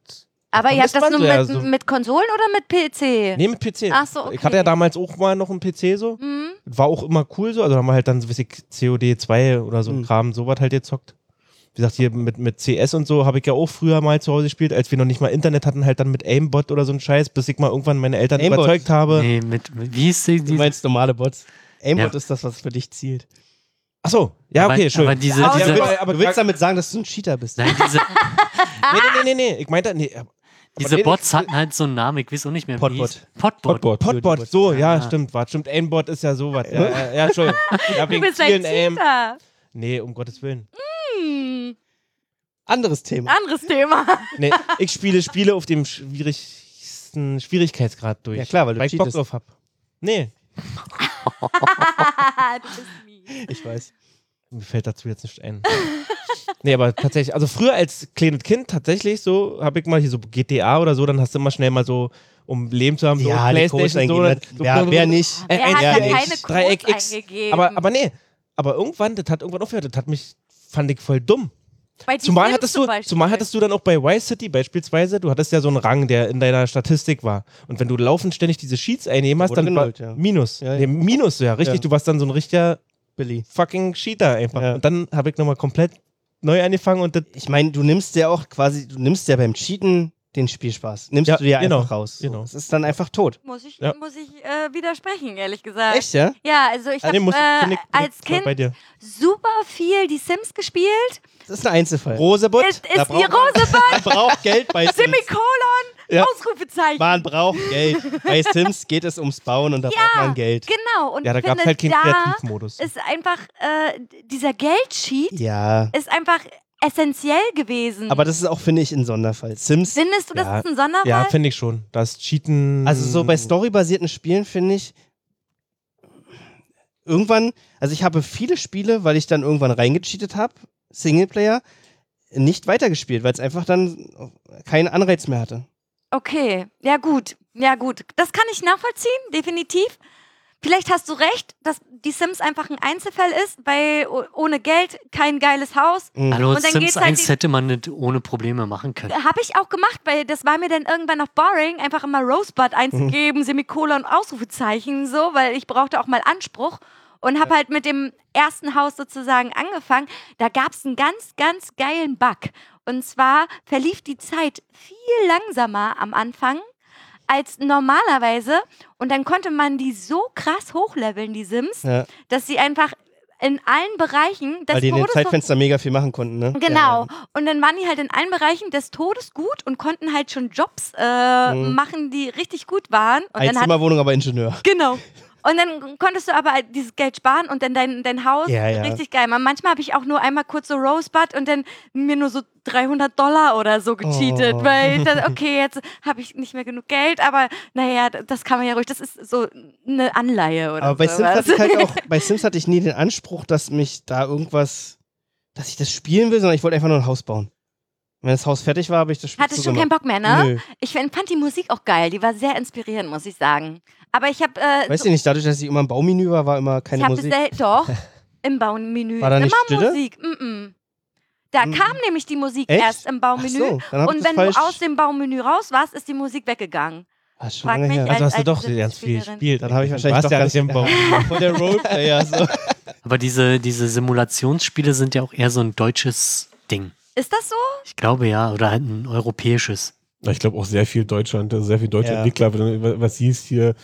Aber ihr habt das Spannend, nur ja, mit, so- mit Konsolen oder mit PC? also- nee, mit PC. Ach so, okay. Ich hatte ja damals auch mal noch einen PC so. Hm? War auch immer cool so. Also da haben wir halt dann, so, weiß ich, COD 2 oder so ein Mhm. Kram, sowas halt gezockt. Wie gesagt, hier mit, mit CS und so habe ich ja auch früher mal zu Hause gespielt, als wir noch nicht mal Internet hatten, halt dann mit Aimbot oder so ein Scheiß, bis ich mal irgendwann meine Eltern Aimbot. überzeugt habe. Nee, mit, mit- wie ist die, Du diese, meinst normale Bots. Aimbot Ja. ist das, was für dich zielt. Ach so, ja, aber- okay, schön. Aber diese, Ja, diese, aber- du willst damit sagen, dass du ein Cheater bist. nein, diese, Ah! nee, nee, nee, nee, nee, ich meinte, nee, diese nee, Bots hatten halt so einen Namen, ich weiß auch nicht mehr. wie die Potbot. hieß. Potbot. Hotbot. Potbot, so, ja, Ja. stimmt, war stimmt. Aimbot ist ja sowas. Ja, ja, ja Entschuldigung. Ja, Du wegen bist ein vielen Aim. Cheater. Nee, um Gottes Willen. Hm. Anderes Thema. Anderes Thema. (laughs) Nee, ich spiele Spiele auf dem schwierigsten Schwierigkeitsgrad durch. Ja, klar, weil du weil ich Bock cheatest. drauf hab. Nee, du bist mies. Ich weiß. mir fällt dazu jetzt nicht ein. (laughs) Nee, aber tatsächlich, also früher als kleines Kind tatsächlich so, habe ich mal hier so GTA oder so, dann hast du immer schnell mal so, um Leben zu haben, (laughs) so Ja, die Codes Playstation so, eingeben. ne? dann- so Wer, wer nicht? Äh, Wer hat ja, da ich- keine Dreieck Codes X. eingegeben? Aber, aber nee, aber irgendwann, das hat irgendwann aufgehört, das hat mich, fand ich voll dumm. Bei die Zumal Sims hattest, zum du, Beispiel. zumal hattest du dann auch bei Vice City beispielsweise, du hattest ja so einen Rang, der in deiner Statistik war. Und wenn du laufend ständig diese Sheets einnehmen hast, Wurde dann war genullt, ja. Minus. Ja, ja. Nee, Minus, ja, richtig. Ja. Du warst dann so ein richtiger Billy. fucking Cheater einfach. Ja. Und dann habe ich nochmal komplett neu angefangen und das. Ich meine, du nimmst ja auch quasi, du nimmst ja beim Cheaten den Spielspaß. Nimmst Ja, du dir genau, einfach raus. So. genau. Es ist dann einfach tot. Muss ich, Ja. muss ich äh, widersprechen, ehrlich gesagt. Echt, ja? Ja, also ich Ah, habe nee, muss- bin äh, ich- bin als ich voll Kind Bei dir. super viel die Sims gespielt. Das ist ein Einzelfall. Rosebutt? Es ist da die braucht Rose (laughs) Man braucht Geld bei Sims. Semikolon, Ja. Ausrufezeichen. Man braucht Geld. Bei Sims geht es ums Bauen und da braucht man Geld. Genau, und Ja, da ich gab finde, es halt keinen da Kreativmodus. ist einfach, äh, d- dieser Geldsheet Ja. ist einfach essentiell gewesen. Aber das ist auch, finde ich, ein Sonderfall. Sims. Findest du, das Ja. ist ein Sonderfall? Ja, finde ich schon. Das Cheaten. Also so bei storybasierten Spielen, finde ich. Irgendwann, also ich habe viele Spiele, weil ich dann irgendwann reingecheatet habe, Singleplayer, nicht weitergespielt, weil es einfach dann keinen Anreiz mehr hatte. Okay, ja gut, ja gut. Das kann ich nachvollziehen, definitiv. Vielleicht hast du recht, dass die Sims einfach ein Einzelfall ist, weil o- ohne Geld kein geiles Haus. Mhm. Hallo, Und dann Sims geht's halt 1 die- hätte man nicht ohne Probleme machen können. Habe ich auch gemacht, weil das war mir dann irgendwann noch boring, einfach immer Rosebud Hm. einzugeben, Semikolon, Ausrufezeichen, so, weil ich brauchte auch mal Anspruch und habe halt mit dem ersten Haus sozusagen angefangen. Da gab es einen ganz, ganz geilen Bug. Und zwar verlief die Zeit viel langsamer am Anfang als normalerweise und dann konnte man die so krass hochleveln, die Sims, Ja, dass sie einfach in allen Bereichen das weil die in dem Todes Zeitfenster mega viel machen konnten, ne? Genau. Ja, Und dann waren die halt in allen Bereichen des Todes gut und konnten halt schon Jobs äh, Mhm. machen, die richtig gut waren. Und dann ja. hat, Einzimmerwohnung, aber Ingenieur. genau. Und dann konntest du aber halt dieses Geld sparen und dann dein, dein Haus Ja, ja. richtig geil machen. Manchmal habe ich auch nur einmal kurz so Rosebud und dann mir nur so 300 Dollar oder so gecheatet, Oh. weil ich (laughs) dachte, okay, jetzt habe ich nicht mehr genug Geld, aber naja, d- das kann man ja ruhig, das ist so eine Anleihe oder Aber bei Sims, sowas. hatte ich (laughs) halt auch, bei Sims hatte ich nie den Anspruch, dass mich da irgendwas, dass ich das spielen will, sondern ich wollte einfach nur ein Haus bauen. Wenn das Haus fertig war, habe ich das Spiel Hattest schon keinen zugemacht. Bock mehr, ne? Nö. Ich find- fand die Musik auch geil, die war sehr inspirierend, muss ich sagen. Aber ich habe äh, Weißt du nicht, dadurch, dass ich immer im Baumenü war, war immer keine ich Musik. Sel (laughs) doch, im Baumenü. War da nicht immer Stille? Musik. Mm -mm. Da Mm. kam nämlich die Musik Echt? erst im Ach Baumenü. so, dann hab ich Und das wenn du falsch. aus dem Baumenü raus warst, ist die Musik weggegangen. Ah, schon Frag lange mich her. als Also hast du alte doch ganz viel Sims-Spielerin. gespielt. Dann habe ich Du wahrscheinlich warst doch ja ganz- nicht im Bau. (laughs) Voll der also. Roleplayer. So. Aber diese, diese Simulationsspiele sind ja auch eher so ein deutsches Ding. Ist das so? Ich glaube ja, oder halt ein europäisches. Na, ich glaube auch sehr viel Deutschland, also sehr viel deutsche Ja. Entwickler, wenn- wa- was hieß hier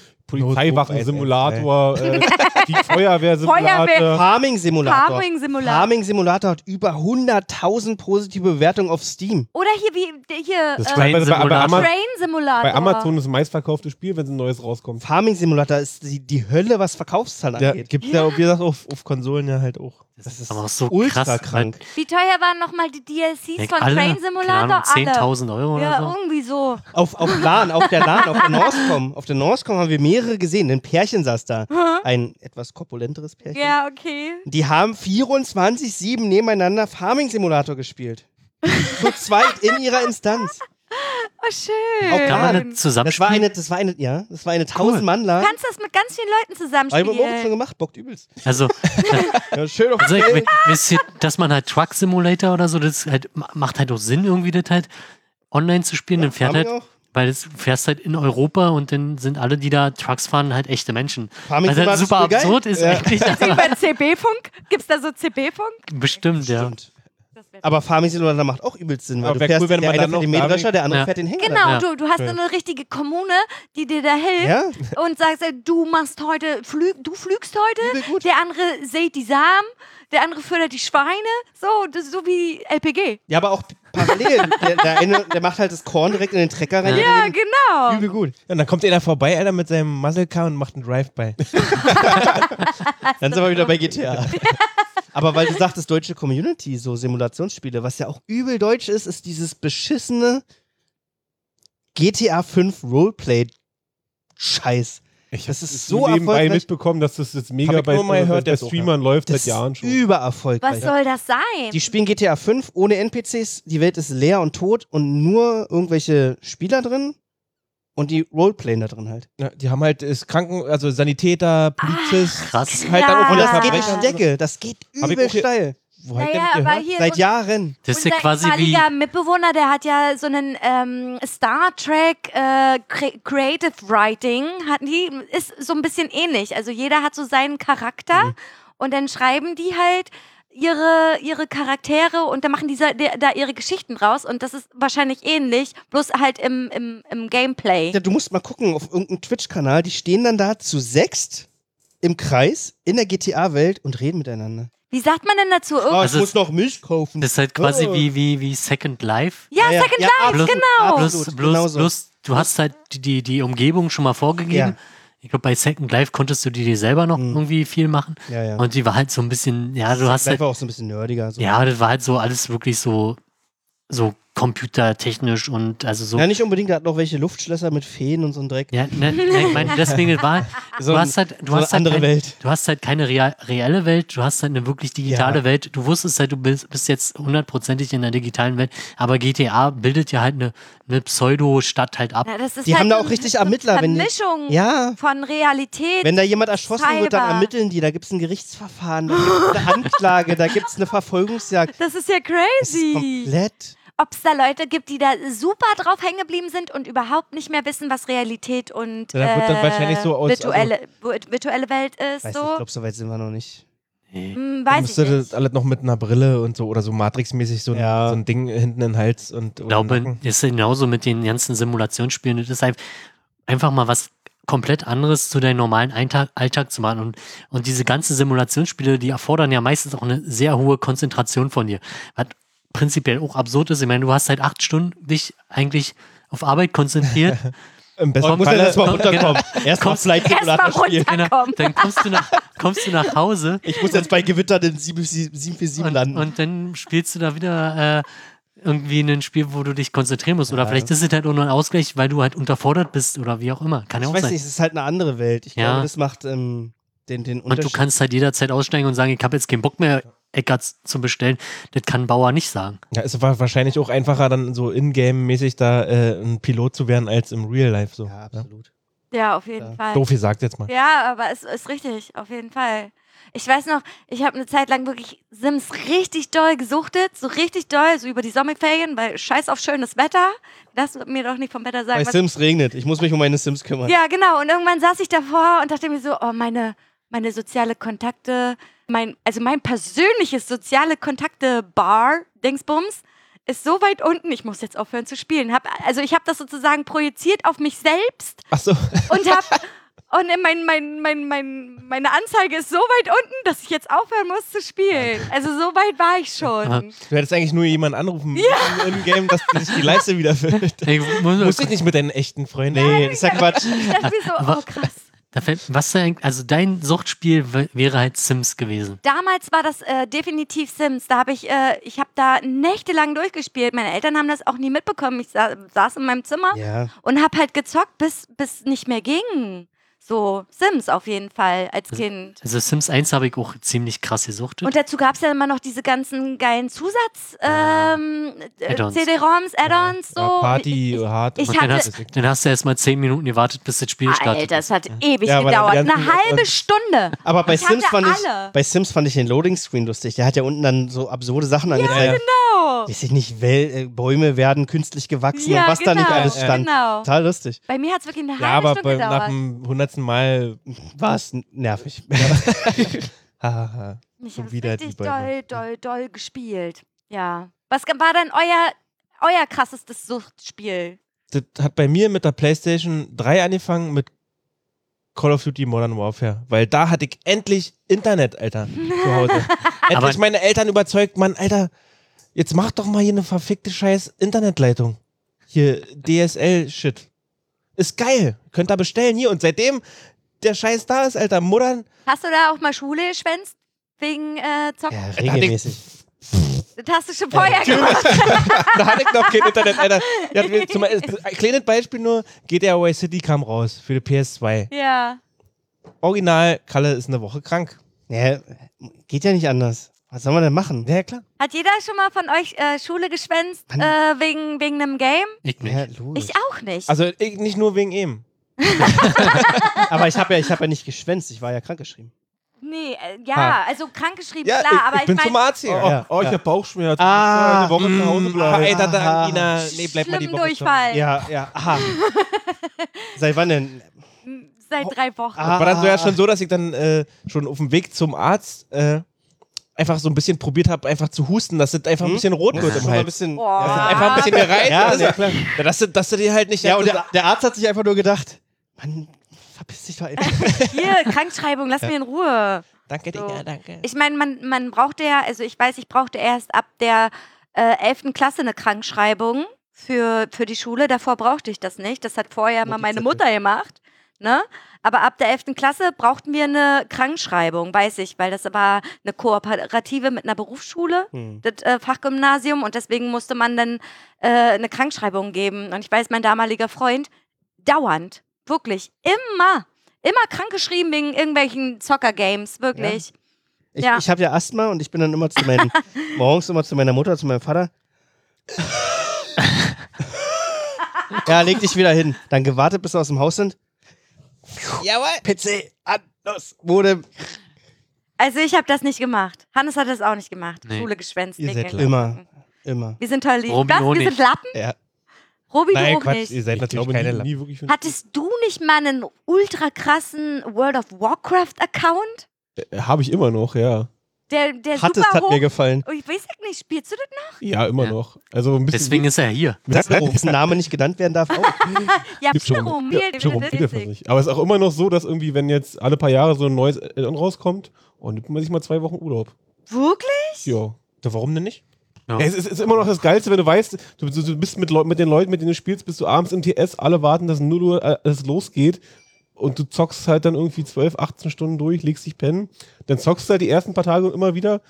Polizeiwachen-Simulator, äh, die Feuerwehr-Simulator. Feuerwehr. Äh, Farming-Simulator. Farming Simulator. Farming-Simulator hat über 100.000 positive Bewertungen auf Steam. Oder hier wie der- hier Das äh, ist teilweise bei, bei, Train-Simulator. Ama Train Simulator. bei Amazon das meistverkaufte Spiel, wenn es ein neues rauskommt. Farming-Simulator ist die, die Hölle, was Verkaufszahlen Ja, angeht. gibt's ja, wie gesagt, auf, auf Konsolen ja halt auch. Das ist aber auch so ultra krass. krank. Wie teuer waren nochmal die DLCs Denk von alle, Train keine Simulator? Ahnung, 10.000 Euro oder Ja, so. irgendwie so. Auf, auf LAN, auf der LAN, auf der Northcom. Auf der Northcom haben wir mehrere gesehen. Ein Pärchen saß da. Ein etwas korpulenteres Pärchen. Ja, okay. Die haben 24-7 nebeneinander Farming-Simulator gespielt. Zu zweit in ihrer Instanz. Oh, schön. Auch Kann man das du Das war zusammenspielen? eine, das war eine, ja, das war eine 1000 mann lan kannst das mit ganz vielen Leuten Hab ich beim Orbit schon zusammenspielen. gemacht, bockt übelst. (laughs) Also, Ja, schön auf also ich, wisst ihr, dass man halt Truck Simulator oder so, das halt, ma- macht halt auch Sinn, irgendwie das halt online zu spielen. dann fährt Farming halt, auch. weil das fährst halt in Europa und dann sind alle, die da Trucks fahren, halt echte Menschen. Farming Was halt Simulator ist super voll geil. absurd ist Ja. eigentlich. (laughs) Singt man CB-Funk? Gibt's da so CB-Funk? Bestimmt, ja. Stimmt. Das wär- Aber Farming Simulator macht auch übelst Sinn, weil Aber du wär fährst, cool, wenn der man eine dann fährt den noch Mähdrescher, der andere Ja. fährt den Hänger. Genau, Ja. du, du hast eine richtige Kommune, die dir da hilft Ja? und sagst, ey, du machst heute, flü du flügst heute, der andere sät die Samen, der andere fördert die Schweine, so, das ist so wie LPG. Ja, aber auch parallel. der, der eine, der macht halt das Korn direkt in den Trecker rein. Ja, genau. Übel gut. Ja, und dann kommt einer vorbei, einer mit seinem Muzzle Car und macht einen Drive-By. Dann sind wir wieder bei GTA. (laughs) Aber weil du sagtest, deutsche Community, so Simulationsspiele, was ja auch übel deutsch ist, ist dieses beschissene GTA 5 Roleplay-Scheiß. Ich Das hab ist so nur nebenbei erfolgreich. mitbekommen, dass das jetzt mega Hab ich bei, nur mal bei- gehört, bei der Suche. Streamern läuft Das seit ist Jahren schon. übererfolgreich. Was soll das sein? Die spielen GTA 5 ohne NPCs, die Welt ist leer und tot und nur irgendwelche Spieler drin und die Roleplayen da drin halt. Ja, die haben halt ist Kranken, also Sanitäter, Polizist. Krass. Halt dann auch Ja. Und das Ah. geht durch Verbrecher. die Decke, das geht Hab ich übel auch hier- steil. Wo hab ich naja, denn aber gehört? hier Seit Jahren. Das ist ja unser quasi wie. ehemaliger Mitbewohner, der hat ja so einen ähm, Star Trek äh, Cre Creative Writing, hat die, ist so ein bisschen ähnlich. Also jeder hat so seinen Charakter Mhm. und dann schreiben die halt ihre, ihre Charaktere und dann machen die so- der- da ihre Geschichten raus und das ist wahrscheinlich ähnlich, bloß halt im, im, im Gameplay. Ja, du musst mal gucken auf irgendeinem Twitch-Kanal, die stehen dann da zu sechst im Kreis in der GTA-Welt und reden miteinander. Wie sagt man denn dazu? Ah, Also es- noch Milch kaufen. Das ist halt quasi Oh. wie, wie, wie Second Life. ja, ja, Second ja, Life, bloß- genau. bloß- Plus, genau plus, so. plus, du hast halt die- die, die Umgebung schon mal vorgegeben. Ja. Mhm. Ich glaube, bei Second Life konntest du die dir selber noch irgendwie viel machen. Ja, ja. Und die war halt so ein bisschen, ja, du hast das halt, war auch so ein bisschen nerdiger. So. ja, das war halt so alles wirklich so, so computertechnisch und also so. ja, nicht unbedingt, da hat noch welche Luftschlösser mit Feen und so ein Dreck. Ja, ne, ne, ich meine, deswegen das war, So du ein- hast halt, du so eine hast halt andere kein, Welt. Du hast halt keine real, reelle Welt, du hast halt eine wirklich digitale Ja. Welt. Du wusstest halt, du bist, bist jetzt hundertprozentig in der digitalen Welt, aber GTA bildet ja halt eine, eine Pseudo-Stadt halt ab. Na, das ist Die halt haben da so auch ein- richtig so eine Ermittler, wenn die- Vermischung Hm. Ja. von Realität. Wenn da jemand erschossen wird, dann Cyber. ermitteln die. Da gibt es ein Gerichtsverfahren, da gibt es eine (laughs) Anklage, da gibt es eine Verfolgungsjagd. das ist ja Das ist crazy. komplett. ob es da Leute gibt, die da super drauf hängen geblieben sind und überhaupt nicht mehr wissen, was Realität und Ja, da wird dann äh, wahrscheinlich so aus- virtuelle, vi- virtuelle Welt ist. Weiß nicht, ich so. glaube, so weit sind wir noch nicht. Hm, Dann weiß ich müsste nicht. das alles noch mit einer Brille und so oder so Matrix-mäßig so, ein- Ja. so ein Ding hinten in den Hals und Ich glaube, das ist genauso mit den ganzen Simulationsspielen. Das ist ein- einfach mal was komplett anderes zu deinem normalen Eintag, Alltag zu machen. Und, und diese ganzen Simulationsspiele, die erfordern ja meistens auch eine sehr hohe Konzentration von dir. Was halt (laughs) prinzipiell auch absurd ist. Ich meine, du hast seit acht Stunden dich eigentlich auf Arbeit konzentriert Im besten Komm, Fall komm, erst (laughs) mal komm, runterkommen. Erst mal Komm. Genau. Flight Erstmal Simulator spielen. ne? Genau. runterkommen. Dann kommst du nach, kommst du nach Hause Ich muss jetzt bei Gewitter den 7- 747 und, landen. und dann spielst du da wieder äh, irgendwie in ein Spiel, wo du dich konzentrieren musst. Oder vielleicht ist es halt auch nur ein Ausgleich, weil du halt unterfordert bist oder wie auch immer. Kann ja ich auch weiß sein. nicht, es ist halt eine andere Welt. Ich Ja. glaube, das macht ähm, den, den Und du Unterschied. kannst halt jederzeit aussteigen und sagen, ich habe jetzt keinen Bock mehr, Eckerts zu bestellen. Das kann Bauer nicht (laughs) sagen. Ja, es war wahrscheinlich auch einfacher, dann so in-game-mäßig da äh, ein Pilot zu werden, als im Real Life so. ja, absolut. Ja, auf jeden Ja. Fall. Doof gesagt jetzt mal. Ja, aber es ist richtig, auf jeden Fall. Ich weiß noch, ich habe eine Zeit lang wirklich Sims richtig doll gesuchtet, so richtig doll, so über die Sommerferien, weil scheiß auf schönes Wetter. Das wird mir doch nicht vom Wetter sagen. Bei was- Sims regnet. Ich muss mich um meine Sims kümmern. ja, genau. Und irgendwann saß ich davor und dachte mir so, oh, meine, meine soziale Kontakte, mein, also mein persönliches soziale Kontakte-Bar, Dingsbums, ist so weit unten, ich muss jetzt aufhören zu spielen. Hab, also ich habe das sozusagen projiziert auf mich selbst Ach so. (laughs) und hab und in mein, mein, mein, mein, meine Anzeige ist so weit unten, dass ich jetzt aufhören muss zu spielen. Also so weit war ich schon. Du hättest eigentlich nur jemanden anrufen müssen im Game, dass sich die Leiste wieder füllt. Ey, muss- Du musst dich nicht mit deinen echten Freunden. Nee, das ist ja Quatsch. Ich dachte mir so, Aber- oh krass. Da fällt, was denn, also dein Suchtspiel w- wäre halt Sims gewesen. Damals war das äh, definitiv Sims. Da habe ich, äh, ich habe da nächtelang durchgespielt. Meine Eltern haben das auch nie mitbekommen. Ich sa saß in meinem Zimmer Ja. und habe halt gezockt, bis bis nicht mehr ging. So Sims auf jeden Fall als Kind. Also Sims 1 habe ich auch ziemlich krass gesuchtet. Und dazu gab es ja immer noch diese ganzen geilen Zusatz Ja. ähm, äh, Add-ons. CD-ROMs, Add-ons, Ja, so. Party, Ich- ich- hart. ich Und dann, hatte- hast, dann hast du erstmal 10 Minuten gewartet, bis das Spiel startet. Alter, es hat ewig Ja, aber dann gedauert. die ganzen- Eine halbe Stunde. Aber bei Ich Sims, hatte fand alle. ich, bei Sims fand ich den Loading-Screen lustig. Der hat ja unten dann so absurde Sachen angezeigt. Genau. Weiß ich nicht, Wel äh, Bäume werden künstlich gewachsen Ja, und was da nicht genau, alles stand. genau. Total lustig. Bei mir hat es wirklich eine halbe Ja, aber Stunde bei, nach gedauert. dem hundertsten Mal. War es n- nervig. (laughs) Hahaha. Ich schon habe wieder die ne? richtig doll, Bäume. doll, doll gespielt. Ja. Was ge- war denn euer, euer krassestes Suchtspiel? das hat bei mir mit der PlayStation 3 angefangen mit Call of Duty Modern Warfare, weil da hatte ich endlich Internet, Alter, zu (laughs) Hause. endlich Aber- meine Eltern überzeugt, Mann, Alter, jetzt mach doch mal hier eine verfickte scheiß Internetleitung. Hier DSL-Shit. Ist geil. Könnt ihr bestellen hier. Und seitdem der Scheiß da ist, Alter, Modern. Hast du da auch mal Schule geschwänzt? Wegen äh, Zocken? ja, regelmäßig. Das hast du schon vorher gemacht. Da hatte ich noch kein Internet, Alter. (laughs) Ja, wir- zum, Beispiel- ein kleines Beispiel nur, GTA Y City kam raus für die PS2. Ja. Original, Kalle ist eine Woche krank. Ja, geht ja nicht anders. Was soll man denn machen? Ja, klar. Hat jeder schon mal von euch äh, Schule geschwänzt äh, wegen, wegen einem Game? Ich nicht. Ja, logisch. Ich auch nicht. Also ich, nicht nur wegen ihm. äh, Aber ich habe ja, ich hab ja nicht geschwänzt, ich war ja krankgeschrieben. nee, äh, ja, Ah. also krankgeschrieben, Ja, klar, ich, aber ich ich, bin zum meine, Arzt hier. Oh, Ja. oh, ich hab Bauchschmerzen. Ah. ich muss mal eine Woche zu Hause Ah, bleiben. ey, da, da, Aha. Angina. Nee, bleib mal die schlimmen Woche Durchfall. Ja, ja, (laughs) aha. Seit wann denn? Seit drei Wochen. Ah. zu. War dann so ja schon so, dass ich dann äh, schon auf dem Weg zum Arzt äh, einfach so ein bisschen probiert habe, einfach zu husten, dass es Hm? einfach ein bisschen rot wird im Schon mal ein Hals. bisschen. Boah. Einfach ein Ah. bisschen gereizt. also. Ja, ist. nee, klar. Ja, dass, du- dass du dir halt nicht. Ja, und der, der Arzt hat sich einfach nur gedacht, Mann, verpiss dich doch (laughs) einfach. Hier, Krankschreibung, lass mir in Ruhe. danke, So. Digga, danke. Ich meine, man, man brauchte ja, also ich weiß, ich brauchte erst ab der äh, 11. Klasse eine Krankschreibung für, für die Schule. Davor brauchte ich das nicht. Das hat vorher mal meine Mutter gemacht. Ne? Aber ab der 11. Klasse brauchten wir eine Krankschreibung, weiß ich, weil das war eine Kooperative mit einer Berufsschule, Hm. das äh, Fachgymnasium, und deswegen musste man dann äh, eine Krankschreibung geben. Und ich weiß, mein damaliger Freund, dauernd, wirklich, immer, immer krankgeschrieben wegen irgendwelchen Zocker-Games, wirklich. Ich, Ja. ich habe ja Asthma und ich bin dann immer zu meinen, (laughs) morgens immer zu meiner Mutter, zu meinem Vater. ja, leg dich wieder hin. Dann gewartet, bis wir aus dem Haus sind. Jawohl. PC, an, los. Wurde Also ich habe das nicht gemacht. Hannes hat das auch nicht gemacht. Nee. Schule geschwänzt. Ihr nee, seid nee. Lappen. immer, immer. Wir sind toll lieb. Robi Was? auch Wir nicht. sind Lappen? Ja. Robi, du Nein, auch Quatsch, ihr nicht. seid Ich natürlich glaube, keine nie, Lappen. nie wirklich. Hattest du nicht mal einen ultra krassen World of Warcraft-Account? Habe Äh, ich immer noch, ja. Der, der Hattest super hat hoch... mir gefallen. Oh, ich weiß ja nicht, spielst du das noch? Ja, immer Ja. noch. Also ein bisschen. Deswegen ist er hier. Dass ein Name nicht genannt (laughs) werden darf, auch. Ja, Gibt schon. Jerome, Ja, hier, der Jerome wird Bielefeld witzig. nicht. Aber es ist auch immer noch so, dass irgendwie, wenn jetzt alle paar Jahre so ein neues Add-on rauskommt, und nimmt man sich mal zwei Wochen Urlaub. Wirklich? Ja. Warum denn nicht? Ja. Ja, es, ist, es ist immer noch das Geilste, wenn du weißt, du, du, du bist mit, Leu mit den Leuten, mit denen du spielst, bist du abends im TS, alle warten, dass 0 Uhr äh, es losgeht und du zockst halt dann irgendwie 12, 18 Stunden durch, legst dich pennen, dann zockst du halt die ersten paar Tage immer wieder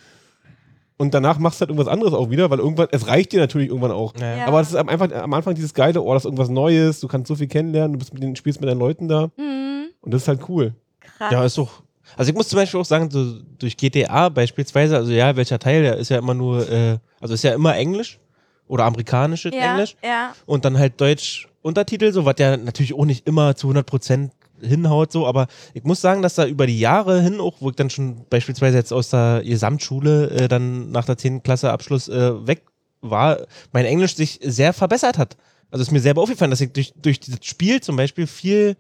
und danach machst du halt irgendwas anderes auch wieder, weil irgendwann, es reicht dir natürlich irgendwann auch. Ja. Aber es ist am, einfach, am Anfang dieses Geile, oh, das ist irgendwas Neues, du kannst so viel kennenlernen, du bist mit den, spielst mit deinen Leuten da Mhm, und das ist halt cool. krass. Ja, ist doch. Also ich muss zum Beispiel auch sagen, so durch GTA beispielsweise, also ja, welcher Teil, der ist ja immer nur, äh, also ist ja immer Englisch oder amerikanisches ja, Englisch ja. und dann halt Deutsch Untertitel, so was ja natürlich auch nicht immer zu 100% hinhaut, so, aber ich muss sagen, dass da über die Jahre hin auch, wo ich dann schon beispielsweise jetzt aus der Gesamtschule äh, dann nach der 10. Klasse Abschluss äh, weg war, mein Englisch sich sehr verbessert hat. Also ist mir selber aufgefallen, dass ich durch, durch dieses Spiel zum Beispiel viel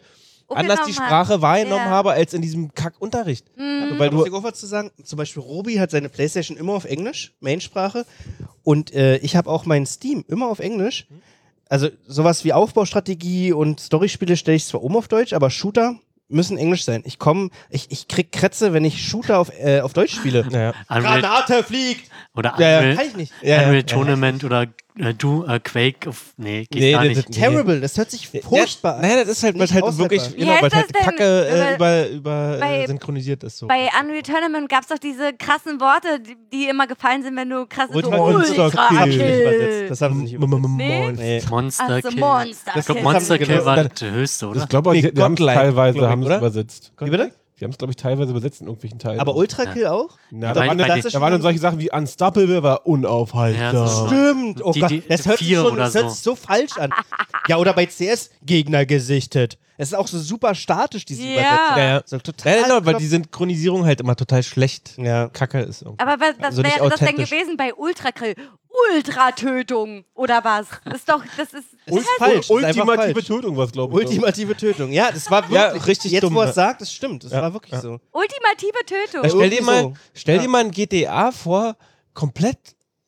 anders die Umgenommen Sprache wahrgenommen Oh, genau, Ja. habe als in diesem Kackunterricht. hat. Mhm. Weil Weil du du auch was zu sagen, zum Beispiel Robi hat seine Playstation immer auf Englisch, Mainsprache. Und äh, ich habe auch meinen Steam immer auf Englisch. Also sowas wie Aufbaustrategie und Storyspiele stelle ich zwar um auf Deutsch, aber Shooter müssen Englisch sein. Ich komme, ich, ich krieg Krätze, wenn ich Shooter auf, äh, auf Deutsch spiele. Ja, Unreal, fliegt! oder Ja, ja, Unreal, Kann ich nicht. Unreal Tournament oder äh, du, äh, Quake. Auf, nee, geht Nee, gar nee, nicht. das- Terrible, das hört sich furchtbar an. Naja, das ist halt, weil Nicht halt aushaltbar. wirklich, Wie genau, heißt weil halt das denn? Kacke äh, über, Bei- über äh, bei- synchronisiert ist so. Bei Unreal Tournament gab es doch diese krassen Worte, die, die immer gefallen sind, wenn du krasse Ultra- Ultra Ultra-Kill. Kill. Das haben sie nicht M- m- m- Nee. Moin. Nee. Monster Ach so, Kill. Monster ich glaube, Kill. Monster genau Kill war Dann- das höchste, oder? Das glaube ich, Nee, die haben es Godlike, teilweise glaub ich, haben's oder? übersetzt. Wie bitte? Die haben es, glaube ich, teilweise übersetzt in irgendwelchen Teilen. Aber Ultra Kill auch? Na, Ja, bei- da, waren, bei da, den- da waren dann solche Sachen wie Unstoppable war Ja, das ist unaufhaltsam. so. Stimmt. Oh Die- Gott, die- das hört sich vier schon oder das hört sich so falsch an. Ja, oder bei CS Gegner gesichtet. Es ist auch so super statisch diese Ja. ja, ja. Übersetzung. So total Nein, nein, nein, weil bekloppt. die Synchronisierung halt immer total schlecht ja. Kacke ist. irgendwie. Aber was, was Also nicht wäre das denn authentisch. gewesen bei Ultra Kill? Ultratötung oder was? Das ist doch, das ist. halt Ist falsch. ist einfach Ultimative falsch. Tötung war es, glaube ich. Ultimative Tötung. Ja, das war Ja, wirklich richtig Jetzt, dumm, wo er ja. es sagt, das stimmt. Das war wirklich so. Ultimative Da Tötung. stell dir irgendwie mal, so. stell Ja. dir mal ein GTA vor, komplett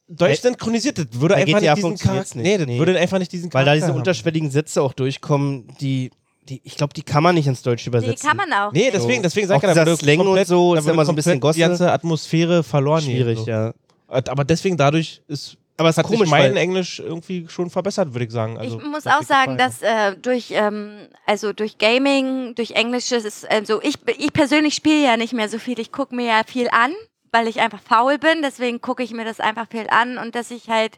deutsch Bei- synchronisiert. Das würde bei einfach GTA nicht diesen funktioniert's Charakter. nicht. Nee, das Nee. würde einfach nicht diesen Weil Charakter. da diese haben. unterschwelligen Sätze auch durchkommen, die, die ich glaube, die kann man nicht ins Deutsche Die übersetzen. kann man auch. Nee, deswegen, deswegen sag Auch ich ja, da dieser würde Slang und komplett- so, da ist würde immer so ein bisschen komplett die Gosse. ganze Atmosphäre verloren. gehen, Schwierig, so. ja. Aber deswegen dadurch ist Aber es hat ist komisch, sich mein weil- Englisch irgendwie schon verbessert, würde ich sagen. Also, ich muss das hat auch mir sagen, gefallen. dass äh, durch ähm, also durch Gaming, durch Englisches, also ich ich persönlich spiele ja nicht mehr so viel. Ich gucke mir ja viel an, weil ich einfach faul bin. Deswegen gucke ich mir das einfach viel an und dass ich halt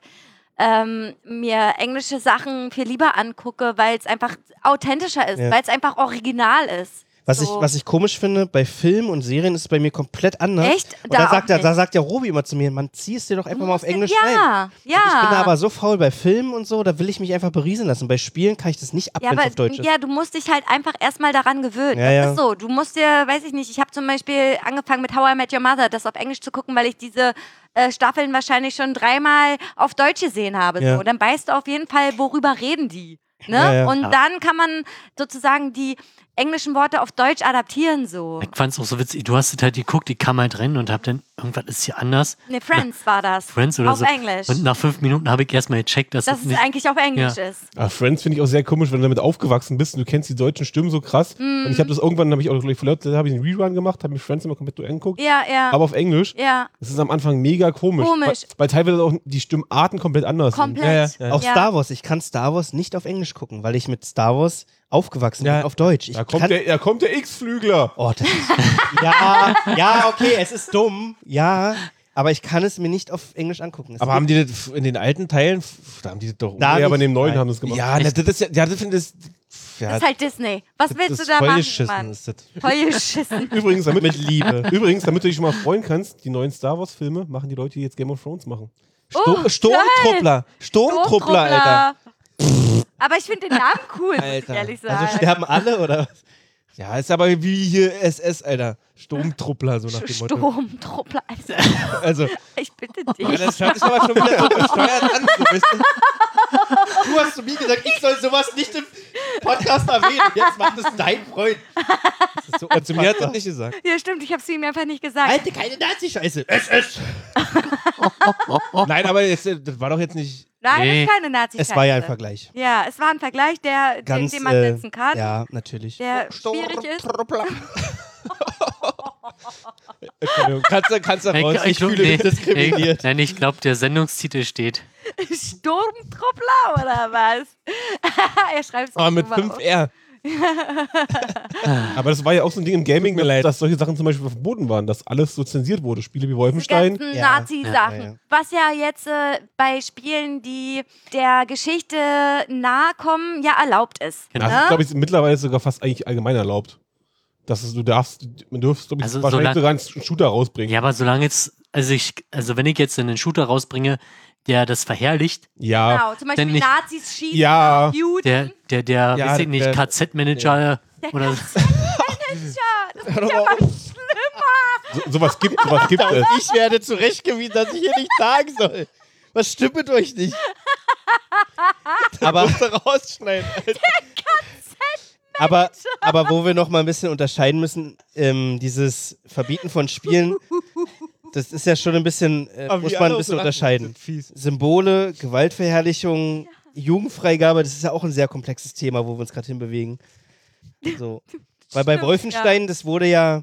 ähm, mir englische Sachen viel lieber angucke, weil es einfach authentischer ist, Ja. weil es einfach original ist. Was, So. ich, was ich komisch finde, bei Filmen und Serien ist es bei mir komplett anders. Echt? Und Da da, auch sagt ja, da nicht. sagt ja Robi immer zu mir, man zieh es dir doch einfach mal auf Englisch rein. ja, ja. Ich bin da aber so faul bei Filmen und so, da will ich mich einfach beriesen lassen. Bei Spielen kann ich das nicht ab, Ja, wenn es aber auf Deutsch ist. ja, du musst dich halt einfach erstmal daran gewöhnen. Ja, das ja. ist so. Du musst dir, weiß ich nicht, ich habe zum Beispiel angefangen mit How I Met Your Mother, das auf Englisch zu gucken, weil ich diese äh, Staffeln wahrscheinlich schon dreimal auf Deutsch gesehen habe. Ja. So. Dann weißt du auf jeden Fall, worüber reden die. Ne? Ja, ja. Und dann kann man sozusagen die englischen Worte auf Deutsch adaptieren so. Ich fand's auch so witzig. Du hast es halt geguckt, die kam halt rein und hab dann, irgendwas ist hier anders. Ne, Friends war das. Friends oder auf so. Englisch. Und nach fünf Minuten habe ich erstmal gecheckt, dass dass das es (laughs) nicht. eigentlich auf Englisch ist. Ah, Friends finde ich auch sehr komisch, wenn du damit aufgewachsen bist und du kennst die deutschen Stimmen so krass. Und ich habe das irgendwann, habe ich auch gleich verlört, da habe ich einen Rerun gemacht, habe mir Friends immer komplett angeguckt, Ja, ja. aber auf Englisch. ja, Das ist am Anfang mega komisch. Komisch. Weil, weil teilweise auch die Stimmarten komplett anders sind. komplett. Ja, ja, ja. Auch Ja. Star Wars, ich kann Star Wars nicht auf Englisch gucken, weil ich mit Star Wars aufgewachsen Ja. bin, auf Deutsch. Ich Da kommt kann, der, da kommt der X-Flügler. oh, das ist, (laughs) ja, ja, okay, es ist dumm, ja, aber ich kann es mir nicht auf Englisch angucken. Es Aber haben die das in den alten Teilen, f- da haben die das doch. Da- Nee, aber in dem neuen Nein. haben sie es gemacht. ja, na, das ist ja, ja, das finde ich. Ja, Das ist halt Disney. Was das willst ist du da voll machen, geschissen, Mann? Ist das. Voll geschissen. Übrigens, damit, mit Liebe. übrigens, damit du dich schon mal freuen kannst, die neuen Star Wars-Filme machen die Leute, die jetzt Game of Thrones machen. Oh, Sto Sturmtruppler. Sturmtruppler, Alter. Aber ich finde den Namen cool, muss Alter. ich ehrlich sagen. Also sterben alle oder was? Ja, ist aber wie hier SS, Alter. Sturmtruppler, so nach dem Motto. Sturmtruppler. Also, (laughs) Also, ich bitte ja, dich. das hört sich aber schon wieder so bescheuert an. So, weißt du? Du hast zu mir gesagt, ich soll sowas nicht im Podcast erwähnen. Jetzt macht es dein Freund. Das ist so Und zu mir hat er nicht gesagt. Ja, stimmt, ich habe es ihm einfach nicht gesagt. Alte, keine Nazi-Scheiße. SS. Nein, aber jetzt, äh, das war doch jetzt nicht. Nein, Nee. das ist keine nazi Es war ja ein Vergleich. Ja, es war ein Vergleich, der, Ganz, den, den man äh, setzen kann, Ja, natürlich. der schwierig ist. Sturmtruppler. Entschuldigung. Kannst du kannst du Äh, raus. glaub- Ich glaub- fühle mich nee, diskriminiert. Nee, (laughs) nein, ich glaube, der Sendungstitel steht. (laughs) Sturmtruppler oder was? (laughs) er schreibt es Aber Oh, mit 5R. Aber das war ja auch so ein Ding im Gaming, Tut mir dass, leid. dass solche Sachen zum Beispiel verboten waren, dass alles so zensiert wurde. Spiele wie Die Wolfenstein. ganzen Ja. Nazi-Sachen. Ja, ja, ja. Was ja jetzt äh, bei Spielen, die der Geschichte nahe kommen, ja erlaubt ist. Genau. Das ist, Ne? glaube Also ich, mittlerweile sogar fast eigentlich allgemein erlaubt. Dass es, du darfst, man dürfst, glaube ich, Also wahrscheinlich solange- sogar einen Shooter rausbringen. Ja, aber solange jetzt, also ich, also wenn ich jetzt einen Shooter rausbringe, der das verherrlicht, Ja. Genau, zum Beispiel Denn nicht- Nazis schießen Ja. auf Juden. der, der, der, Ja, weiß ich nicht, der- KZ-Manager oder Hör doch mal auf. So, sowas gibt, sowas gibt (laughs) es. Ich werde zurechtgewiesen, dass ich hier nicht sagen soll. Was stimmt mit euch nicht? Aber, Musst du rausschneiden. aber Aber wo wir noch mal ein bisschen unterscheiden müssen, ähm, dieses Verbieten von Spielen, das ist ja schon ein bisschen, äh, Aber muss wie man alle ein bisschen unsere unterscheiden. Achten sind fies. Symbole, Gewaltverherrlichung, Jugendfreigabe, das ist ja auch ein sehr komplexes Thema, wo wir uns gerade hinbewegen. So. Weil bei Stimmt, Mhm. Wolfenstein, das wurde ja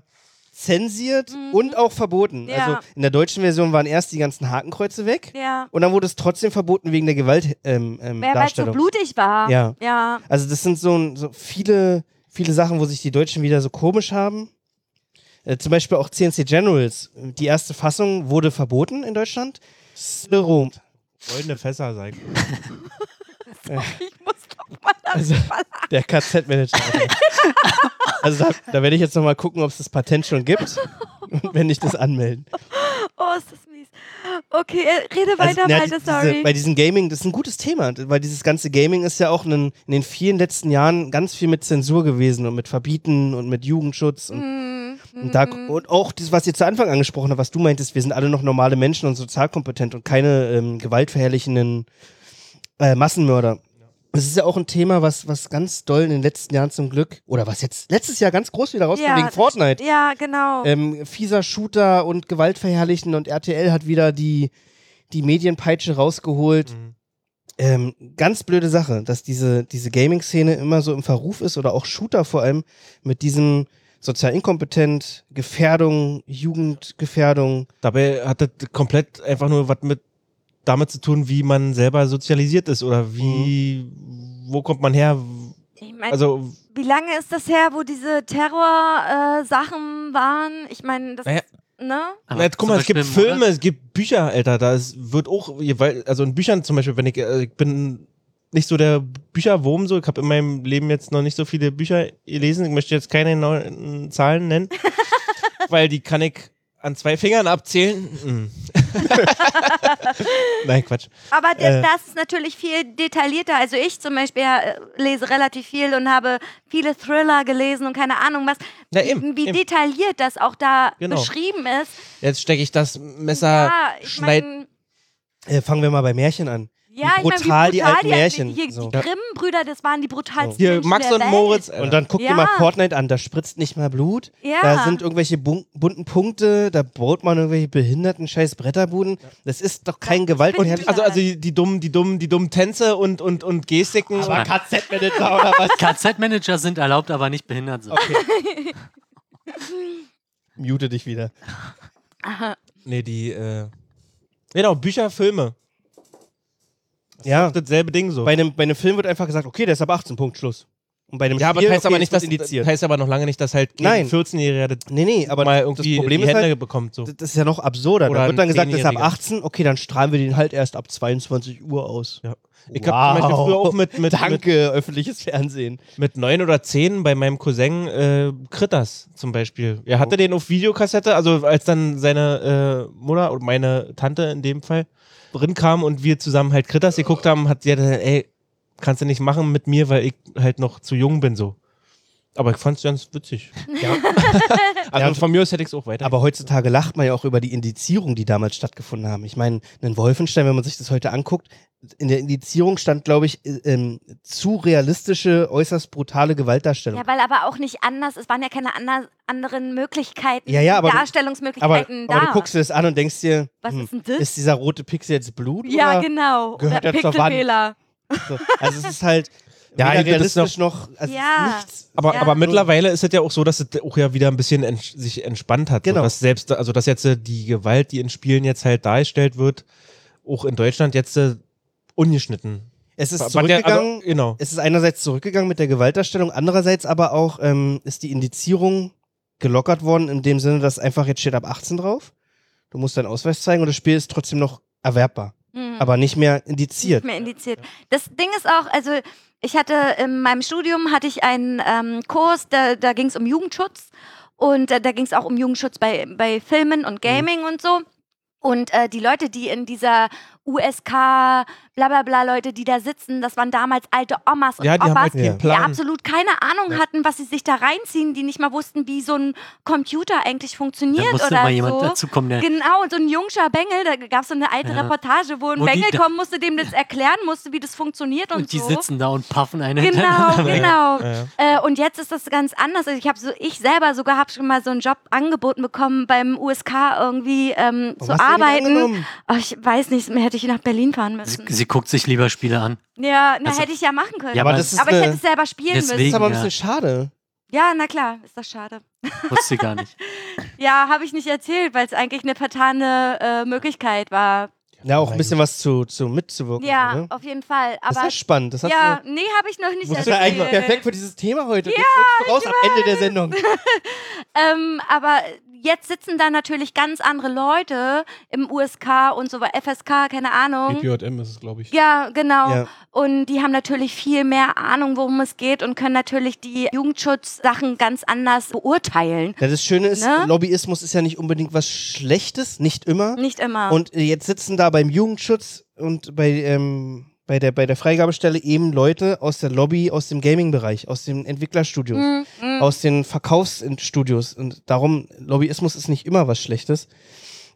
zensiert und auch verboten. Ja. Also in der deutschen Version waren erst die ganzen Hakenkreuze weg Ja. und dann wurde es trotzdem verboten wegen der Gewalt ähm, ähm, Wer weil so Darstellung. blutig war. Ja. ja. (laughs) Also das sind so, ein- so viele, viele Sachen, wo sich die Deutschen wieder so komisch haben. Äh, zum Beispiel auch CNC Generals. Die erste Fassung wurde verboten in Deutschland. Serum. goldene Fässer sein. Ich muss doch mal das Also- verlassen. Der KZ-Manager. also da, da werde ich jetzt nochmal gucken, ob es das Patent schon gibt. Und wenn nicht, das anmelden. Oh, ist das mies. Okay, äh, rede Also, weiter, na, weiter, die- sorry. Diese, bei diesem Gaming, das ist ein gutes Thema, weil dieses ganze Gaming ist ja auch in, in den vielen letzten Jahren ganz viel mit Zensur gewesen und mit Verbieten und mit Jugendschutz und Mhm. Und, da, und auch das, was ihr zu Anfang angesprochen habt, was du meintest, wir sind alle noch normale Menschen und sozial kompetent und keine ähm, gewaltverherrlichenden äh, Massenmörder. Das ist ja auch ein Thema, was, was ganz doll in den letzten Jahren zum Glück, oder was jetzt letztes Jahr ganz groß wieder rauskam Ja, wegen das- Fortnite. Ja, genau. Ähm, fieser Shooter und Gewaltverherrlichen und RTL hat wieder die, die Medienpeitsche rausgeholt. Ähm, ganz blöde Sache, dass diese, diese Gaming-Szene immer so im Verruf ist oder auch Shooter vor allem mit diesem sozial inkompetent, Gefährdung, Jugendgefährdung. Dabei hat das komplett einfach nur was mit damit zu tun, wie man selber sozialisiert ist oder wie, wo kommt man her? ich mein, Also, wie lange ist das her, wo diese Terror-Sachen waren? Ich meine, das Naja. ist, ne? na, guck zum mal, es gibt Beispiel im Filme, es gibt Bücher, Alter, da ist, wird auch, weil, also in Büchern zum Beispiel, wenn ich, äh, ich bin nicht so der Bücherwurm so, ich habe in meinem Leben jetzt noch nicht so viele Bücher gelesen, ich möchte jetzt keine neuen (laughs) Zahlen nennen, weil die kann ich an zwei Fingern abzählen. (laughs) Mm. Nein, Quatsch. Aber d- Äh. das ist natürlich viel detaillierter. Also ich zum Beispiel äh, lese relativ viel und habe viele Thriller gelesen und keine Ahnung was. Na, eben, wie eben. detailliert das auch da Genau. beschrieben ist. Jetzt stecke ich das Messer, Ja, ich schneid, mein, Äh, fangen wir mal bei Märchen an. ja, ich brutal mein, wie brutal die alten Märchen, Die, so. die Grimm-Brüder, das waren die brutalsten hier, Menschen Max der und Welt. Moritz. Alter. Und dann guck Ja. dir mal Fortnite an, da spritzt nicht mal Blut. Ja. Da sind irgendwelche bun bunten Punkte, da baut man irgendwelche behinderten scheiß Bretterbuden. Das ist doch kein Gewaltverherrlichung. Also, also die, die dummen, die dummen, die dummen Tänze und, und, und Gestiken. Aber KZ-Manager oder (laughs) was? KZ-Manager sind erlaubt, aber nicht behindert sind. (laughs) Mute dich wieder. nee, die, äh, genau, Bücher, Filme. Ja, Dasselbe Ding so. bei einem, bei einem Film wird einfach gesagt, okay, der ist ab 18, Punkt, Schluss. Und bei einem ja, aber Spiel, das heißt okay, aber es nicht, wird dass, indiziert. das heißt aber noch lange nicht, dass halt Nein. ein 14-Jähriger das nee, nee, aber mal irgendwie das Problem die ist Hände halt, bekommt. So. Das das ist ja noch absurder. Oder da wird ein dann gesagt, das ist ab Zehnjähriger. 18, okay, dann strahlen wir den halt erst ab 22 Uhr aus. Ja. Ich habe zum Beispiel früher auch mit, mit, mit, Danke, öffentliches Fernsehen. mit neun oder zehn bei meinem Cousin äh, Kritters zum Beispiel. Er hatte den auf Videokassette, also als dann seine äh, Mutter und meine Tante in dem Fall drin kam und wir zusammen halt Kritters geguckt haben, hat sie ja gesagt, ey, kannst du nicht machen mit mir, weil ich halt noch zu jung bin so. Aber ich fand's ganz witzig. Ja. also von mir aus hätte ich es auch weiter. Aber heutzutage lacht man ja auch über die Indizierung, die damals stattgefunden haben. Ich meine, einen Wolfenstein, wenn man sich das heute anguckt, in der Indizierung stand, glaube ich, äh, ähm, zu realistische, äußerst brutale Gewaltdarstellung. Ja, weil aber auch nicht anders, es waren ja keine ander, anderen Möglichkeiten, Ja, ja, aber du- aber, aber Darstellungsmöglichkeiten da. du guckst dir das an und denkst dir, Was hm, ist denn das? ist dieser rote Pixel jetzt Blut? ja, oder? genau. gehört Oder er zur Wand? Pixelfehler. So. Also es ist halt, weder Ja, ihr geht es realistisch noch, also Ja. nichts. Aber, Ja. aber mittlerweile ist es ja auch so, dass es auch ja wieder ein bisschen entsch sich entspannt hat. So, Genau. dass selbst, also dass jetzt äh, die Gewalt, die in Spielen jetzt halt dargestellt wird, auch in Deutschland jetzt äh, ungeschnitten. Es ist Was ja- zurückgegangen. also, genau. es ist einerseits zurückgegangen mit der Gewaltdarstellung, andererseits aber auch ähm, ist die Indizierung gelockert worden, in dem Sinne, dass einfach jetzt steht ab 18 drauf. Du musst deinen Ausweis zeigen und das Spiel ist trotzdem noch erwerbbar, Mhm. aber nicht mehr indiziert. Nicht mehr indiziert. Das Ding ist auch, also ich hatte in meinem Studium hatte ich einen ähm, Kurs, da, da ging es um Jugendschutz und äh, da ging es auch um Jugendschutz bei, bei Filmen Mhm. und Gaming und so. Und äh, die Leute, die in dieser USK, bla bla bla Leute, die da sitzen, das waren damals alte Omas und Ja, die Opas, haben halt keinen Ja. die Plan. absolut keine Ahnung hatten, was sie sich da reinziehen, die nicht mal wussten, wie so ein Computer eigentlich Da funktioniert musste oder mal jemand so. dazukommen, der Genau, und so ein jungscher Bengel, da gab es so eine alte Ja. Reportage, wo ein Wo die Bengel da- kommen musste, dem das erklären musste, wie das funktioniert und, und die so. sitzen da und paffen eine Genau, hintereinander weg. genau. Ja, ja. Äh, und jetzt ist das ganz anders. Also ich habe so, ich selber sogar habe schon mal so einen Job angeboten bekommen, beim USK irgendwie ähm, zu Warum hast du den nicht arbeiten. angenommen? Oh, ich weiß nicht, mehr hätte ich nach Berlin fahren müssen. Sie, sie guckt sich lieber Spiele an. Ja, na, Also- hätte ich ja machen können. Ja, aber aber- das ist, aber ich eine, hätte es selber spielen das ist Deswegen- müssen. aber ein Ja. bisschen schade. Ja, na klar, ist das schade. Wusste gar nicht. Ja, habe ich nicht erzählt, weil es eigentlich eine vertane äh, Möglichkeit war. Ja, auch ein bisschen was zu, zu mitzuwirken. Ja, ne? auf jeden Fall. das ist Aber ja spannend. Das hast ja, du, nee, habe ich noch nicht musst du eigentlich perfekt erzählt. für dieses Thema heute. Ja, Jetzt raus am Ende der Sendung. Ähm, aber jetzt sitzen da natürlich ganz andere Leute im USK und so weiter, FSK, keine Ahnung. BPJM ist es, glaube ich. Ja, genau. Ja. Und die haben natürlich viel mehr Ahnung, worum es geht und können natürlich die Jugendschutzsachen ganz anders beurteilen. Ja, das Schöne ist, Ne? Lobbyismus ist ja nicht unbedingt was Schlechtes, nicht immer. Nicht immer. Und äh, jetzt sitzen da beim Jugendschutz und bei, ähm, bei, der, bei der Freigabestelle eben Leute aus der Lobby, aus dem Gaming-Bereich, aus den Entwicklerstudios, Mm, mm. aus den Verkaufsstudios. Und darum, Lobbyismus ist nicht immer was Schlechtes.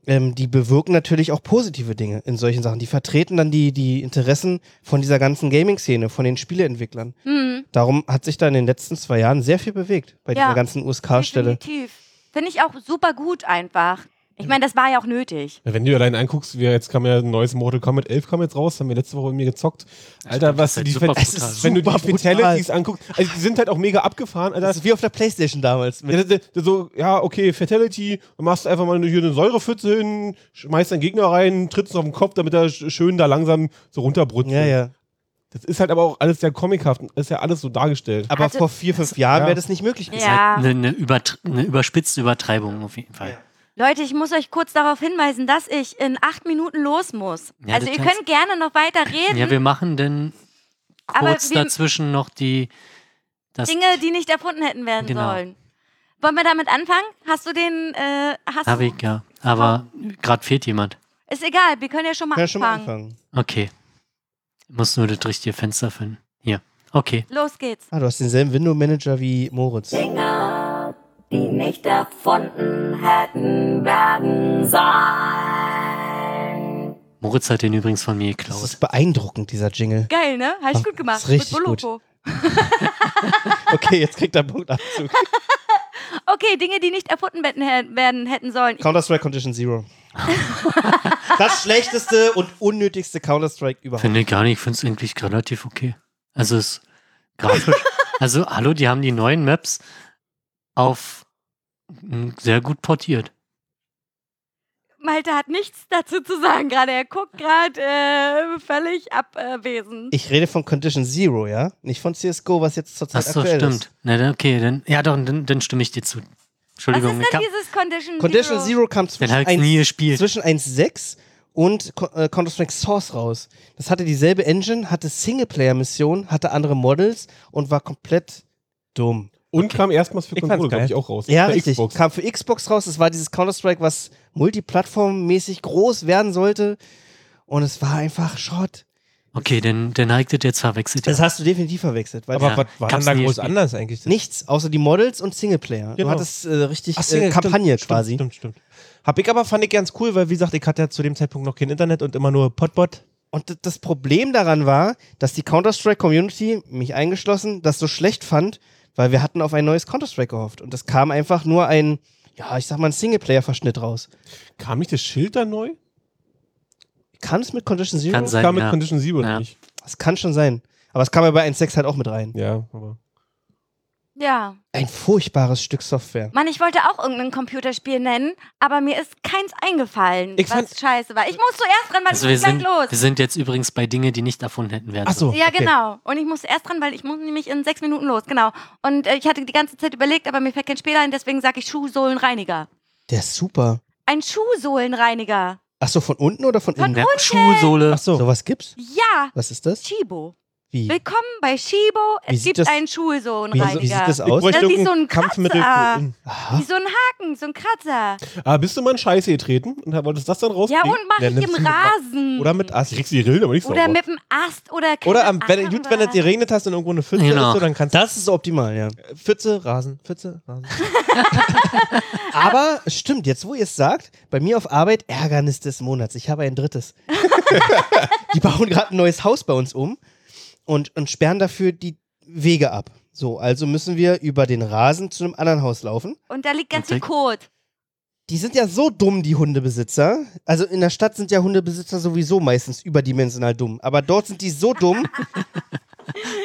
Ähm, die bewirken natürlich auch positive Dinge in solchen Sachen. Die vertreten dann die, die Interessen von dieser ganzen Gaming-Szene, von den Spieleentwicklern. Mm, Darum hat sich da in den letzten zwei Jahren sehr viel bewegt bei Ja. dieser ganzen USK-Stelle. definitiv. Finde ich auch super gut einfach. Ich meine, das war ja auch nötig. Ja, Wenn du allein anguckst, wir, jetzt kam ja ein neues Mortal Kombat 11 kam jetzt raus, haben wir letzte Woche mit mir gezockt. Alter, stimmt, was das die ist halt super Fet- brutal. wenn du die Super Fatalities anguckst, also die sind halt auch mega abgefahren, Alter. Das ist wie auf der Playstation damals. Mit Ja, das, das, so, ja, okay, Fatality, dann machst du einfach mal hier eine Säurepfütze hin, schmeißt deinen Gegner rein, trittst auf den Kopf, damit er sch- schön da langsam so runterbrutzelt. ja, ja. Das ist halt aber auch alles sehr comichaft und ist ja alles so dargestellt. Aber Also- vor vier, fünf Jahren Ja. wäre das nicht möglich gewesen. Ja. Eine, eine, übertr- eine überspitzte Übertreibung auf jeden Fall. Leute, ich muss euch kurz darauf hinweisen, dass ich in acht Minuten los muss. Ja, also das ihr kannst- könnt gerne noch weiter reden. Ja, wir machen denn Aber kurz wir- dazwischen noch die das Dinge, die nicht erfunden hätten werden Genau. sollen. Wollen wir damit anfangen? Hast du den, äh, hast Hab du, ich, ja. Aber gerade fehlt jemand. ist egal, wir können ja schon mal, Kann ja anfangen. schon mal anfangen. Okay. Muss nur das richtige Fenster finden. Hier. Okay. Los geht's. Ah, du hast denselben Window-Manager wie Moritz. die nicht erfunden hätten werden sollen. Moritz hat den übrigens von mir Das geklaut. ist beeindruckend, dieser Jingle. Geil, ne? Hast Ach, ich gut gemacht. ist richtig Mit Boloko. Okay, jetzt kriegt er einen Punktabzug. Okay, Dinge, die nicht erfunden werden, hä- werden hätten sollen. Ich, Counter-Strike Condition Zero. das schlechteste und unnötigste Counter-Strike überhaupt. Finde ich gar nicht. Ich finde es eigentlich relativ okay. Also es ist (laughs) grafisch. also, hallo, die haben die neuen Maps auf m, sehr gut portiert. Malte hat nichts dazu zu sagen gerade. Er guckt gerade äh, völlig abwesend. Ich rede von Condition Zero, ja? Nicht von CSGO, was jetzt zurzeit Achso, aktuell stimmt. ist. Na, dann- okay, dann, ja doch, dann, dann stimme ich dir zu. Was Entschuldigung, ich ist denn hab, dieses Condition, Condition Zero kam den zwischen habe ich 1 nie gespielt. zwischen 1.6 und Co- äh, Counter-Strike Source raus. Das hatte dieselbe Engine, hatte Singleplayer-Missionen, hatte andere Models und war komplett dumm. Und kam erstmals für Ich fand's Konsole, glaube geil. ich, auch raus. Ja, Bei richtig. Xbox. Kam für Xbox raus. Es war dieses Counter-Strike, was multiplattformmäßig groß werden sollte. Und es war einfach Schrott. Okay, dann, dann habe ich das jetzt verwechselt. Das hast du definitiv verwechselt. Weil Aber Ja, was war denn gab's da nie groß gespielt. anders eigentlich? nichts, außer die Models und Singleplayer. Du Genau. hattest äh, richtig Ach, äh, Single- Kampagne stimmt, quasi. Stimmt, stimmt, stimmt. Hab ich aber, fand ich ganz cool, weil wie gesagt, ich hatte ja zu dem Zeitpunkt noch kein Internet und immer nur Potbot. Und d- das Problem daran war, dass die Counter-Strike-Community, mich eingeschlossen, das so schlecht fand, weil wir hatten auf ein neues Counter-Strike gehofft. Und das kam einfach nur ein, ja, ich sag mal, ein Singleplayer-Verschnitt raus. Kam nicht das Schild da neu? Kann es mit Condition Zero? Kann sein, kam mit ja. Condition Zero Ja. nicht. Das kann schon sein. Aber es kam ja bei 1.6 halt auch mit rein. Ja, aber. Ja. Ein furchtbares Stück Software. Mann, ich wollte auch irgendein Computerspiel nennen, aber mir ist keins eingefallen, Ich fand- was scheiße war. Ich musste erst dran, weil Also wir ich muss sind, gleich wir los. sind jetzt übrigens bei Dinge, die nicht erfunden hätten werden. Ach so. Ja, okay. genau. Und ich musste erst dran, weil ich muss nämlich in sechs Minuten los, genau. Und äh, ich hatte die ganze Zeit überlegt, aber mir fällt kein Spiel ein, deswegen sage ich Schuhsohlenreiniger. Der ist super. Ein Schuhsohlenreiniger. Ach so, von unten oder von sollen. innen? Ja, Schuhsohle. Ach so. Sowas gibt's? Ja, Was ist das? Chibo. Wie? Willkommen bei Chibo. Wie Es sieht gibt das- einen Wie, wie sieht Schuhsohlenreiniger. das Ich aus? bräuchte Das ist wie irgendein so ein Kampfmittel. Kratzer. für- Aha. Wie so ein Haken, so ein Kratzer. Ah, bist du mal in Scheiße getreten und wolltest das dann Ja, rauskriegen? und mach Ja, ich nimmst im du mit- Rasen. Oder mit Ich Ast. kriegst die Rillen, aber nicht Oder sauber. mit dem Ast oder keine Oder am, wenn, Ahnung gut, wenn es was. geregnet hast und irgendwo eine Pfütze Genau. ist, so, dann kannst du. Das ist optimal, ja. Pfütze, Rasen, Pfütze, Rasen. Aber stimmt, jetzt wo ihr es sagt, bei mir auf Arbeit Ärgernis des Monats. Ich habe ein (laughs) drittes. die bauen gerade ein neues Haus bei uns um und, und sperren dafür die Wege ab. So, also müssen wir über den Rasen zu einem anderen Haus laufen. Und da liegt ganz viel Und da- Kot. Die sind ja so dumm, die Hundebesitzer. Also in der Stadt sind ja Hundebesitzer sowieso meistens überdimensional dumm. Aber dort sind die (laughs) so dumm.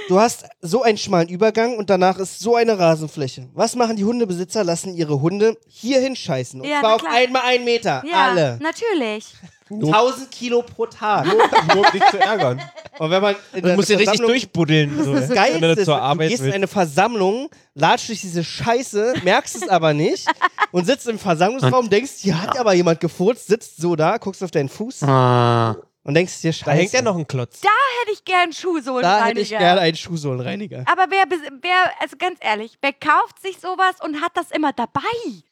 Du hast so einen schmalen Übergang und danach ist so eine Rasenfläche. Was machen die Hundebesitzer? Lassen ihre Hunde hierhin scheißen. Und Ja, zwar na auf klar. einmal einen Meter. Ja, Alle. natürlich. 1000 Kilo pro Tag. Nur um dich zu ärgern. Und wenn man. in Du der musst dir richtig Versammlung- durchbuddeln. So, Das Geilste wenn du ist, zur du Arbeit gehst in willst. eine Versammlung, latscht durch diese Scheiße, merkst es aber (laughs) nicht und sitzt im Versammlungsraum, denkst, hier hat aber jemand gefurzt, sitzt so da, guckst auf deinen Fuß Ah, und denkst dir, Scheiße. Da hängt ja noch ein Klotz. Hätte ich gern Da hätte ich gerne Schuhsohlenreiniger. einen (laughs) Schuhsohlenreiniger. Aber wer, bes- wer, also ganz ehrlich, wer kauft sich sowas und hat das immer dabei?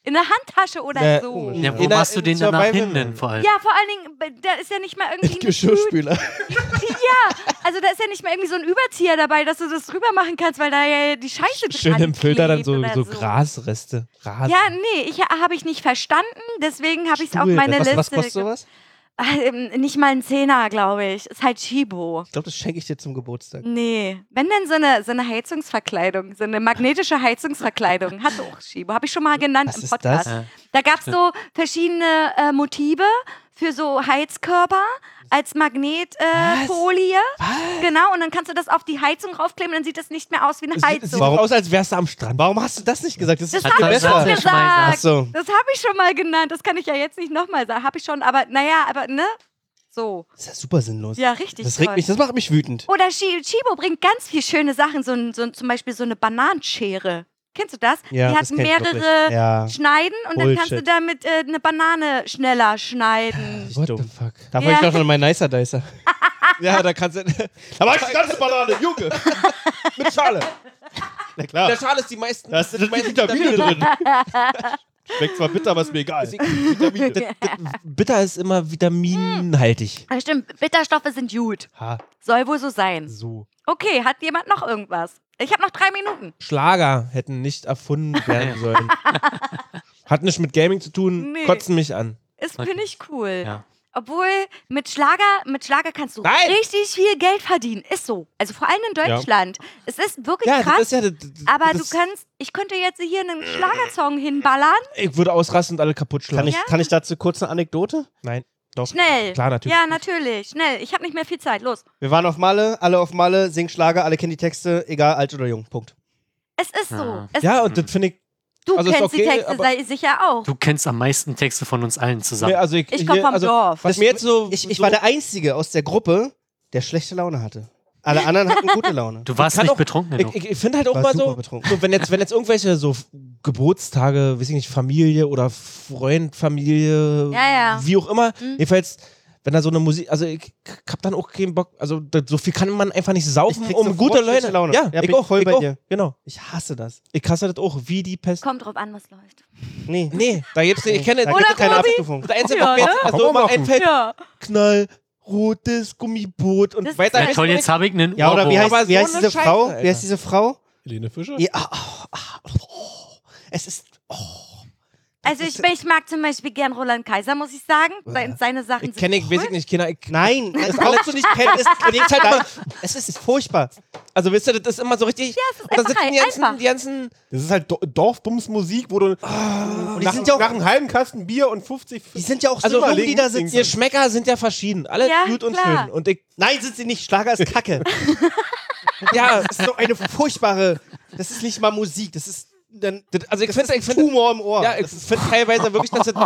In der Handtasche oder Na, so? komisch. ja, wo In der- machst du in den danach Survival hin denn Man. vor allem? Ja, vor allen Dingen, b- da ist ja nicht mal irgendwie. eine Tüte- (laughs) Geschirrspüler. Ja, also da ist ja nicht mal irgendwie so ein Überzieher dabei, dass du das drüber machen kannst, weil da ja die Scheiße dran Schön im Filter dann klebt so, oder so Grasreste. Rasen. Ja, nee, ich habe ich nicht verstanden, deswegen habe ich es auf Stuhl, meine was, Liste. was kostet sowas? Ah, ähm, Nicht mal ein Zehner, glaube ich. Ist halt Chibo. Ich glaube, das schenke ich dir zum Hm. Geburtstag. Nee, wenn denn so eine, so eine Heizungsverkleidung, so eine magnetische Heizungsverkleidung, hat auch Schiebe, habe ich schon mal genannt Was im ist Podcast. das? Da gab es so verschiedene äh, Motive für so Heizkörper als Magnetfolie. Äh, Was? Folie. genau, und dann kannst du das auf die Heizung raufkleben, dann sieht das nicht mehr aus wie eine Es sieht, es sieht Heizung. doch aus, als wärst du am Strand. Warum hast du das nicht gesagt? Das ist Das viel Hat habe ich das schon besser. Schmeißer. Ach gesagt. so. Das habe ich schon mal genannt. Das kann ich ja jetzt nicht nochmal sagen. Habe ich schon, aber naja, aber ne? So. Das ist ja super sinnlos. Ja, richtig. das regt toll. mich, das macht mich wütend. Oder Chi- Chibo bringt ganz viel schöne Sachen, so, ein- so, ein- zum Beispiel so eine Bananenschere. Kennst du das? Die hat das kenn ich wirklich. mehrere Ja. Schneiden und dann kannst du Bullshit. damit äh, eine Banane schneller (laughs) schneiden. (laughs) What Dumm. the fuck? Davon Ja. ich doch schon mein Nicer (laughs) Dicer. Ja, da kannst du. (laughs) Da mach ich die ganze Banane, Junge. Mit Schale. Na In klar. der Schale ist die meisten. Da sind die meisten Vitamine (laughs) drin. Schmeckt zwar bitter, aber ist mir egal. Vitamine. Das- das- Bitter ist immer vitaminhaltig. Ah, Stimmt, Bitterstoffe sind gut. Ha, Soll wohl so sein. so. Okay, hat jemand noch irgendwas? Ich habe noch drei Minuten. Schlager hätten nicht (laughs) erfunden werden sollen. Hat nichts mit Gaming zu tun, Nee. kotzen mich an. Ist Okay. finde ich cool. Ja. Obwohl mit Schlager, mit Schlager kannst du Nein! richtig viel Geld verdienen. Ist so. Also vor allem in Ja. Deutschland. Es ist wirklich Ja, das krass. ist ja. das- das- aber du das- kannst, ich könnte jetzt hier (clears throat) einen Schlagersong hinballern. Ich würde ausrasten und alle kaputt schlagen. Kann ich, Ja. kann ich dazu kurz eine Anekdote? Nein, doch. Schnell. Klar, natürlich. Ja, natürlich. Schnell. Ich habe nicht mehr viel Zeit. Los. Wir waren auf Malle, alle auf Malle, singen Schlager, alle kennen die Texte, egal alt oder jung. Punkt. Es ist so. Ja. Es, Ja, und das finde ich. du also ist kennst die okay, Texte aber- sei- sicher auch. Du kennst am meisten Texte von uns allen zusammen. Nee, also ich Ich komm hier- vom also, Dorf. Was mir jetzt so. Ich, ich so war der Einzige aus der Gruppe, der schlechte Laune hatte. Alle anderen hatten gute Laune. Du warst kann nicht auch- betrunken genug. Ich, ich, ich finde halt auch War mal super so, betrunken. so wenn, jetzt, wenn jetzt irgendwelche so F- Geburtstage, weiß ich nicht, Familie oder Freund, Familie, Ja, ja. wie auch immer, Mhm. jedenfalls, wenn da so eine Musik, also ich k- hab dann auch keinen Bock, also da, so viel kann man einfach nicht Ich saufen, krieg um sofort gute schlechte Leute. Laune. Ja, Ja, bin ich ich auch, voll ich bei auch, dir. genau. Ich hasse das. Ich hasse das auch, wie die Pest. Kommt drauf an, was läuft. Nee. Nee, da gibt's, ich kenne, Da da gibt Oder es keine Rosi? Abstufung. das einzige, Ja, was mir jetzt also ne? so mal Warum einfällt, Ja. Knall, rotes Gummiboot und halt Das- weiter. Ja, toll, jetzt habe ich einen Ja, oder wie Ohrwurm. heißt, wie heißt so diese eine Frau? Scheiße, Wie heißt diese Frau? Helene Fischer? Ja, ah, ah, oh, es ist. Oh, Also ich, ich mag zum Beispiel gern Roland Kaiser, muss ich sagen. Sein- Seine Sachen Ich kenne, ich weiß ich nicht, Kinder, ich, nein, das brauchst du nicht kennen. Es, (laughs) klingt halt mal, es ist furchtbar. also wisst ihr, das ist immer so richtig, ja, es ist und da einfach sitzen die ein- ganzen, einfach. die ganzen Das ist halt Do Dorfbumsmusik, wo du die nach, sind ja auch- nach einem halben Kasten Bier und 50 Die sind ja auch Also so jung, die da links, links. sitzen. Ihr Schmecker sind ja verschieden. Alle Ja, gut und klar. schön. Und ich, Nein, sind sie nicht. Schlager ist Kacke. Ja, das ist so eine furchtbare. Das ist nicht mal Musik, das ist dann Also ich finde ich find, Tumor im Ohr. ja, ich das ist finde teilweise wirklich, dass das,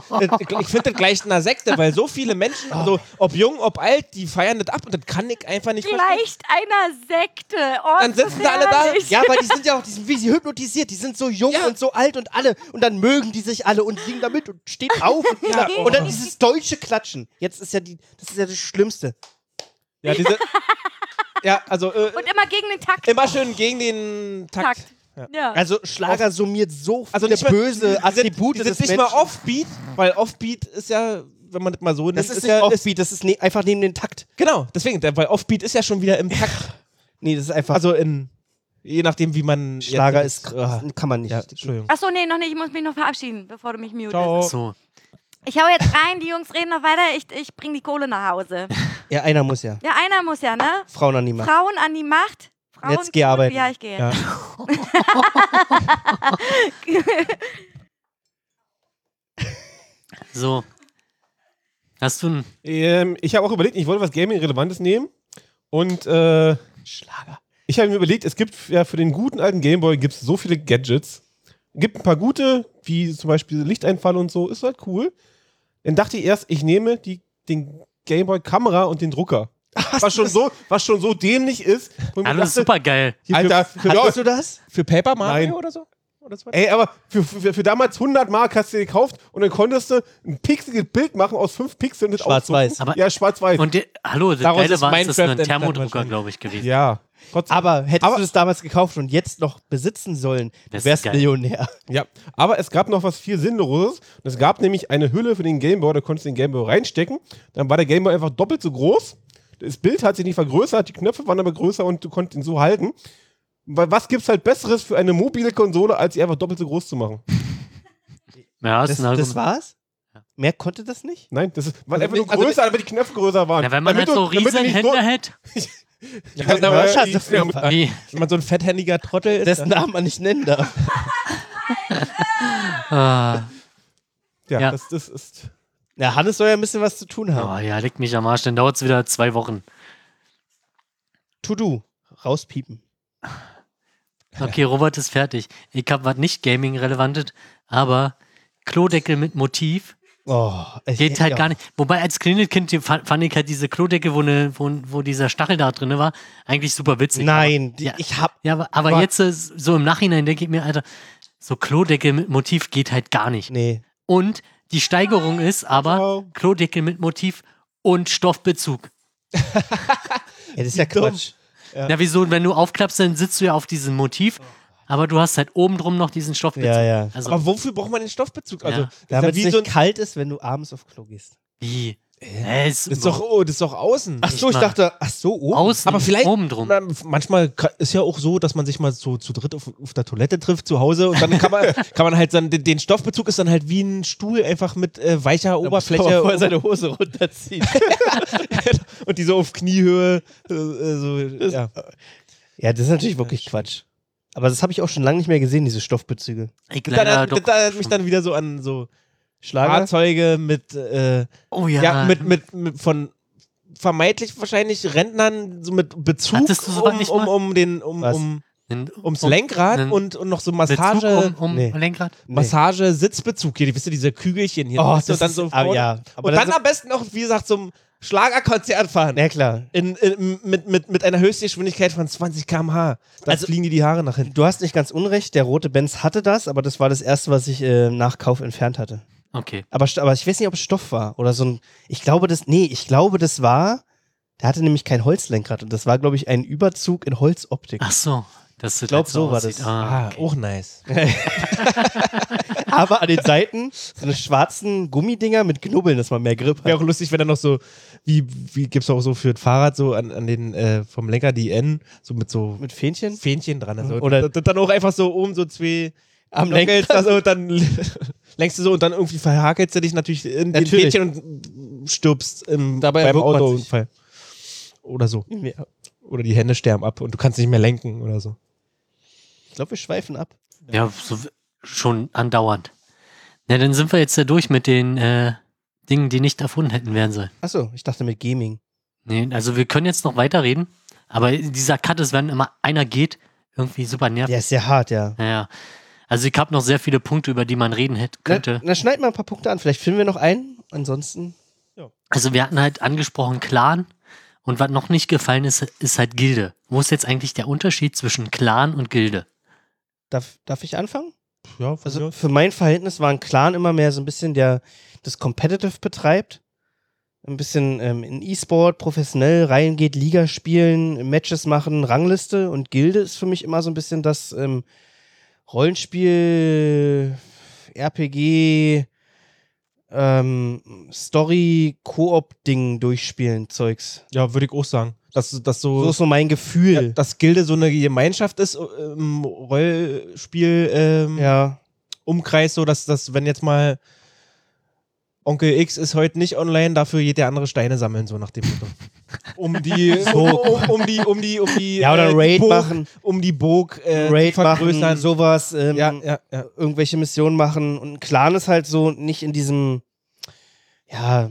ich finde das gleich einer Sekte, weil so viele Menschen, Ah. also ob jung, ob alt, die feiern das ab und das kann ich einfach nicht verstehen. Gleicht einer Sekte. Oh, Dann sitzen da alle da. ehrlich. (laughs) ja, aber die sind ja auch, die sind, wie sie hypnotisiert, die sind so jung Ja. und so alt und alle und dann mögen die sich alle und singen damit und (laughs) stehen auf und, und dann dieses deutsche Klatschen. Jetzt ist ja die, das ist ja das Schlimmste. (laughs) Ja, diese, ja also äh, Und immer gegen den Takt. immer schön gegen den Takt. Takt. Ja. Also Schlager summiert so viele Also nicht mal- böse Attribute die des sind nicht Menschen. mal Offbeat, weil Offbeat ist ja, wenn man das mal so das nimmt, ist nicht ja, Offbeat, das ist ne, einfach neben den Takt. genau, deswegen, der- weil Offbeat ist ja schon wieder im Takt. Nee, das ist einfach Also in, je nachdem, wie man. jetzt- Schlager ist Ah, krass, kann man nicht. Ja, Entschuldigung. Achso, nee, noch nicht. Ich muss mich noch verabschieden, bevor du mich mutest. Ciao. So, Ich hau jetzt rein, die Jungs reden noch weiter. Ich, ich bring die Kohle nach Hause. Ja, einer muss ja. Ja, einer muss ja, ne? Frauen an die Macht. Frauen an die Macht. Frauen Jetzt geh arbeiten. Ja, ich gehe. (laughs) Ja. so. Hast du ein. Ähm, ich habe auch überlegt, ich wollte was Gaming-Relevantes nehmen. Und äh, Schlager. ich habe mir überlegt, es gibt ja für den guten alten Gameboy gibt's so viele Gadgets. Gibt ein paar gute, wie zum Beispiel Lichteinfall und so, ist halt cool. Dann dachte ich erst, ich nehme die, den Gameboy Kamera und den Drucker. Was schon, so, was schon so dämlich ist. wo ich mir Alles dachte, super geil. Alter, für, ja, Hattest du das? Für Paper Mario Nein. oder so? Oder so? Ey, aber für, für, für damals 100 Mark hast du dir gekauft und dann konntest du ein pixeliges Bild machen aus fünf Pixeln. und das Schwarz-weiß. ausdrucken. Aber- Ja, schwarz-weiß. Und die, hallo, das Daraus Geile war, es ist ist nur ein Minecraft entstanden Thermodrucker, wahrscheinlich. glaube ich, gewesen. Ja. Trotzdem. Aber hättest Aber- du das damals gekauft und jetzt noch besitzen sollen, du Das ist wärst geil. Millionär. Ja, aber es gab noch was viel Sinnloses. Und es gab nämlich eine Hülle für den Gameboy, da konntest du den Gameboy reinstecken. Dann war der Gameboy einfach doppelt so groß. Das Bild hat sich nicht vergrößert, die Knöpfe waren aber größer und du konntest ihn so halten. Weil was gibt's halt Besseres für eine mobile Konsole, als sie einfach doppelt so groß zu machen? Ja, ist Das, ein das Argument. war's? Ja. Mehr konnte das nicht? Nein, das ist, war Also einfach nur nicht- also größer, damit die Knöpfe größer waren. Na, wenn man damit halt so du- damit du riesen nicht Hände hätte. Ja, Ja, na, ja, Scheiße, ich- auf jeden (laughs) Fall. Wie, wenn man so ein fetthändiger Trottel ist. Dessen Namen man nicht nennen darf. ah. Ja, Ja. Das, das ist. Na, Hannes soll ja ein bisschen was zu tun haben. Oh ja, leck mich am Arsch, dann dauert es wieder zwei Wochen. To-do. Rauspiepen. Okay, Robert ist fertig. Ich habe was nicht Gaming-relevantes, aber Klodeckel mit Motiv Oh, ich- geht halt ja. gar nicht. Wobei als kleines Kind die fa- fand ich halt diese Klodeckel, wo, ne, wo, wo dieser Stachel da drin war, eigentlich super witzig. Nein, aber, die, ja, ich hab. ja, aber, aber aber- jetzt äh, so im Nachhinein denke ich mir, Alter, so Klodeckel mit Motiv geht halt gar nicht. Nee. Und die Steigerung ist aber Ciao. Klodeckel mit Motiv und Stoffbezug. Ja, das ist ja dumm. Quatsch. Na wieso, wenn du aufklappst, dann sitzt du ja auf diesem Motiv, aber du hast halt obendrum noch diesen Stoffbezug. Ja, ja. Also, Aber wofür braucht man den Stoffbezug? Also, Ja. das ist ja Damit es wie nicht so ein, kalt ist, wenn du abends auf Klo (laughs) gehst. Wie? Hä, ist, das ist doch, oh, das ist doch außen. Ach so, ich mal. dachte, ach so, oh. außen, aber vielleicht- oben drum. Na, manchmal ka- ist ja auch so, dass man sich mal so zu dritt auf, auf der Toilette trifft zu Hause und dann kann (laughs) man, kann man halt dann den, den Stoffbezug ist dann halt wie ein Stuhl einfach mit äh, weicher Oberfläche Vorher und, seine Hose runterziehen. und (laughs) die so auf Kniehöhe. Äh, äh, so, ja. (laughs) ja, das ist natürlich wirklich Quatsch. Aber das habe ich auch schon lange nicht mehr gesehen, diese Stoffbezüge. Ich Das leider erinnert- doch, das erinnert mich dann wieder so an so Schlager? Fahrzeuge mit, äh, oh ja, ja, mit, mit, mit von vermeintlich wahrscheinlich Rentnern so mit Bezug Hattest du sowas um, nicht um, mal? um den um, Was? um Ein- ums um- Lenkrad einen und, und noch so Bezug Massage um, um Nee. Lenkrad. Nee. Massage, Sitzbezug hier, die, wisst ihr, diese Kügelchen hier. weißt du, und dann so ah, vorne. ja. Aber und das dann ist- am besten noch, wie gesagt, zum Schlagerkonzert fahren. na klar. In, in, mit, mit, mit einer Höchstgeschwindigkeit von 20 km/h. Dann Also- fliegen dir die Haare nach hinten. Du hast nicht ganz unrecht, der rote Benz hatte das, aber das war das erste, was ich äh, nach Kauf entfernt hatte. Okay. Aber, st- aber ich weiß nicht, ob es Stoff war oder so ein. Ich glaube, das. Nee, ich glaube, das war. Der hatte nämlich kein Holzlenkrad und das war, glaube ich, ein Überzug in Holzoptik. Ach so, das ich glaub, so war das. Ah, okay. auch nice. (laughs) Aber an den Seiten so eine schwarzen Gummidinger mit Knubbeln, dass man mehr Grip hat. Wäre auch lustig, wenn er noch so, wie, wie gibt's auch so für ein Fahrrad, so an, an den, äh, vom Lenker die N, so mit so Mit Fähnchen? Fähnchen dran. Also, Oder- und, und dann auch einfach so oben so zwei Am Lenkrad. Also, und dann (laughs) lenkst du so und dann irgendwie verhakelst du dich natürlich in Natürlich. den Fähnchen und stirbst im, Dabei beim erwürgt man sich. Autounfall. Oder so. Ja. Oder die Hände sterben ab und du kannst nicht mehr lenken oder so. Ich glaube, wir schweifen ab. Ja, so, w- schon andauernd. Na, dann sind wir jetzt ja durch mit den äh, Dingen, die nicht erfunden hätten werden sollen. Achso, ich dachte mit Gaming. Nee, also wir können jetzt noch weiterreden, Aber dieser Cut ist, wenn immer einer geht, irgendwie super nervig. Der ist sehr hart, ja. Ja. Also ich habe noch sehr viele Punkte, über die man reden hätte, könnte. Na, na schneid mal ein paar Punkte an. Vielleicht finden wir noch einen. Ansonsten. Also wir hatten halt angesprochen Clan und was noch nicht gefallen ist, ist halt Gilde. Wo ist jetzt eigentlich der Unterschied zwischen Clan und Gilde? Darf, darf ich anfangen? Ja, von mir Also aus. für mein Verhältnis war ein Clan immer mehr so ein bisschen der, das Competitive betreibt. Ein bisschen ähm, in E-Sport professionell reingeht, Liga spielen, Matches machen, Rangliste und Gilde ist für mich immer so ein bisschen das ähm, Rollenspiel, RPG, ähm, Story, Koop-Ding durchspielen, Zeugs. ja würde ich auch sagen. Dass, dass So so, ist so mein ja, Gefühl. dass Gilde so eine Gemeinschaft ist äh, im Rollspiel ähm, ja. Umkreis, so dass, dass wenn jetzt mal Onkel X ist heute nicht online, dafür geht der andere Steine sammeln, so nach dem Motto. (laughs) Um (laughs) die, um, um, um die, um die, um die, Ja, oder äh, die Raid Burg, machen. um die Burg äh, Raid zu vergrößern. machen, sowas. Ähm, ja, ja, ja. irgendwelche Missionen machen. Und ein Clan ist halt so nicht in diesem, ja,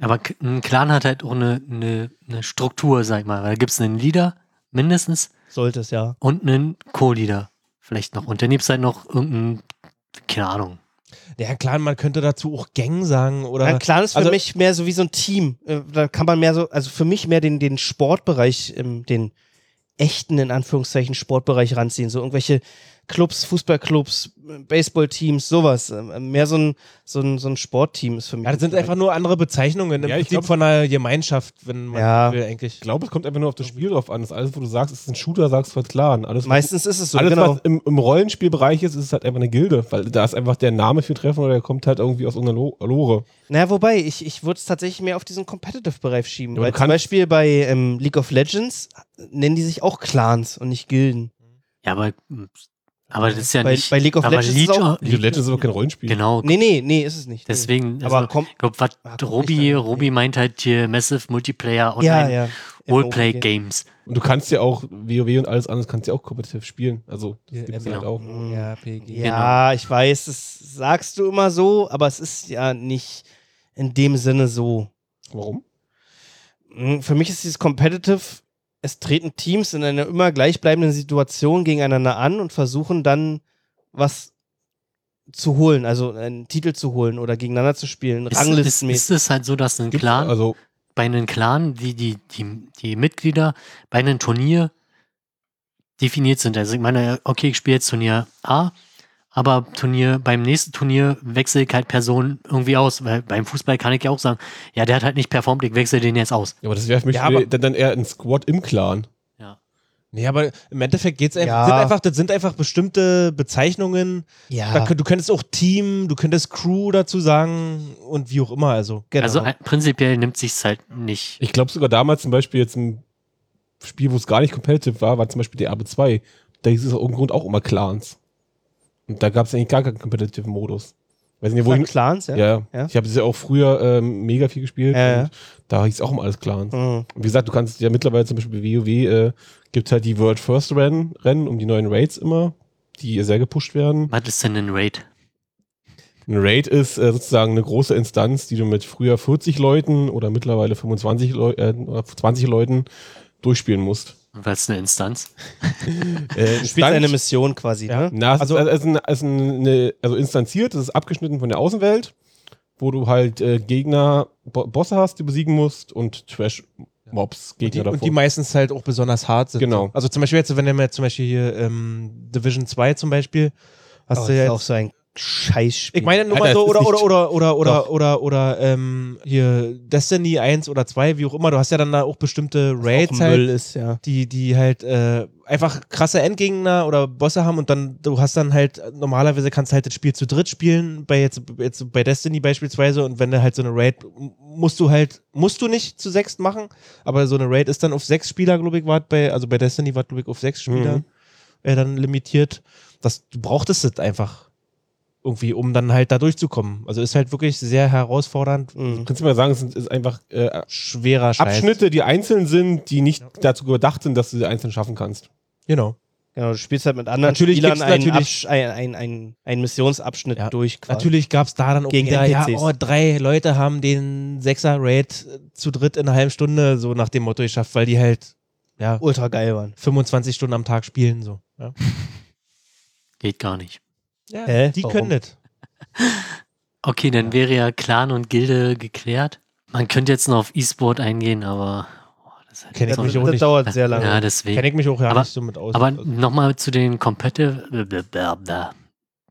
Aber K- ein Clan hat halt auch eine, eine, eine Struktur, sag ich mal. Weil Da gibt es einen Leader mindestens sollte es ja. und einen Co-Leader vielleicht noch. Und dann gibt es halt noch irgendeinen, keine Ahnung. Ja, klar, man könnte dazu auch Gang sagen oder. Ein Clan ist für also- mich mehr so wie so ein Team. Äh, Da kann man mehr so, also für mich mehr den, den Sportbereich, ähm, den echten, in Anführungszeichen, Sportbereich ranziehen. So irgendwelche Clubs, Fußballclubs, äh, Baseballteams, sowas. Ähm, Mehr so ein, so ein, so ein Sportteam ist für mich. Ja, das sind einfach nur andere Bezeichnungen im Ja, ich Prinzip glaub- von einer Gemeinschaft, wenn man Ja. will, eigentlich. Ich glaube, es kommt einfach nur auf das Spiel drauf an. Das alles, wo du sagst, es ist ein Shooter, sagst du Clan. Alles, was- Meistens ist es so, alles genau. was im, im Rollenspielbereich ist, ist halt einfach eine Gilde, weil da ist einfach der Name für Treffen oder der kommt halt irgendwie aus irgendeiner Lo Lore. Naja, wobei, ich, ich würde es tatsächlich mehr auf diesen Competitive-Bereich schieben. Ja, aber weil du zum kannst- Beispiel bei ähm, League of Legends nennen die sich auch Clans und nicht Gilden. Ja, aber, hm, aber das ist ja Bei- nicht. bei League of aber Legends ist es auch- League of Legends ist aber kein Rollenspiel. Genau, Nee, nee, nee, ist es nicht. Nee. deswegen. Aber also, komm, ich glaube, was Ah, guck nicht Robi, dahin. Robi meint halt hier Massive Multiplayer und ja, ja. Roleplay Games. Und du kannst ja auch WoW und alles anderes kannst ja auch kompetitiv spielen. Also das Ja, gibt's genau. halt auch. Ja, PG. Ja, ich weiß, das sagst du immer so, aber es ist ja nicht in dem Sinne so. Warum? Hm, Für mich ist dieses Competitive, es treten Teams in einer immer gleichbleibenden Situation gegeneinander an und versuchen dann was zu holen, also einen Titel zu holen oder gegeneinander zu spielen, Ist, ist, ranglistenmäßig. ist es halt so, dass ein Gibt's- Clan Also bei einem Clan, die, die, die, die Mitglieder bei einem Turnier definiert sind. Also ich meine, okay, ich spiele jetzt Turnier A, aber Turnier, beim nächsten Turnier wechsle ich halt Personen irgendwie aus, weil beim Fußball kann ich ja auch sagen, ja, der hat halt nicht performt, ich wechsle den jetzt aus. Ja, aber das wäre für mich Ja, aber- dann, dann eher ein Squad im Clan. Nee, aber im Endeffekt geht's einfach, Ja. sind einfach, das sind einfach bestimmte Bezeichnungen. Da, Ja, könnt- du könntest auch Team, du könntest Crew dazu sagen und wie auch immer. Also genau. Also äh, prinzipiell nimmt sich's halt nicht. Ich glaube sogar damals zum Beispiel jetzt ein Spiel, wo es gar nicht competitive war, war zum Beispiel der AB2. Da hieß es aus irgendeinem Grund auch immer Clans. Und da gab es eigentlich gar keinen competitive Modus. Weiß nicht, wo Von ich, Clans, ja. ja. Ja. ich habe es ja auch früher ähm, mega viel gespielt. Ja, ja. und Da hieß es auch immer alles Clans. Hm. Und wie gesagt, du kannst ja mittlerweile zum Beispiel bei WoW, äh, gibt halt die World First Rennen, Rennen um die neuen Raids immer, die sehr gepusht werden. Was ist denn ein Raid? Ein Raid ist äh, sozusagen eine große Instanz, die du mit früher 40 Leuten oder mittlerweile 25 Leu äh, oder 20 Leuten durchspielen musst. Und Was ist eine Instanz? Äh, Du spielst eine Instanz- Mission quasi, ne? Na, also, also, Also- also, also, eine, also instanziert, das ist abgeschnitten von der Außenwelt, wo du halt äh, Gegner, Bo Bosse hast, die besiegen musst und Trash-Mobs, und die, Gegner und die davor. meistens halt auch besonders hart sind. Genau. Also zum Beispiel jetzt, wenn wir jetzt zum Beispiel hier ähm, Division 2 zum Beispiel, hast Oh, das du ja ist jetzt auch so ein Scheißspiel. Ich meine nur mal Alter, so, das oder, ist oder, nicht- oder, oder, oder, Doch. oder, oder, ähm, hier Destiny 1 oder 2, wie auch immer. Du hast ja dann da auch bestimmte Raids Raids Müll halt, ist, ja. die, die halt, äh, einfach krasse Endgegner oder Bosse haben und dann, du hast dann halt, normalerweise kannst du halt das Spiel zu dritt spielen, bei jetzt, jetzt bei Destiny beispielsweise und wenn du halt so eine Raid, m- musst du halt, musst du nicht zu sechst machen, aber so eine Raid ist dann auf sechs Spieler, glaube ich, war bei, also bei Destiny war, glaube ich, auf sechs Spieler, Mhm. äh, dann limitiert. Das, du brauchtest das einfach irgendwie, um dann halt da durchzukommen. Also ist halt wirklich sehr herausfordernd, Mhm. Kannst du mal sagen, es sind- ist einfach äh, schwerer Scheiß. Abschnitte, die einzeln sind, die nicht dazu gedacht sind, dass du sie einzeln schaffen kannst. Genau. Genau, du spielst halt mit anderen Natürlich Spielern gibt's einen, natürlich- Absch- ein, ein, ein, einen Missionsabschnitt Ja, durch quasi. Natürlich gab es da dann auch Gegen wieder, ja, NPCs. oh, drei Leute haben den Sechser-Raid zu dritt in einer halben Stunde so nach dem Motto geschafft, weil die halt ja, ultra geil waren. 25 Stunden am Tag spielen so. Ja. Geht gar nicht. Ja, Hä? Die Warum? können das. Okay, dann wäre ja Clan und Gilde geklärt. Man könnte jetzt noch auf E-Sport eingehen, aber oh, das ist halt Kenn ich so- mich auch Das nicht. dauert sehr lange. Ja, Kenne deswegen. ich mich auch ja Aber- nicht so mit aus. Aber Also, nochmal zu den Competitive.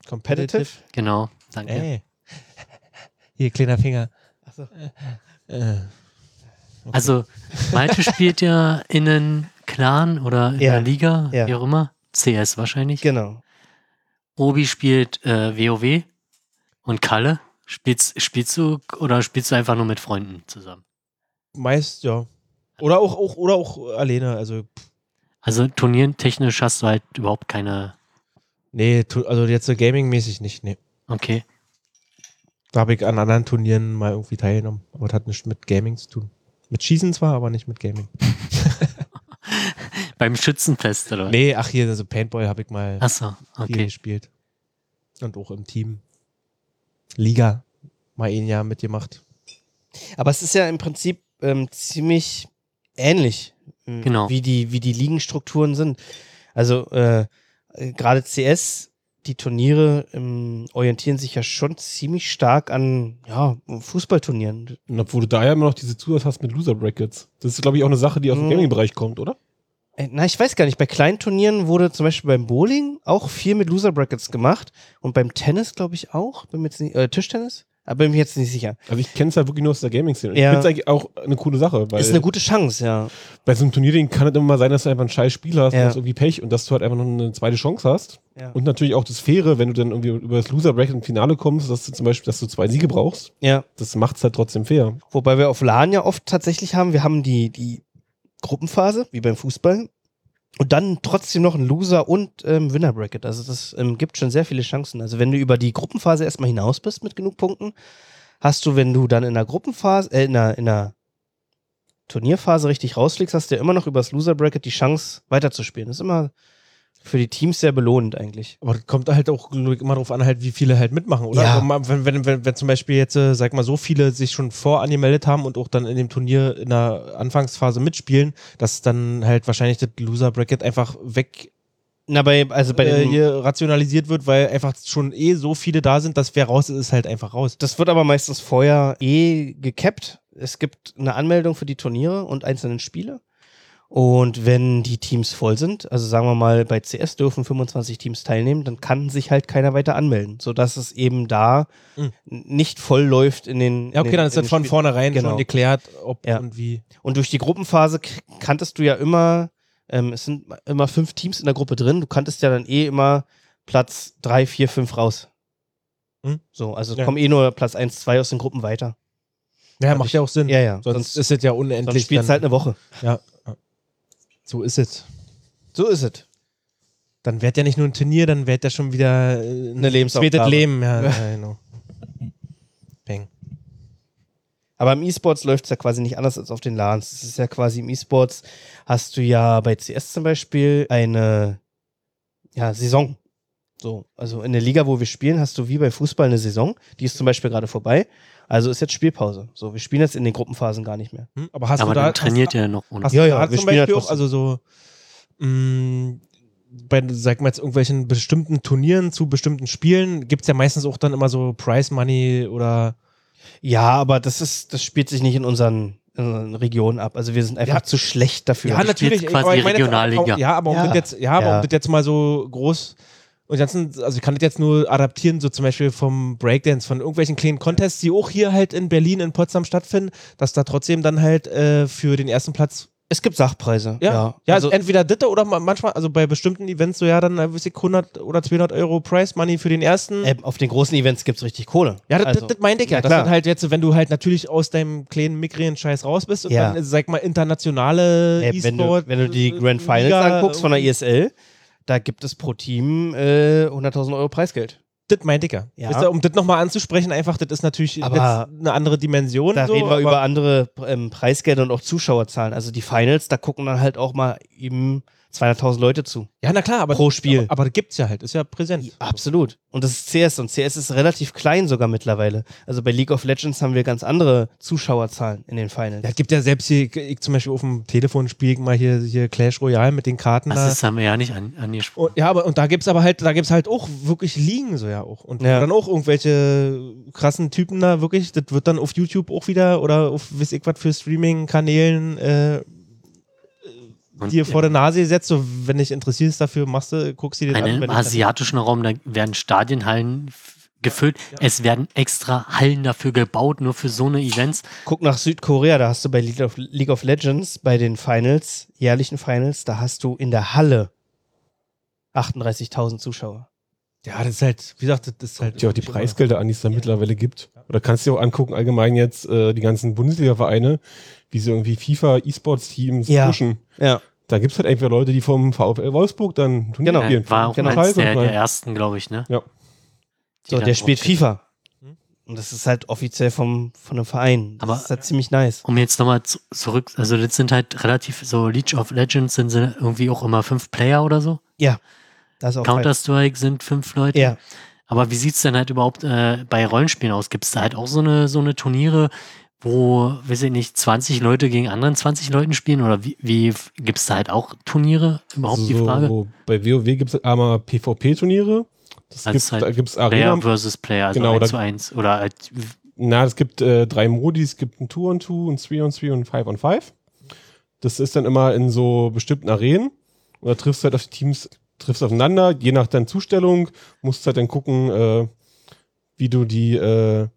competitive. Genau, danke. Ey. Äh. Hier, kleiner Finger. Ach so. Äh. Also, Malte spielt (laughs) ja in einem Clan oder in Ja, einer Liga, ja. wie auch immer. CS wahrscheinlich. Genau. Robi spielt äh, WoW und Kalle. Spielst, spielst du oder spielst du einfach nur mit Freunden zusammen? Meist, ja. Oder auch, auch, oder auch alleine. Also, Also turnierentechnisch hast du halt überhaupt keine. nee, tu, also jetzt so gaming-mäßig nicht. Nee. Okay. Da habe ich an anderen Turnieren mal irgendwie teilgenommen. Aber das hat nichts mit Gaming zu tun. Mit Schießen zwar, aber nicht mit Gaming. Beim Schützenfest oder? Nee, ach hier, also Paintball habe ich mal Achso, viel okay. gespielt. Und auch im Team. Liga mal ein Jahr mitgemacht. Aber es ist ja im Prinzip ähm, ziemlich ähnlich, mh, Genau. wie, die, wie die Ligenstrukturen sind. Also äh, äh, gerade CS, die Turniere ähm, orientieren sich ja schon ziemlich stark an ja, Fußballturnieren. Und obwohl du da ja immer noch diese Zusatz hast mit Loser Brackets. Das ist, glaube ich, auch eine Sache, die aus dem Mhm. Gaming-Bereich kommt, oder? Äh, Na, ich weiß gar nicht. Bei kleinen Turnieren wurde zum Beispiel beim Bowling auch viel mit Loser Brackets gemacht. Und beim Tennis, glaube ich, auch. Bin mir jetzt nicht, äh, Tischtennis? Aber bin mir jetzt nicht sicher. Also ich kenne es halt wirklich nur aus der Gaming-Szene. Ja. Ich finde es eigentlich auch eine coole Sache, weil ist eine gute Chance, ja. bei so einem Turnierding kann es immer mal sein, dass du einfach einen scheiß Spieler hast Ja. und hast irgendwie Pech und dass du halt einfach noch eine zweite Chance hast. Ja. Und natürlich auch das Faire, wenn du dann irgendwie über das Loser-Bracket im Finale kommst, dass du zum Beispiel, dass du zwei Siege brauchst. ja. Das macht es halt trotzdem fair. Wobei wir auf LAN ja oft tatsächlich haben, wir haben die, die Gruppenphase, wie beim Fußball. Und dann trotzdem noch ein Loser und ähm, Winner Bracket. Also das ähm, gibt schon sehr viele Chancen. Also wenn du über die Gruppenphase erstmal hinaus bist mit genug Punkten, hast du, wenn du dann in der Gruppenphase, äh, in der, in der Turnierphase richtig rausfliegst, hast du ja immer noch über das Loser Bracket die Chance weiterzuspielen. Das ist immer für die Teams sehr belohnend eigentlich. Aber das kommt halt auch glaub ich, immer darauf an, halt, wie viele halt mitmachen, oder? Ja. Also mal, wenn, wenn, wenn, wenn zum Beispiel jetzt, äh, sag mal, so viele sich schon vorangemeldet haben und auch dann in dem Turnier in der Anfangsphase mitspielen, dass dann halt wahrscheinlich das Loser-Bracket einfach weg Na, bei, also bei äh, den, hier rationalisiert wird, weil einfach schon eh so viele da sind, dass wer raus ist, ist halt einfach raus. Das wird aber meistens vorher eh gekappt. Es gibt eine Anmeldung für die Turniere und einzelnen Spiele. Und wenn die Teams voll sind, also sagen wir mal, bei CS dürfen 25 Teams teilnehmen, dann kann sich halt keiner weiter anmelden, sodass es eben da Mhm. n- nicht voll läuft in den. Ja, in okay, den, dann ist in das den von Spielen. vornherein Genau. schon geklärt, ob Ja. und wie. Und durch die Gruppenphase k- kanntest du ja immer, ähm, es sind immer fünf Teams in der Gruppe drin, du kanntest ja dann eh immer Platz drei, vier, fünf raus. Hm? So, also Ja. kommen eh nur Platz eins, zwei aus den Gruppen weiter. Ja, Hab macht ich- ja auch Sinn. Ja, ja. Sonst, ist es ja unendlich. Sonst spielst dann- halt eine Woche. ja. ja. So ist es. So ist es. Dann wird ja nicht nur ein Turnier, dann wird ja schon wieder äh, Eine Lebensaufgabe. Zweites Leben, ja, Ja. ja genau. Peng. Aber im E-Sports läuft es ja quasi nicht anders als auf den LANs. Es ist ja quasi im E-Sports hast du ja bei CS zum Beispiel eine ja, Saison. So, also in der Liga, wo wir spielen, hast du wie bei Fußball eine Saison. Die ist zum Beispiel gerade vorbei. Also ist jetzt Spielpause. So, wir spielen jetzt in den Gruppenphasen gar nicht mehr. Hm? Aber hast Aber du da dann trainiert hast, ihr ja noch ohne. Hast Ja, du ja, da wir zum spielen ja Beispiel auch, trotzdem. also so mh, bei, sag mal jetzt, irgendwelchen bestimmten Turnieren zu bestimmten Spielen gibt es ja meistens auch dann immer so Prize Money oder Ja, aber das ist, das spielt sich nicht in unseren, in unseren Regionen ab. Also wir sind einfach Ja. zu schlecht dafür. Ja, natürlich, spielst quasi jetzt- Regionalliga. Ja, aber um Ja. das jetzt, ja, aber Ja. um das jetzt mal so groß und ganzen, also ich kann das jetzt nur adaptieren, so zum Beispiel vom Breakdance, von irgendwelchen kleinen Contests, die auch hier halt in Berlin, in Potsdam stattfinden, dass da trotzdem dann halt äh, für den ersten Platz es gibt Sachpreise. Ja, ja, also also, entweder Ditte oder ma- manchmal, also bei bestimmten Events so, ja, dann äh, weiß ich, 100 oder 200 Euro Price Money für den ersten. äh, auf den großen Events gibt es richtig Kohle. ja, das, also, das, das meinte ich ja. ja, Das klar. sind halt jetzt, wenn du halt natürlich aus deinem kleinen mickrigen Scheiß raus bist und Ja. dann, äh, sag mal, internationale Ey, wenn, du, Äh, E-Sport- wenn du die äh, Grand Finals Liga, anguckst von der irgendwie- ESL, da gibt es pro Team äh, 100.000 Euro Preisgeld. Das meinte ich ja. Ja. Wisst ihr, um das nochmal anzusprechen, einfach, das ist natürlich Aber jetzt eine andere Dimension. Da so, reden wir aber über andere ähm, Preisgelder und auch Zuschauerzahlen. Also die Finals, da gucken dann halt auch mal ihm 200.000 Leute zu. Ja, na klar, aber Pro Spiel. Aber, aber das gibt's ja halt, ist ja präsent. Absolut. Und das ist CS und CS ist relativ klein sogar mittlerweile. Also bei League of Legends haben wir ganz andere Zuschauerzahlen in den Finals. Ja, es gibt ja selbst hier, ich zum Beispiel auf dem Telefon spiele ich mal hier, hier Clash Royale mit den Karten. Das Da. ist, haben wir ja nicht an, angesprochen. Und, ja, aber und da gibt's aber halt, da gibt's halt auch wirklich Ligen so ja auch. Und Ja. dann auch irgendwelche krassen Typen da wirklich, das wird dann auf YouTube auch wieder oder auf weiß ich was für Streaming-Kanälen äh, Und dir vor der Nase gesetzt. So, wenn dich interessierst dafür, machst du, guckst du dir das an. Einen wenn im du- asiatischen Raum, da werden Stadienhallen f- gefüllt. Es werden extra Hallen dafür gebaut, nur für so eine Events. Guck nach Südkorea, da hast du bei League of, League of Legends bei den Finals, jährlichen Finals, da hast du in der Halle 38.000 Zuschauer. Ja, das ist halt, wie gesagt, das ist halt. Ja, auch die Preisgelder an, die es da mittlerweile gibt. Oder kannst du dir auch angucken, allgemein jetzt äh, die ganzen Bundesliga-Vereine, wie sie irgendwie FIFA-E-Sports-Teams Ja. pushen. Ja. Da gibt es halt entweder Leute, die vom VfL Wolfsburg dann Turnier Genau. spielen. War auch Genau. eins der, Preis- der ersten, glaube ich, ne? Ja. Die So, dann der spielt drauf- FIFA. Und das ist halt offiziell vom, von einem Verein. Das Aber- ist halt ziemlich nice. Um jetzt nochmal zu, zurück, also das sind halt relativ, so League of Legends sind sie irgendwie auch immer fünf Player oder so. Das ist halt. auch geil. Counter-Strike sind fünf Leute. Ja. Aber wie sieht es denn halt überhaupt äh, bei Rollenspielen aus? Gibt es da halt auch so eine, so eine Turniere, wo, weiß ich nicht, 20 Leute gegen anderen 20 Leuten spielen? Oder wie, wie gibt es da halt auch Turniere? Überhaupt die So, Frage? wo- bei WoW gibt es halt einmal PvP-Turniere. Das Also gibt, halt da gibt's Player Arena. versus Player, also Genau, eins da- zu eins Oder halt, Na, es gibt äh, drei Modi, es gibt ein 2 on 2, ein 3 on 3 und ein 5 on 5. Das ist dann immer in so bestimmten Arenen. Und da triffst du halt auf die Teams, triffst aufeinander, je nach deiner Zustellung, musst halt dann gucken, äh, wie du die, äh,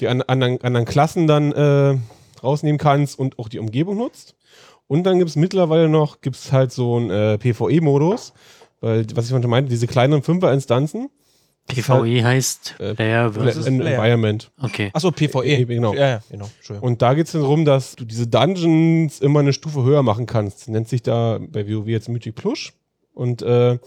die an, anderen, anderen Klassen dann äh, rausnehmen kannst und auch die Umgebung nutzt. Und dann gibt es mittlerweile noch, gibt es halt so einen äh, PvE-Modus, weil, was ich schon meinte, diese kleineren Fünfer-Instanzen, PvE E heißt äh, Player versus. ein Player. Environment. Okay. Achso, PvE. Äh, genau. E. Ja, ja, genau. Entschuldigung. Und da geht es dann darum, dass du diese Dungeons immer eine Stufe höher machen kannst. Nennt sich da bei WoW jetzt Mythic Plush. Und äh,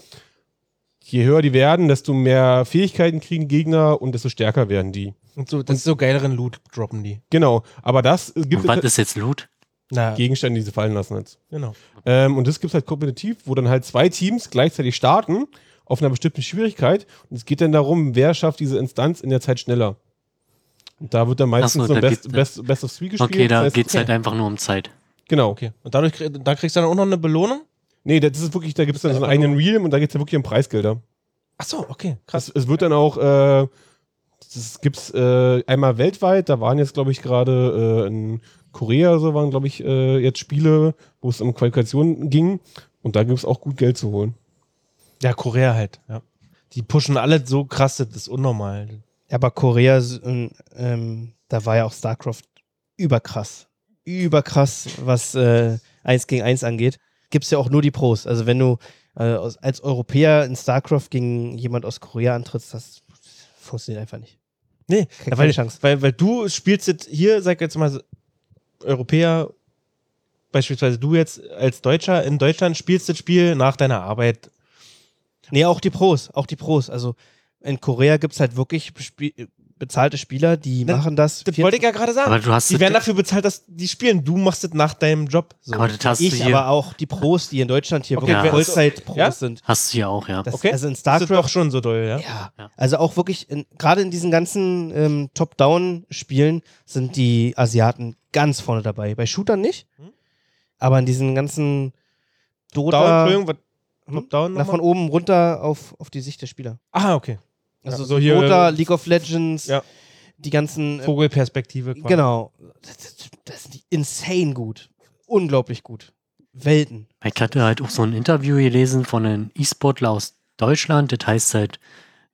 je höher die werden, desto mehr Fähigkeiten kriegen Gegner und desto stärker werden die. Und so, das ist so geileren Loot droppen die. Genau, aber das gibt Und was es ist jetzt Loot? Na, Gegenstände, die sie fallen lassen jetzt. genau. Ähm, und das gibt es halt kompetitiv, wo dann halt zwei Teams gleichzeitig starten auf einer bestimmten Schwierigkeit. Und es geht dann darum, wer schafft diese Instanz in der Zeit schneller. Und da wird dann meistens so, so ein da Best, geht's- Best, Best of Three gespielt. Okay, da Das heißt- geht es halt einfach nur um Zeit. Genau. Okay. Und dadurch krieg, da kriegst du dann auch noch eine Belohnung? Nee, das ist wirklich, da gibt es dann so einen eigenen Realm und da geht es ja wirklich um Preisgelder. Achso, okay. Es, es wird dann auch, äh, es gibt es äh, einmal weltweit, da waren jetzt, glaube ich, gerade äh, in Korea oder so, waren, glaube ich, äh, jetzt Spiele, wo es um Qualifikationen ging und da gibt es auch gut Geld zu holen. Ja, Korea halt, ja. Die pushen alle so krass, das ist unnormal. Ja, aber Korea, s- ähm, ähm, da war ja auch StarCraft überkrass. Überkrass, was äh, 1 gegen 1 angeht. Gibt's ja auch nur die Pros. Also wenn du äh, aus, als Europäer in StarCraft gegen jemand aus Korea antrittst, das funktioniert einfach nicht. Nee, Keine weil, Chance. Weil, weil du spielst jetzt hier, sag jetzt mal, Europäer, beispielsweise du jetzt als Deutscher in Deutschland spielst das Spiel nach deiner Arbeit. Nee, auch die Pros, auch die Pros. Also in Korea gibt's halt wirklich bespie- bezahlte Spieler, die Na, machen das. Ne, Das 14 wollte ich ja Aber gerade sagen. du hast Die das- werden dafür bezahlt, dass die spielen. Du machst das nach deinem Job. So. aber das hast du ich, hier, aber auch die Pros, die in Deutschland hier Okay, wirklich wer- Vollzeit-Pros Ja? sind. hast du hier auch, ja. Das, Okay. Also in Das ist StarCraft doch schon so doll, ja? Ja. Ja. Also auch wirklich, in- gerade in diesen ganzen ähm, Top-Down-Spielen sind die Asiaten ganz vorne dabei. Bei Shootern nicht, Hm? aber in diesen ganzen Down, Dota, Entschuldigung, was? Top Down nach von nochmal? oben runter auf, auf die Sicht der Spieler. Ah, okay. Also Ja, so so hier- Dota, League of Legends, Ja. die ganzen, äh, Vogelperspektive. quasi. genau, das, das, das sind die insane gut. Unglaublich gut. Welten. Ich hatte halt auch so ein Interview gelesen von einem E-Sportler aus Deutschland. Das heißt halt,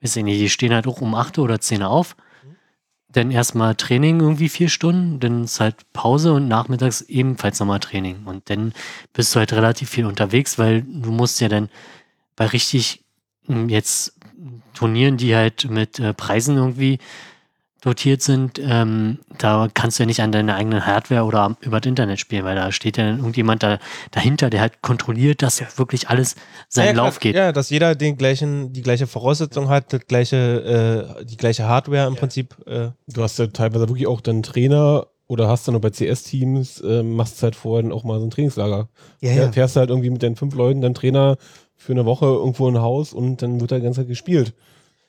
weiß ich nicht, die stehen halt auch um 8 oder 10 auf. Dann erstmal Training irgendwie vier Stunden, dann ist halt Pause und nachmittags ebenfalls nochmal Training. Und dann bist du halt relativ viel unterwegs, weil du musst ja dann bei richtig m, jetzt Turnieren, die halt mit äh, Preisen irgendwie dotiert sind, ähm, da kannst du ja nicht an deiner eigenen Hardware oder am- über das Internet spielen, weil da steht ja dann irgendjemand da, dahinter, der halt kontrolliert, dass auch wirklich alles seinen ja, klar. Lauf geht. Ja, dass jeder den gleichen, die gleiche Voraussetzung hat, das gleiche, äh, die gleiche Hardware im Prinzip. Äh, Du hast ja teilweise wirklich auch dann Trainer Oder hast du nur bei CS-Teams, ähm, machst du halt vorhin auch mal so ein Trainingslager. Ja, Ja, Fährst du halt irgendwie mit deinen fünf Leuten, deinem Trainer für eine Woche irgendwo in ein Haus und dann wird da die ganze Zeit gespielt.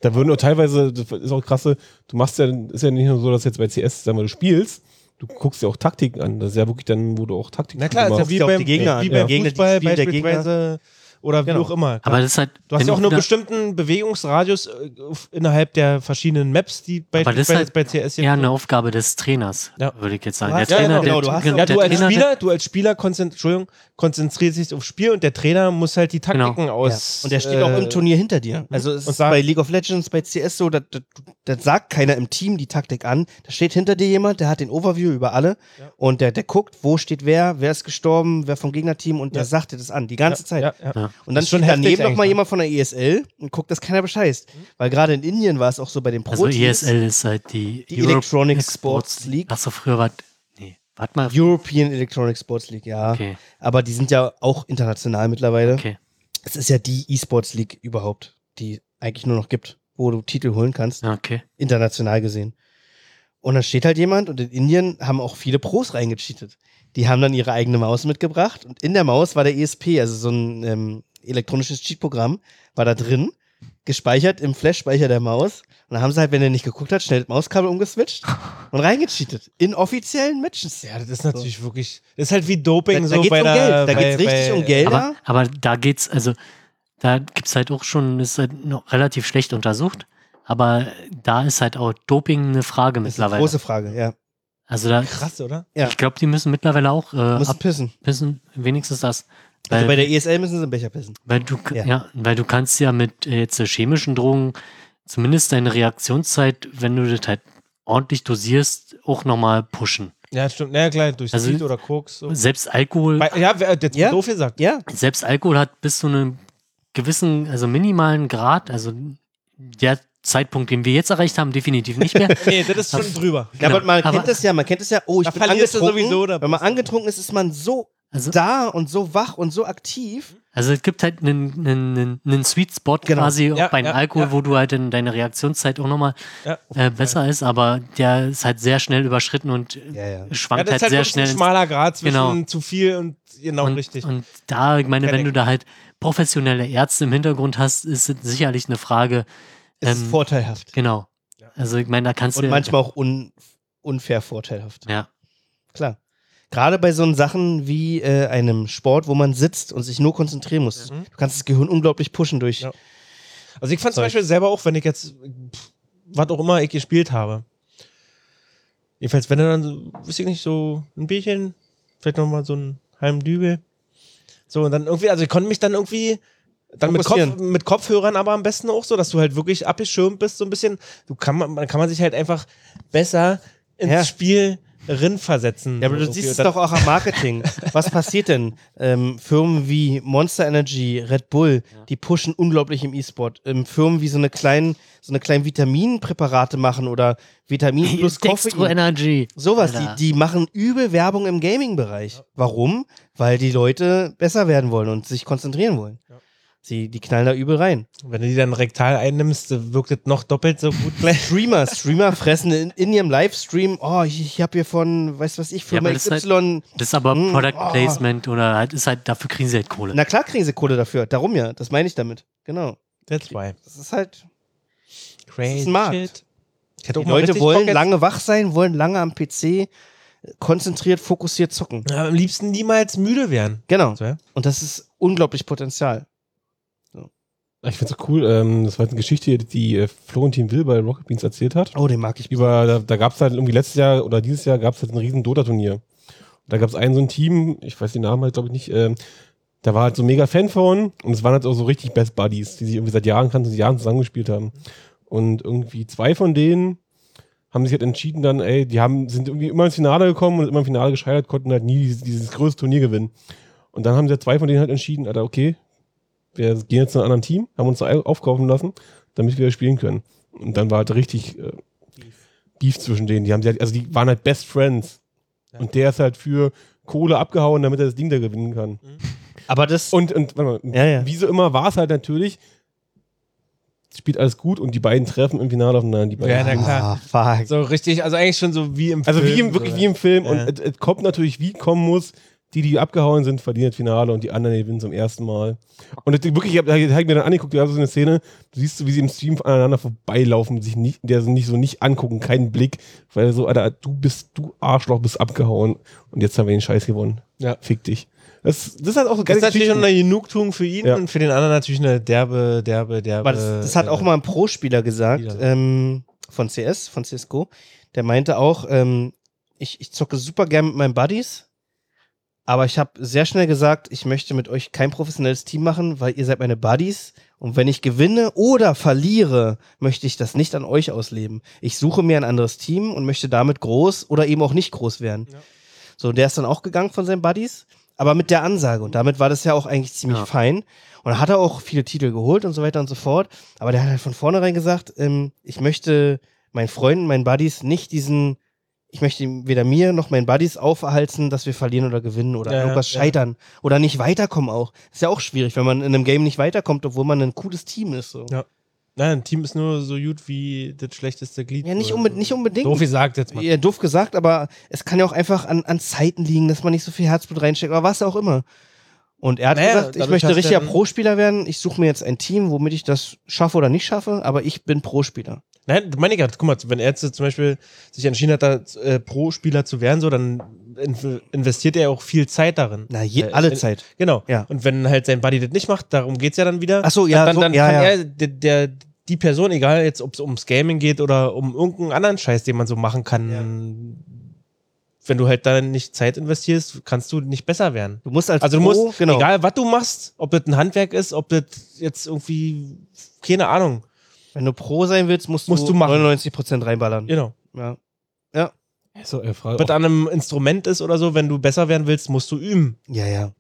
Da würden auch teilweise, das ist auch krasse, du machst ja, ist ja nicht nur so, dass jetzt bei CS, sagen wir, du spielst, du guckst dir auch Taktiken an. Das ist ja wirklich dann, wo du auch Taktiken Na klar, ist ja machst. wie Ja, auch beim, die Gegner an. wie Ja. beim Gegner, die Fußball Spiel der Gegner. beispielsweise oder Genau. wie auch immer. Aber das ist halt. Du hast wenn ja auch nur da- einen bestimmten Bewegungsradius äh, auf- innerhalb der verschiedenen Maps, die bei, Aber das ist bei, halt bei CS eher eine Aufgabe des Trainers, Ja. würde ich jetzt sagen. Du Der hast- ja, Trainer, genau, du der, hast der, auch- Ja, du der als Trainer, Spieler, du als Spieler konzentri Entschuldigung, konzentrierst dich aufs Spiel und der Trainer muss halt die Genau. Taktiken aus. äh, Und der steht auch im Turnier hinter dir. Äh, Also es ne? Und ist sagt- bei League of Legends, bei CS so, da, da, da sagt keiner im Team die Taktik an. Da steht hinter dir jemand, der hat den Overview über alle und der, der guckt, wo steht wer, wer ist gestorben, wer vom Gegnerteam und der Ja. sagt dir das an, die ganze Zeit. Ja, ja. Und dann Ist schon steht heftig daneben noch mal eigentlich, ne? Mhm. jemand von der ESL und guckt, dass keiner bescheißt. Weil gerade in Indien war es auch so bei den also Pro-Teams. ESL ist halt die, Die Electronic Sports League. Achso, früher war. Nee, warte mal. European Electronic Sports League, ja. Okay, Aber die sind ja auch international mittlerweile. okay. Es ist ja die E-Sports League überhaupt, die eigentlich nur noch gibt, wo du Titel holen kannst, Ja, okay. international gesehen. Und dann steht halt jemand und in Indien haben auch viele Pros reingecheatet. Die haben dann ihre eigene Maus mitgebracht und in der Maus war der ESP, also so ein ähm, elektronisches Cheatprogramm, war da drin, gespeichert im Flash-Speicher der Maus. Und dann haben sie halt, wenn er nicht geguckt hat, schnell das Mauskabel umgeswitcht und reingecheatet. In offiziellen Matches. Ja, das ist natürlich wirklich. Das ist halt wie Da- Doping. da so geht's bei um der, Geld. Da bei, geht's richtig bei, um Geld. Aber, aber da geht's, also da gibt's halt auch schon, ist halt noch relativ schlecht untersucht, aber da ist halt auch Doping eine Frage Das ist eine mittlerweile. große Frage, ja. also da, Krass, oder? ja. ich glaube, die müssen mittlerweile auch äh, Muss pissen. abpissen, wenigstens das. Weil, Also bei der ESL müssen sie im Becher pissen. weil, du, k- ja. ja. weil du kannst ja mit äh, jetzt äh, chemischen Drogen zumindest deine Reaktionszeit, wenn du das halt ordentlich dosierst, auch nochmal pushen. Ja, stimmt. Na ja, klar, durch Also- Speed oder Koks. So. Selbst Alkohol Bei, ja, wer- jetzt Ja. doof gesagt. Ja, selbst Alkohol hat bis zu einem gewissen, also minimalen Grad, also der Zeitpunkt, den wir jetzt erreicht haben, definitiv nicht (laughs) mehr. Nee, das ist schon drüber. Ja, aber man Genau. Aber- kennt das ja, man kennt das ja, oh, ich Da bin verlierst du angetrunken. sowieso, da Wenn man bist du- angetrunken ist, ist man so Also, da und so wach und so aktiv. also es gibt halt einen, einen, einen- einen Sweet Spot Genau. quasi Ja, auch bei dem ja, Alkohol, ja. wo du halt in deine Reaktionszeit auch nochmal Ja. äh, besser ist, aber der ist halt sehr schnell überschritten und Ja, ja. schwankt ja, halt, das ist sehr halt wirklich schnell. ein ins- schmaler Grad zwischen Genau. zu viel und genau und, richtig. und da, ich meine, Kenn wenn ich. du da halt professionelle Ärzte im Hintergrund hast, ist es sicherlich eine Frage. Es ist Ähm, vorteilhaft. Genau. Also ich meine, da kannst Und du manchmal auch un, unfair vorteilhaft. (laughs) ja. Klar. Gerade bei so Sachen wie äh, einem Sport, wo man sitzt und sich nur konzentrieren muss. Mhm. Du kannst das Gehirn unglaublich pushen durch. Ja. Also ich fand zum Sorry. Beispiel selber auch, wenn ich jetzt, pff, was auch immer ich gespielt habe. Jedenfalls, wenn er dann, so, wüsste ich nicht, so ein Bierchen, vielleicht nochmal so einen halben Dübel. So, und dann irgendwie, also ich konnte mich dann irgendwie, dann mit, Kopf, Fokussieren. mit Kopfhörern aber am besten auch so, dass du halt wirklich abgeschirmt bist, so ein bisschen. Du kann man, dann kann man sich halt einfach besser ins Ja. Spiel rinversetzen. Ja, aber du Irgendwie. siehst es Und doch auch am Marketing. Was passiert denn? Ähm, Firmen wie Monster Energy, Red Bull, die pushen unglaublich im E-Sport. Ähm, Firmen wie so eine kleinen, so eine kleinen Vitaminpräparate machen oder (laughs) Vitamin plus Dextro Koffein. Energy. Sowas, Alter. die, die machen übel Werbung im Gaming-Bereich. Warum? Weil die Leute besser werden wollen und sich konzentrieren wollen. Sie, die knallen da übel rein. Wenn du die dann rektal einnimmst, wirkt das noch doppelt so gut gleich. (laughs) Streamer, Streamer fressen in, in ihrem Livestream, oh, ich, ich habe hier von, weiß was ich, Firma aber das ist halt- XY Das ist aber Hm, Product oh. Placement oder halt ist halt, dafür kriegen sie halt Kohle. Na klar kriegen sie Kohle dafür. Darum ja. Das meine ich damit. Genau. That's why. Das ist halt. Crazy ist ein Markt. shit. Ich hätte Die auch mal Leute richtig wollen Bock jetzt- lange wach sein, wollen lange am PC äh, konzentriert, fokussiert zocken. Ja, am liebsten niemals müde werden. Genau. So, ja. Und das ist unglaublich Potenzial. Ah, Ich find's so cool, ähm, das war eine Geschichte, die äh, Florentin Will bei Rocket Beans erzählt hat. Oh, den mag ich. über, da, da gab es halt irgendwie letztes Jahr oder dieses Jahr gab es halt ein riesen Dota-Turnier. Und Da gab es einen so ein Team, ich weiß den Namen halt glaube ich nicht, ähm, da war halt so mega Fan von und es waren halt auch so richtig Best Buddies, die sich irgendwie seit Jahren, kannten, seit Jahren zusammengespielt haben. Und irgendwie zwei von denen haben sich halt entschieden dann, ey, die haben, sind irgendwie immer ins Finale gekommen und immer im Finale gescheitert, konnten halt nie dieses, dieses größte Turnier gewinnen. Und dann haben sich halt zwei von denen halt entschieden, Alter, okay, wir gehen jetzt zu einem anderen Team, haben uns au- aufkaufen lassen, damit wir spielen können. Und dann war halt richtig äh, Beef zwischen denen. Die haben sie halt, also die waren halt Best Friends. Und der ist halt für Kohle abgehauen, damit er das Ding da gewinnen kann. Aber das. Und, und warte mal, Ja, ja. wie so immer war es halt natürlich, spielt alles gut und die beiden treffen im Finale aufeinander. Die beiden. Ja, na klar. Ah, fuck. So richtig, also eigentlich schon so wie im also Film. wie im, wirklich so. wie im Film. Ja. Und es- es kommt natürlich, wie kommen muss. Die, die abgehauen sind, verlieren das Finale und die anderen gewinnen zum ersten Mal. Und das, wirklich, ich habe hab ich mir dann angeguckt, da hast so eine Szene, du siehst so, wie sie im Stream aneinander vorbeilaufen, sich nicht, der sie nicht so nicht angucken, keinen Blick, weil so, Alter, du bist, du Arschloch, bist abgehauen und jetzt haben wir den Scheiß gewonnen. Ja. Fick dich. Das, das ist halt auch so Das geil. ist natürlich schon eine Genugtuung für ihn Ja. und für den anderen natürlich eine derbe, derbe, derbe. äh, Aber das, das hat auch mal ein Pro-Spieler gesagt, Spieler. ähm, von CS, von CSGO. Der meinte auch, ähm, ich, ich zocke super gern mit meinen Buddies, aber ich habe sehr schnell gesagt, ich möchte mit euch kein professionelles Team machen, weil ihr seid meine Buddies. Und wenn ich gewinne oder verliere, möchte ich das nicht an euch ausleben. Ich suche mir ein anderes Team und möchte damit groß oder eben auch nicht groß werden. So, und der ist dann auch gegangen von seinen Buddies, aber mit der Ansage. Und damit war das ja auch eigentlich ziemlich Ja. fein. Und hat er auch viele Titel geholt und so weiter und so fort. Aber der hat halt von vornherein gesagt, ähm, ich möchte meinen Freunden, meinen Buddies nicht diesen, ich möchte ihm weder mir noch meinen Buddies auferhalten, dass wir verlieren oder gewinnen oder Ja, an irgendwas ja. scheitern oder nicht weiterkommen auch. Ist ja auch schwierig, wenn man in einem Game nicht weiterkommt, obwohl man ein cooles Team ist. So. Ja. Nein, ein Team ist nur so gut wie das schlechteste Glied. Ja, nicht, unbe nicht unbedingt. So viel sagt jetzt mal. ja, doof gesagt, aber es kann ja auch einfach an, an Zeiten liegen, dass man nicht so viel Herzblut reinsteckt oder was auch immer. Und er hat Naja, gesagt, ich dadurch möchte hast du richtiger dann- Pro-Spieler werden. Ich suche mir jetzt ein Team, womit ich das schaffe oder nicht schaffe, aber ich bin Pro-Spieler. Nein, meine ich gerade, guck mal, wenn er jetzt zum Beispiel sich entschieden hat, da äh, Pro-Spieler zu werden, so, dann in- investiert er auch viel Zeit darin. Na, je, Äh, alle in- Zeit. Genau. Ja. Und wenn halt sein Buddy das nicht macht, darum geht's ja dann wieder. Ach so, ja, Dann, so, dann ja, kann ja. er, der, der, die Person, egal jetzt, ob es ums Gaming geht oder um irgendeinen anderen Scheiß, den man so machen kann, wenn du halt dann nicht Zeit investierst, kannst du nicht besser werden. Du musst als Also du Pro, musst, genau. egal was du machst, ob das ein Handwerk ist, ob das jetzt irgendwie, keine Ahnung, wenn du Pro sein willst, musst, Musst du du machen. 99% reinballern. genau. Ja. So, äh, Frage, Ob das an einem Instrument ist oder so, wenn du besser werden willst, musst du üben ja, ja.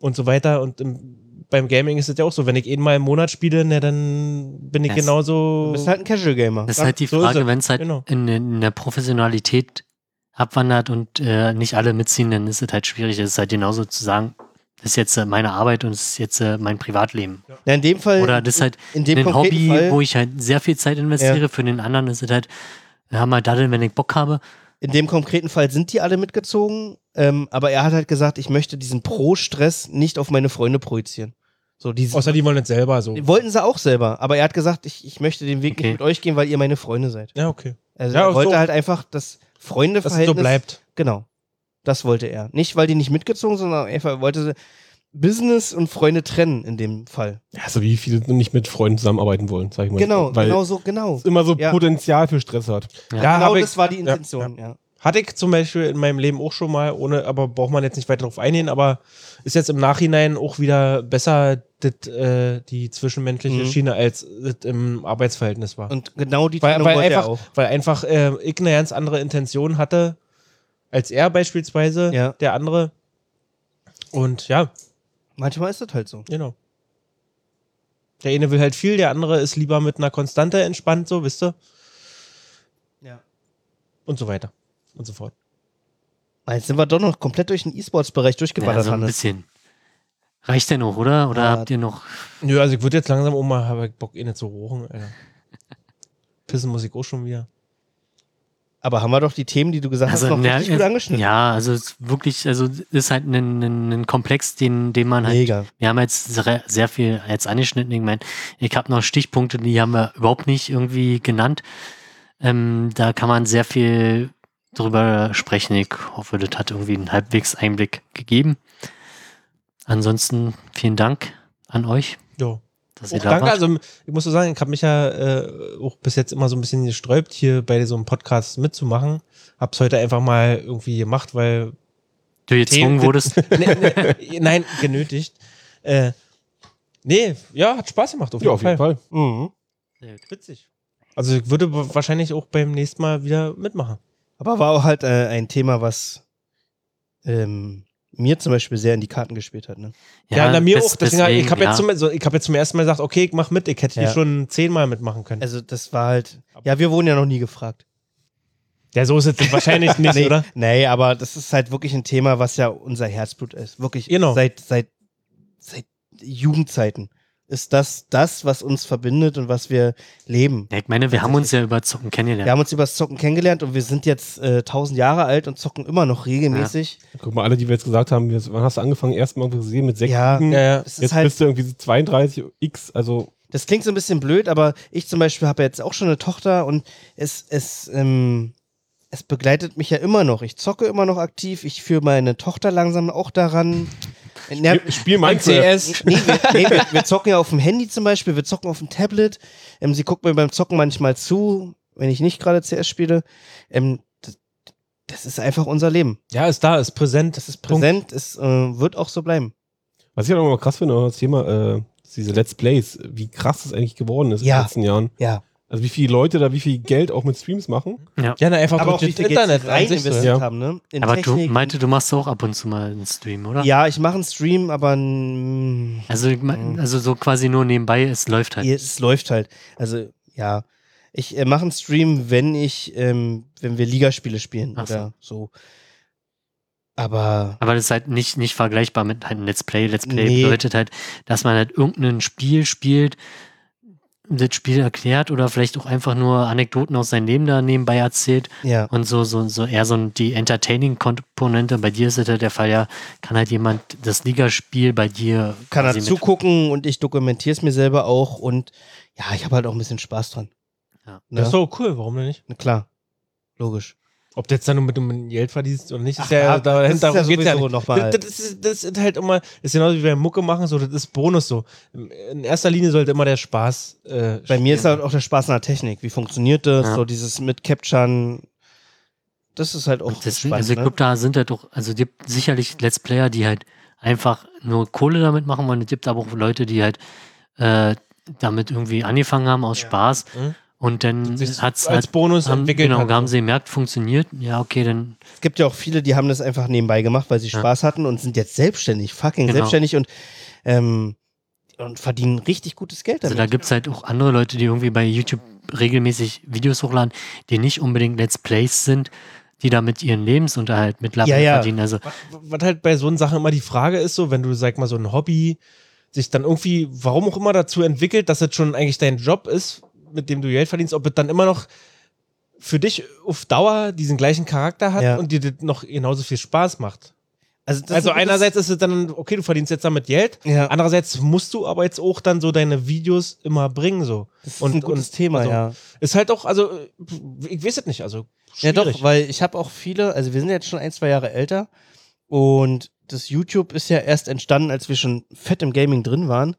und so weiter. Und im, beim Gaming ist es ja auch so, wenn ich einmal im Monat spiele, na, dann bin ich Das- Du genauso. bist halt ein Casual-Gamer. Das ist halt die so ist Frage, es. wenn es halt Genau. in, in der Professionalität abwandert und äh, nicht alle mitziehen, dann ist es halt schwierig. Es ist halt genauso zu sagen, das ist jetzt äh, meine Arbeit und es ist jetzt äh, mein Privatleben. Ja, in dem Fall. Oder das ist halt in dem ein konkreten Hobby, Fall, wo ich halt sehr viel Zeit investiere. Ja. Für den anderen ist es halt, ja, mal daddeln, wenn ich Bock habe. In dem konkreten Fall sind die alle mitgezogen, ähm, aber er hat halt gesagt, ich möchte diesen Pro-Stress nicht auf meine Freunde projizieren. So, die Außer die wollen das selber so. wollten sie auch selber, aber er hat gesagt, ich, ich möchte den Weg Okay. nicht mit euch gehen, weil ihr meine Freunde seid. Ja, okay. Also Ja, er auch wollte so. halt einfach das Dass Freundeverhältnis. es so bleibt. Genau. Das wollte er. Nicht, weil die nicht mitgezogen sind, sondern einfach er wollte Business und Freunde trennen in dem Fall. ja, so also wie viele nicht mit Freunden zusammenarbeiten wollen, sag ich mal. Genau, Weil genau so, genau. es immer so Ja. Potenzial für Stress hat. Ja, Ja, Genau hab ich- das war die ja, Intention, ja. Hatte ich zum Beispiel in meinem Leben auch schon mal, ohne, aber braucht man jetzt nicht weiter drauf eingehen, aber ist jetzt im Nachhinein auch wieder besser das, äh, die zwischenmenschliche Mhm. Schiene, als das im Arbeitsverhältnis war. Und genau die weil, Trennung weil wollte einfach, er auch. weil einfach äh, ich eine ganz andere Intention hatte, als er beispielsweise, Ja. der andere. Und ja, Manchmal ist das halt so. genau. Der eine will halt viel, der andere ist lieber mit einer Konstante entspannt, so, wisst ihr? Ja. Und so weiter. Und so fort. Weil Jetzt sind wir doch noch komplett durch den E-Sports-Bereich ja, durchgewandert, so ein Hannes. bisschen. Reicht denn noch, oder? Oder Ja. habt ihr noch Nö, also ich würde jetzt langsam auch mal, habe ich Bock, eh nicht zu rochen, Alter. Pissen muss ich auch schon wieder. Aber haben wir doch die Themen, die du gesagt hast, noch na, richtig gut äh, angeschnitten. Ja, also es ist wirklich, also es ist halt ein, ein, ein Komplex, den, den man halt. Mega. Wir haben jetzt sehr, sehr viel jetzt angeschnitten. Ich meine, ich habe noch Stichpunkte, die haben wir überhaupt nicht irgendwie genannt. Ähm, da kann man sehr viel drüber sprechen. Ich hoffe, das hat irgendwie einen halbwegs Einblick gegeben. Ansonsten vielen Dank an euch, Jo. dass ihr Auch da danke, wart. also ich muss so sagen, ich habe mich ja äh, auch bis jetzt immer so ein bisschen gesträubt, hier bei so einem Podcast mitzumachen. Hab's heute einfach mal irgendwie gemacht, weil du gezwungen Themen- (laughs) wurdest. Nee, nee, nein, genötigt. Äh, nee, ja, hat Spaß gemacht, auf jeden, Ja, auf jeden Fall. Fall. Mhm. Witzig. Also ich würde wa- wahrscheinlich auch beim nächsten Mal wieder mitmachen. Aber war auch halt äh, ein Thema, was ähm, mir zum Beispiel sehr in die Karten gespielt hat. Ne? Ja, na mir des- auch. Deswegen, ich habe ja. jetzt, zum- so, ich hab jetzt zum ersten Mal gesagt, okay, ich mach mit. Ich hätte Ja. hier schon zehnmal mitmachen können. Also das war halt, ja, wir wurden ja noch nie gefragt. ja, so ist es wahrscheinlich (laughs) nicht, nee, oder? nee, aber das ist halt wirklich ein Thema, was ja unser Herzblut ist. Wirklich Genau. seit, seit, seit Jugendzeiten. ist das das, was uns verbindet und was wir leben. Ja, ich meine, wir haben uns ja über Zocken Wir kennengelernt. haben uns übers Zocken kennengelernt und wir sind jetzt äh, 1000 Jahre alt und zocken immer noch regelmäßig. Guck mal, alle, die wir jetzt gesagt haben, jetzt, wann hast du angefangen? Erstmal gesehen mit sechs. Ja, sieben. ja, ja. Es ist Jetzt halt- bist du irgendwie 32 X, also Das klingt so ein bisschen blöd, aber ich zum Beispiel habe jetzt auch schon eine Tochter und es, es, ähm, es begleitet mich ja immer noch. Ich zocke immer noch aktiv, ich führe meine Tochter langsam auch daran. Ja, spiel Minecraft. CS. Nee, wir, nee wir, wir zocken ja auf dem Handy zum Beispiel, wir zocken auf dem Tablet. Ähm, sie guckt mir beim Zocken manchmal zu, wenn ich nicht gerade CS spiele. Ähm, das, das ist einfach unser Leben. Ja, ist da, ist präsent. Das ist präsent, es äh, wird auch so bleiben. Was ich halt auch immer krass finde, auch das Thema, äh, diese Let's Plays, wie krass das eigentlich geworden ist in Ja. den letzten Jahren. Ja. Also wie viele Leute da, wie viel Geld auch mit Streams machen. Ja, na, einfach Aber auch wie durch das viel Internet Internet an rein sich so. investiert ja. haben, ne? In Aber du Technik, meinte, du machst auch ab und zu mal einen Stream, oder? Ja, ich mache einen Stream, aber mm, Also, ich Mhm. mein, also so quasi nur nebenbei, es läuft halt. es läuft halt. Also, ja. Ich äh, mache einen Stream, wenn ich, ähm, wenn wir Ligaspiele spielen Ach so. oder so. Aber Aber das ist halt nicht, nicht vergleichbar mit einem Let's Play. Let's Play Nee. bedeutet halt, dass man halt irgendein Spiel spielt, das Spiel erklärt oder vielleicht auch einfach nur Anekdoten aus seinem Leben da nebenbei erzählt ja. und so, so, so eher so ein- die Entertaining-Komponente. Bei dir ist das halt der Fall, ja, kann halt jemand das Ligaspiel bei dir. kann er quasi mit- zugucken und ich dokumentiere es mir selber auch und ja, ich habe halt auch ein bisschen Spaß dran. Ja. Ne? Das ist doch cool, warum denn nicht? Na klar, logisch. Ob du jetzt dann nur mit dem Geld verdienst oder nicht, ist Ach ja, ja, da, das ist darum ja geht's ja sowieso nicht. nochmal. (laughs) Das, das, ist, das ist halt immer, das ist genauso wie wir Mucke machen, so, das ist Bonus so. In erster Linie sollte immer der Spaß. Äh, Bei mir ist halt auch der Spaß an der Technik. Wie funktioniert das? Ja. So dieses mit Capturen. Das ist halt auch Und das, spannend. also ich ne? glaube, da sind halt doch, also gibt sicherlich Let's Player, die halt einfach nur Kohle damit machen wollen. Es gibt aber auch Leute, die halt äh, damit irgendwie angefangen haben aus Spaß. Mhm. Und dann sich hat es als halt Bonus haben, entwickelt. Genau, hat. haben sie gemerkt, funktioniert. Ja, okay, dann Es gibt ja auch viele, die haben das einfach nebenbei gemacht, weil sie Ja. Spaß hatten und sind jetzt selbstständig, fucking Genau. selbstständig und, ähm, und verdienen richtig gutes Geld also da damit. gibt es halt auch andere Leute, die irgendwie bei YouTube regelmäßig Videos hochladen, die nicht unbedingt Let's Plays sind, die damit ihren Lebensunterhalt mittlerweile Ja, ja. verdienen. Also was halt bei so Sachen immer die Frage ist, so wenn du, sag mal, so ein Hobby sich dann irgendwie, warum auch immer dazu entwickelt, dass es schon eigentlich dein Job ist, mit dem du Geld verdienst, ob es dann immer noch für dich auf Dauer diesen gleichen Charakter hat Ja. und dir das noch genauso viel Spaß macht. also das also ist- einerseits ist es dann, okay, du verdienst jetzt damit Geld, ja, andererseits musst du aber jetzt auch dann so deine Videos immer bringen, so. das ist und- ein gutes und- Thema, also- ja. Ist halt auch, also, äh, ich weiß es nicht, also, Ja, schwierig. doch, weil ich habe auch viele, also wir sind jetzt schon ein, zwei Jahre älter und das YouTube ist ja erst entstanden, als wir schon fett im Gaming drin waren.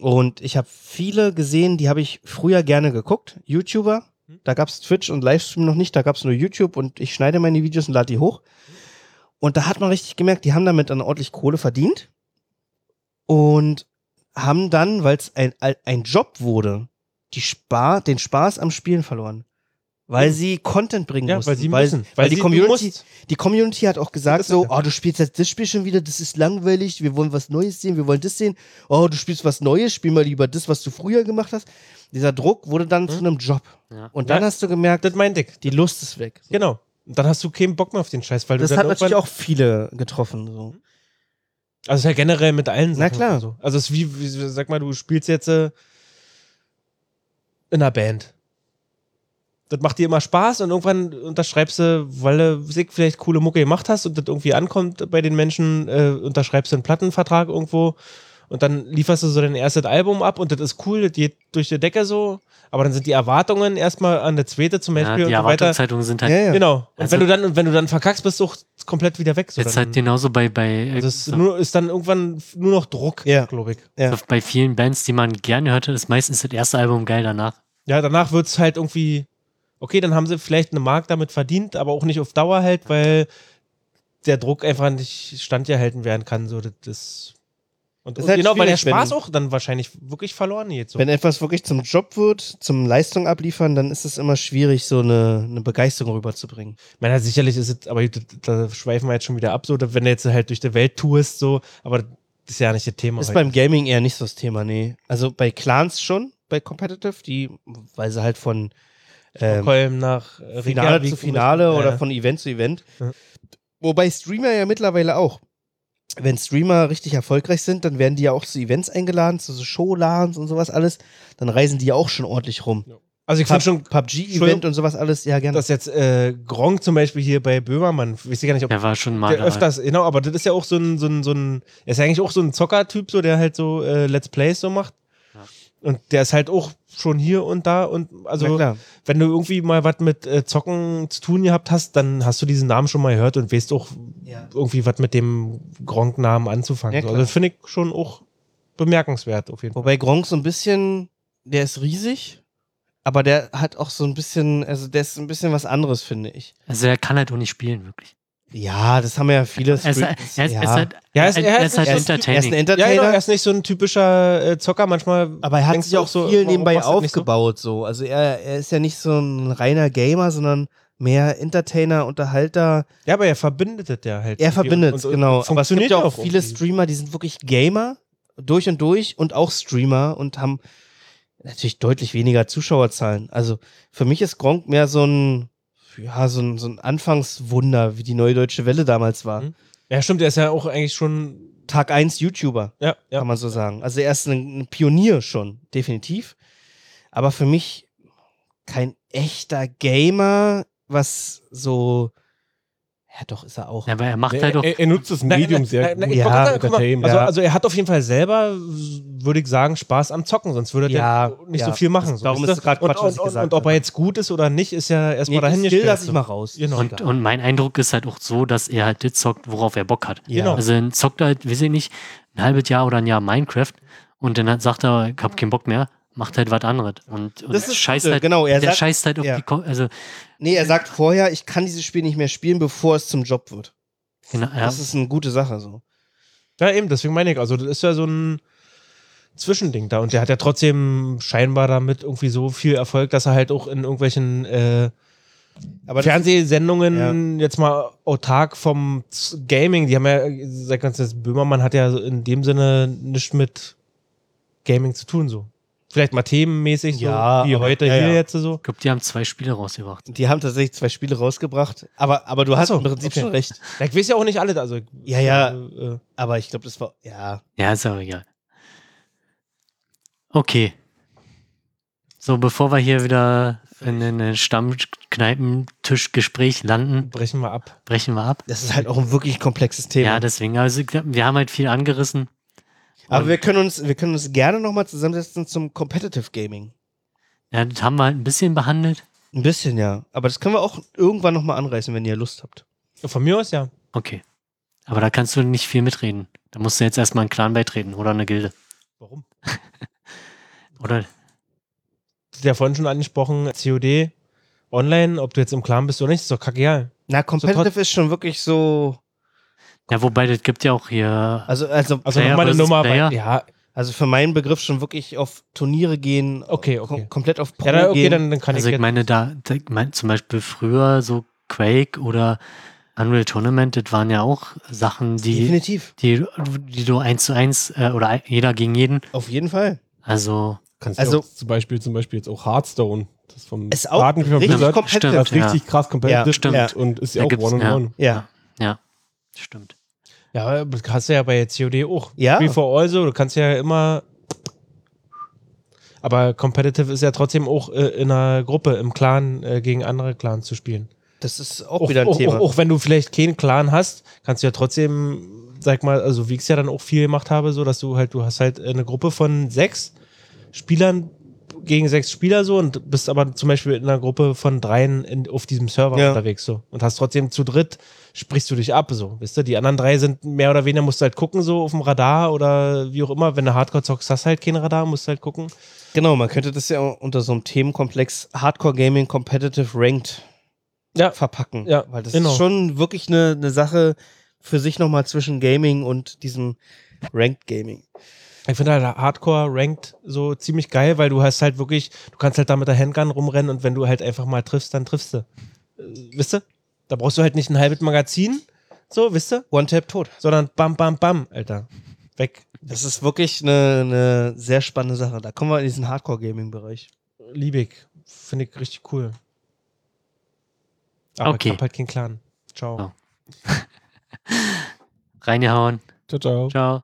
Und ich habe viele gesehen, die habe ich früher gerne geguckt, YouTuber. Da gab es Twitch und Livestream noch nicht, da gab es nur YouTube und ich schneide meine Videos und lade die hoch. Und da hat man richtig gemerkt, die haben damit dann ordentlich Kohle verdient und haben dann, weil es ein, ein Job wurde, die Spa den Spaß am Spielen verloren. Weil sie Content bringen ja, mussten. weil sie müssen. weil die sie- du Community, musst. die Community hat auch gesagt Das ist so, ja. oh, du spielst jetzt das Spiel schon wieder, das ist langweilig, wir wollen was Neues sehen, wir wollen das sehen. Oh, du spielst was Neues, spiel mal lieber das, was du früher gemacht hast. Dieser Druck wurde dann zu einem Job. Ja. Und dann Hm? Ja. hast du gemerkt, Das meinte ich. die Lust ist weg. Genau. Und dann hast du keinen Bock mehr auf den Scheiß, weil Das du dann hat natürlich irgendwann- Hm? auch viele getroffen. So. Also ist ja generell mit allen Na Sachen. klar. So. Also es ist wie, wie, sag mal, du spielst jetzt äh, in einer Band. Das macht dir immer Spaß und irgendwann unterschreibst du, weil du sich vielleicht coole Mucke gemacht hast und das irgendwie ankommt bei den Menschen, äh, unterschreibst du einen Plattenvertrag irgendwo und dann lieferst du so dein erstes Album ab und das ist cool, das geht durch die Decke so, aber dann sind die Erwartungen erstmal an der zweite zum ja, Beispiel die und so weiter. Erwartungszeitungen sind halt Ja, ja. Genau. Und Also- wenn du dann, und wenn du dann verkackst, bist du auch komplett wieder weg. So jetzt dann, halt genauso bei, bei äh, also es ist, so- nur, ist dann irgendwann f- nur noch Druck, Ja. glaube ich. Ja. Also bei vielen Bands, die man gerne hörte, ist meistens das erste Album geil danach. Ja, danach wird es halt irgendwie, okay, dann haben sie vielleicht eine Mark damit verdient, aber auch nicht auf Dauer halt, weil der Druck einfach nicht standgehalten werden kann. So, das, das und, Das ist und halt genau, weil der schwierig, wenn- Spaß auch dann wahrscheinlich wirklich verloren geht. So. Wenn etwas wirklich zum Job wird, zum Leistung abliefern, dann ist es immer schwierig, so eine, eine Begeisterung rüberzubringen. Ich meine, sicherlich ist es, aber gut, da schweifen wir jetzt schon wieder ab, so, da- wenn du jetzt halt durch die Welt tourst, so, aber das ist ja nicht das Thema. Ist heute. beim Gaming eher nicht so das Thema, nee. Also bei Clans schon, bei Competitive, die, weil sie halt von ähm, Kolm nach äh, Finale Reykjavik zu Finale müssen. Ja, oder ja. von Event zu Event. Ja. Wobei Streamer ja mittlerweile auch. wenn Streamer richtig erfolgreich sind, dann werden die ja auch zu Events eingeladen, zu so Showlans und sowas alles. Dann reisen die ja auch schon ordentlich rum. Also ich Pub- finde schon, PUBG-Event Entschuldigung. und sowas alles, ja, gerne. dass jetzt äh, Gronk zum Beispiel hier bei Böhmermann, ich weiß gar nicht, ob Der war schon mal der dabei. öfters, genau, aber das ist ja auch so ein, so ein, so ein, er ist ja eigentlich auch so ein Zocker-Typ, so, der halt so äh, Let's Plays so macht. Ja. Und der ist halt auch schon hier und da und also Na klar. wenn du irgendwie mal was mit äh, Zocken zu tun gehabt hast, dann hast du diesen Namen schon mal gehört und weißt auch Ja. irgendwie was mit dem Gronk-Namen anzufangen. Ja, So, klar. also das finde ich schon auch bemerkenswert auf jeden Fall. Wobei Gronk so ein bisschen, der ist riesig, aber der hat auch so ein bisschen, also der ist ein bisschen was anderes, finde ich. Also er kann halt auch nicht spielen, wirklich. Ja, das haben ja viele. Er ist, er Streams- ist, er ist, ja. halt, er Ja, er ist, ist- er ist halt er ist- er ist ein entertaining. Entertainer, Ja, genau, er ist nicht so ein typischer äh, Zocker, manchmal. aber er hat denkst sich du auch viel warum nebenbei machst du das nicht so? aufgebaut. So. Also er, er ist ja nicht so ein reiner Gamer, sondern mehr Entertainer, Unterhalter. Ja, aber er verbindet das ja halt. Er irgendwie verbindet, und- und genau. Aber es gibt funktioniert ja auch viele irgendwie. Streamer, die sind wirklich Gamer durch und durch und auch Streamer und haben natürlich deutlich weniger Zuschauerzahlen. Also für mich ist Gronk mehr so ein, ja, so ein, so ein Anfangswunder, wie die neue deutsche Welle damals war. Mhm. Ja, stimmt, er ist ja auch eigentlich schon. Tag 1 YouTuber, Ja, kann ja. man so sagen. Also er ist ein, ein Pionier schon, definitiv. Aber für mich kein echter Gamer, was so, ja doch, ist er auch. Ja, aber er macht Er, halt auch. er, er nutzt das Medium sehr nein, nein, gut. ich Ja, wollte gerade sagen, guck mal, Entertainment, also, ja. also er hat auf jeden Fall selber, würde ich sagen, Spaß am Zocken, sonst würde er Ja, nicht ja. so viel machen. So, Darum weißt ist du? es gerade Quatsch, und, was ich und, gesagt und ob er habe. jetzt gut ist oder nicht, ist ja erstmal Nee, dahin ich will, dahingestellt. lass ich Also so. mal raus. äh, Genau. Und, und mein Eindruck ist halt auch so, dass er halt das zockt, worauf er Bock hat. Ja. Genau. Also dann zockt er halt, weiß ich nicht, ein halbes Jahr oder ein Jahr Minecraft und dann halt sagt er, ich hab keinen Bock mehr, macht halt was anderes. Und, und Das ist scheißt Gute, halt, genau, er der sagt- scheißt halt auf ja. die Ko also Nee, er sagt vorher, ich kann dieses Spiel nicht mehr spielen, bevor es zum Job wird. genau, ja, Das ist eine gute Sache so. Ja, eben, deswegen meine ich, also das ist ja so ein Zwischending da. Und der hat ja trotzdem scheinbar damit irgendwie so viel Erfolg, dass er halt auch in irgendwelchen äh, Aber das, Fernsehsendungen jetzt mal autark vom Z- Gaming, die haben ja, sag ganz ehrlich, Böhmermann hat ja in dem Sinne nichts mit Gaming zu tun, so. Vielleicht mal themenmäßig, so, Ja, wie aber- heute ja, hier ja. jetzt so. ich glaube, die haben zwei Spiele rausgebracht. die haben tatsächlich zwei Spiele rausgebracht, aber, aber du hast so, im Prinzip okay. schon recht. Ja, Ich weiß ja auch nicht alle, also. Ja, ja. Äh, äh, Aber ich glaube, das war. Ja. Ja, ist aber egal. Okay. So, bevor wir hier wieder in einem Stammkneipentischgespräch landen, brechen wir ab. brechen wir ab. Das ist halt auch ein wirklich komplexes Thema. Ja, deswegen, also ich glaub, wir haben halt viel angerissen. aber wir können uns, wir können uns gerne nochmal zusammensetzen zum Competitive Gaming. Ja, das haben wir halt ein bisschen behandelt. Ein bisschen, ja. Aber das können wir auch irgendwann nochmal anreißen, wenn ihr Lust habt. Von mir aus ja. Okay. Aber da kannst du nicht viel mitreden. Da musst du jetzt erstmal einen Clan beitreten oder eine Gilde. Warum? (laughs) Oder ja vorhin schon angesprochen, COD online, ob du jetzt im Clan bist oder nicht, ist doch kackeal. Na, Competitive ist schon wirklich so. ja, wobei das gibt ja auch hier. Also, also, Also Player nochmal eine versus Nummer Player? wei- Ja, also für meinen Begriff schon wirklich auf Turniere gehen. Okay, kom- okay. komplett auf Pro ja dann, okay, gehen. dann, dann kann Also ich, ich meine, da, da ich mein, zum Beispiel früher so Quake oder Unreal Tournament, das waren ja auch Sachen, die, Definitiv. die, die du eins zu eins äh, oder ein- jeder gegen jeden. Auf jeden Fall. Also Kannst Also- also, auch zum Beispiel, zum Beispiel jetzt auch Hearthstone. Das vom Ist auch Daten- richtig Blizzard, competitive. Das ist ne, Stimmt, ja. richtig krass Ja, competitive stimmt. und- und ist ja Da auch gibt's- one on ja. one. Ja. stimmt. jetzt, ja, aber das hast du ja bei COD auch. Ja. Free for all so, du kannst ja immer aber Competitive ist ja trotzdem auch äh, in einer Gruppe, im Clan äh, gegen andere Clans zu spielen. Das ist auch, wieder (laughs) ein auch, Thema. Auch, auch Oh, wenn du vielleicht keinen Clan hast, kannst du ja trotzdem, sag mal, also wie ich es ja dann auch viel gemacht habe, so dass du halt, du hast halt eine Gruppe von sechs Spielern gegen sechs Spieler so und bist aber zum Beispiel in einer Gruppe von dreien in, auf diesem Server Ja. unterwegs so und hast trotzdem zu dritt sprichst du dich ab so, wisst ihr, die anderen drei sind mehr oder weniger musst du halt gucken so auf dem Radar oder wie auch immer, wenn du Hardcore zockst, hast du halt kein Radar, musst du halt gucken. Genau, man könnte das ja unter so einem Themenkomplex Hardcore Gaming Competitive Ranked Ja. verpacken. Ja, weil das genau. ist schon wirklich eine, eine Sache für sich nochmal zwischen Gaming und diesem Ranked Gaming. Ich finde halt Hardcore ranked so ziemlich geil, weil du hast halt wirklich, du kannst halt da mit der Handgun rumrennen und wenn du halt einfach mal triffst, dann triffst du. Äh, wisst ihr? Da brauchst du halt nicht ein halbes Magazin, so, wisst ihr? One Tap tot. Sondern bam, bam, bam, Alter. Weg. Das ist wirklich eine, eine sehr spannende Sache. Da kommen wir in diesen Hardcore Gaming Bereich. Liebig. Finde ich richtig cool. Aber Okay. ich hab halt keinen Clan. Ciao. Ja. Reingehauen. Ciao, ciao. Ciao.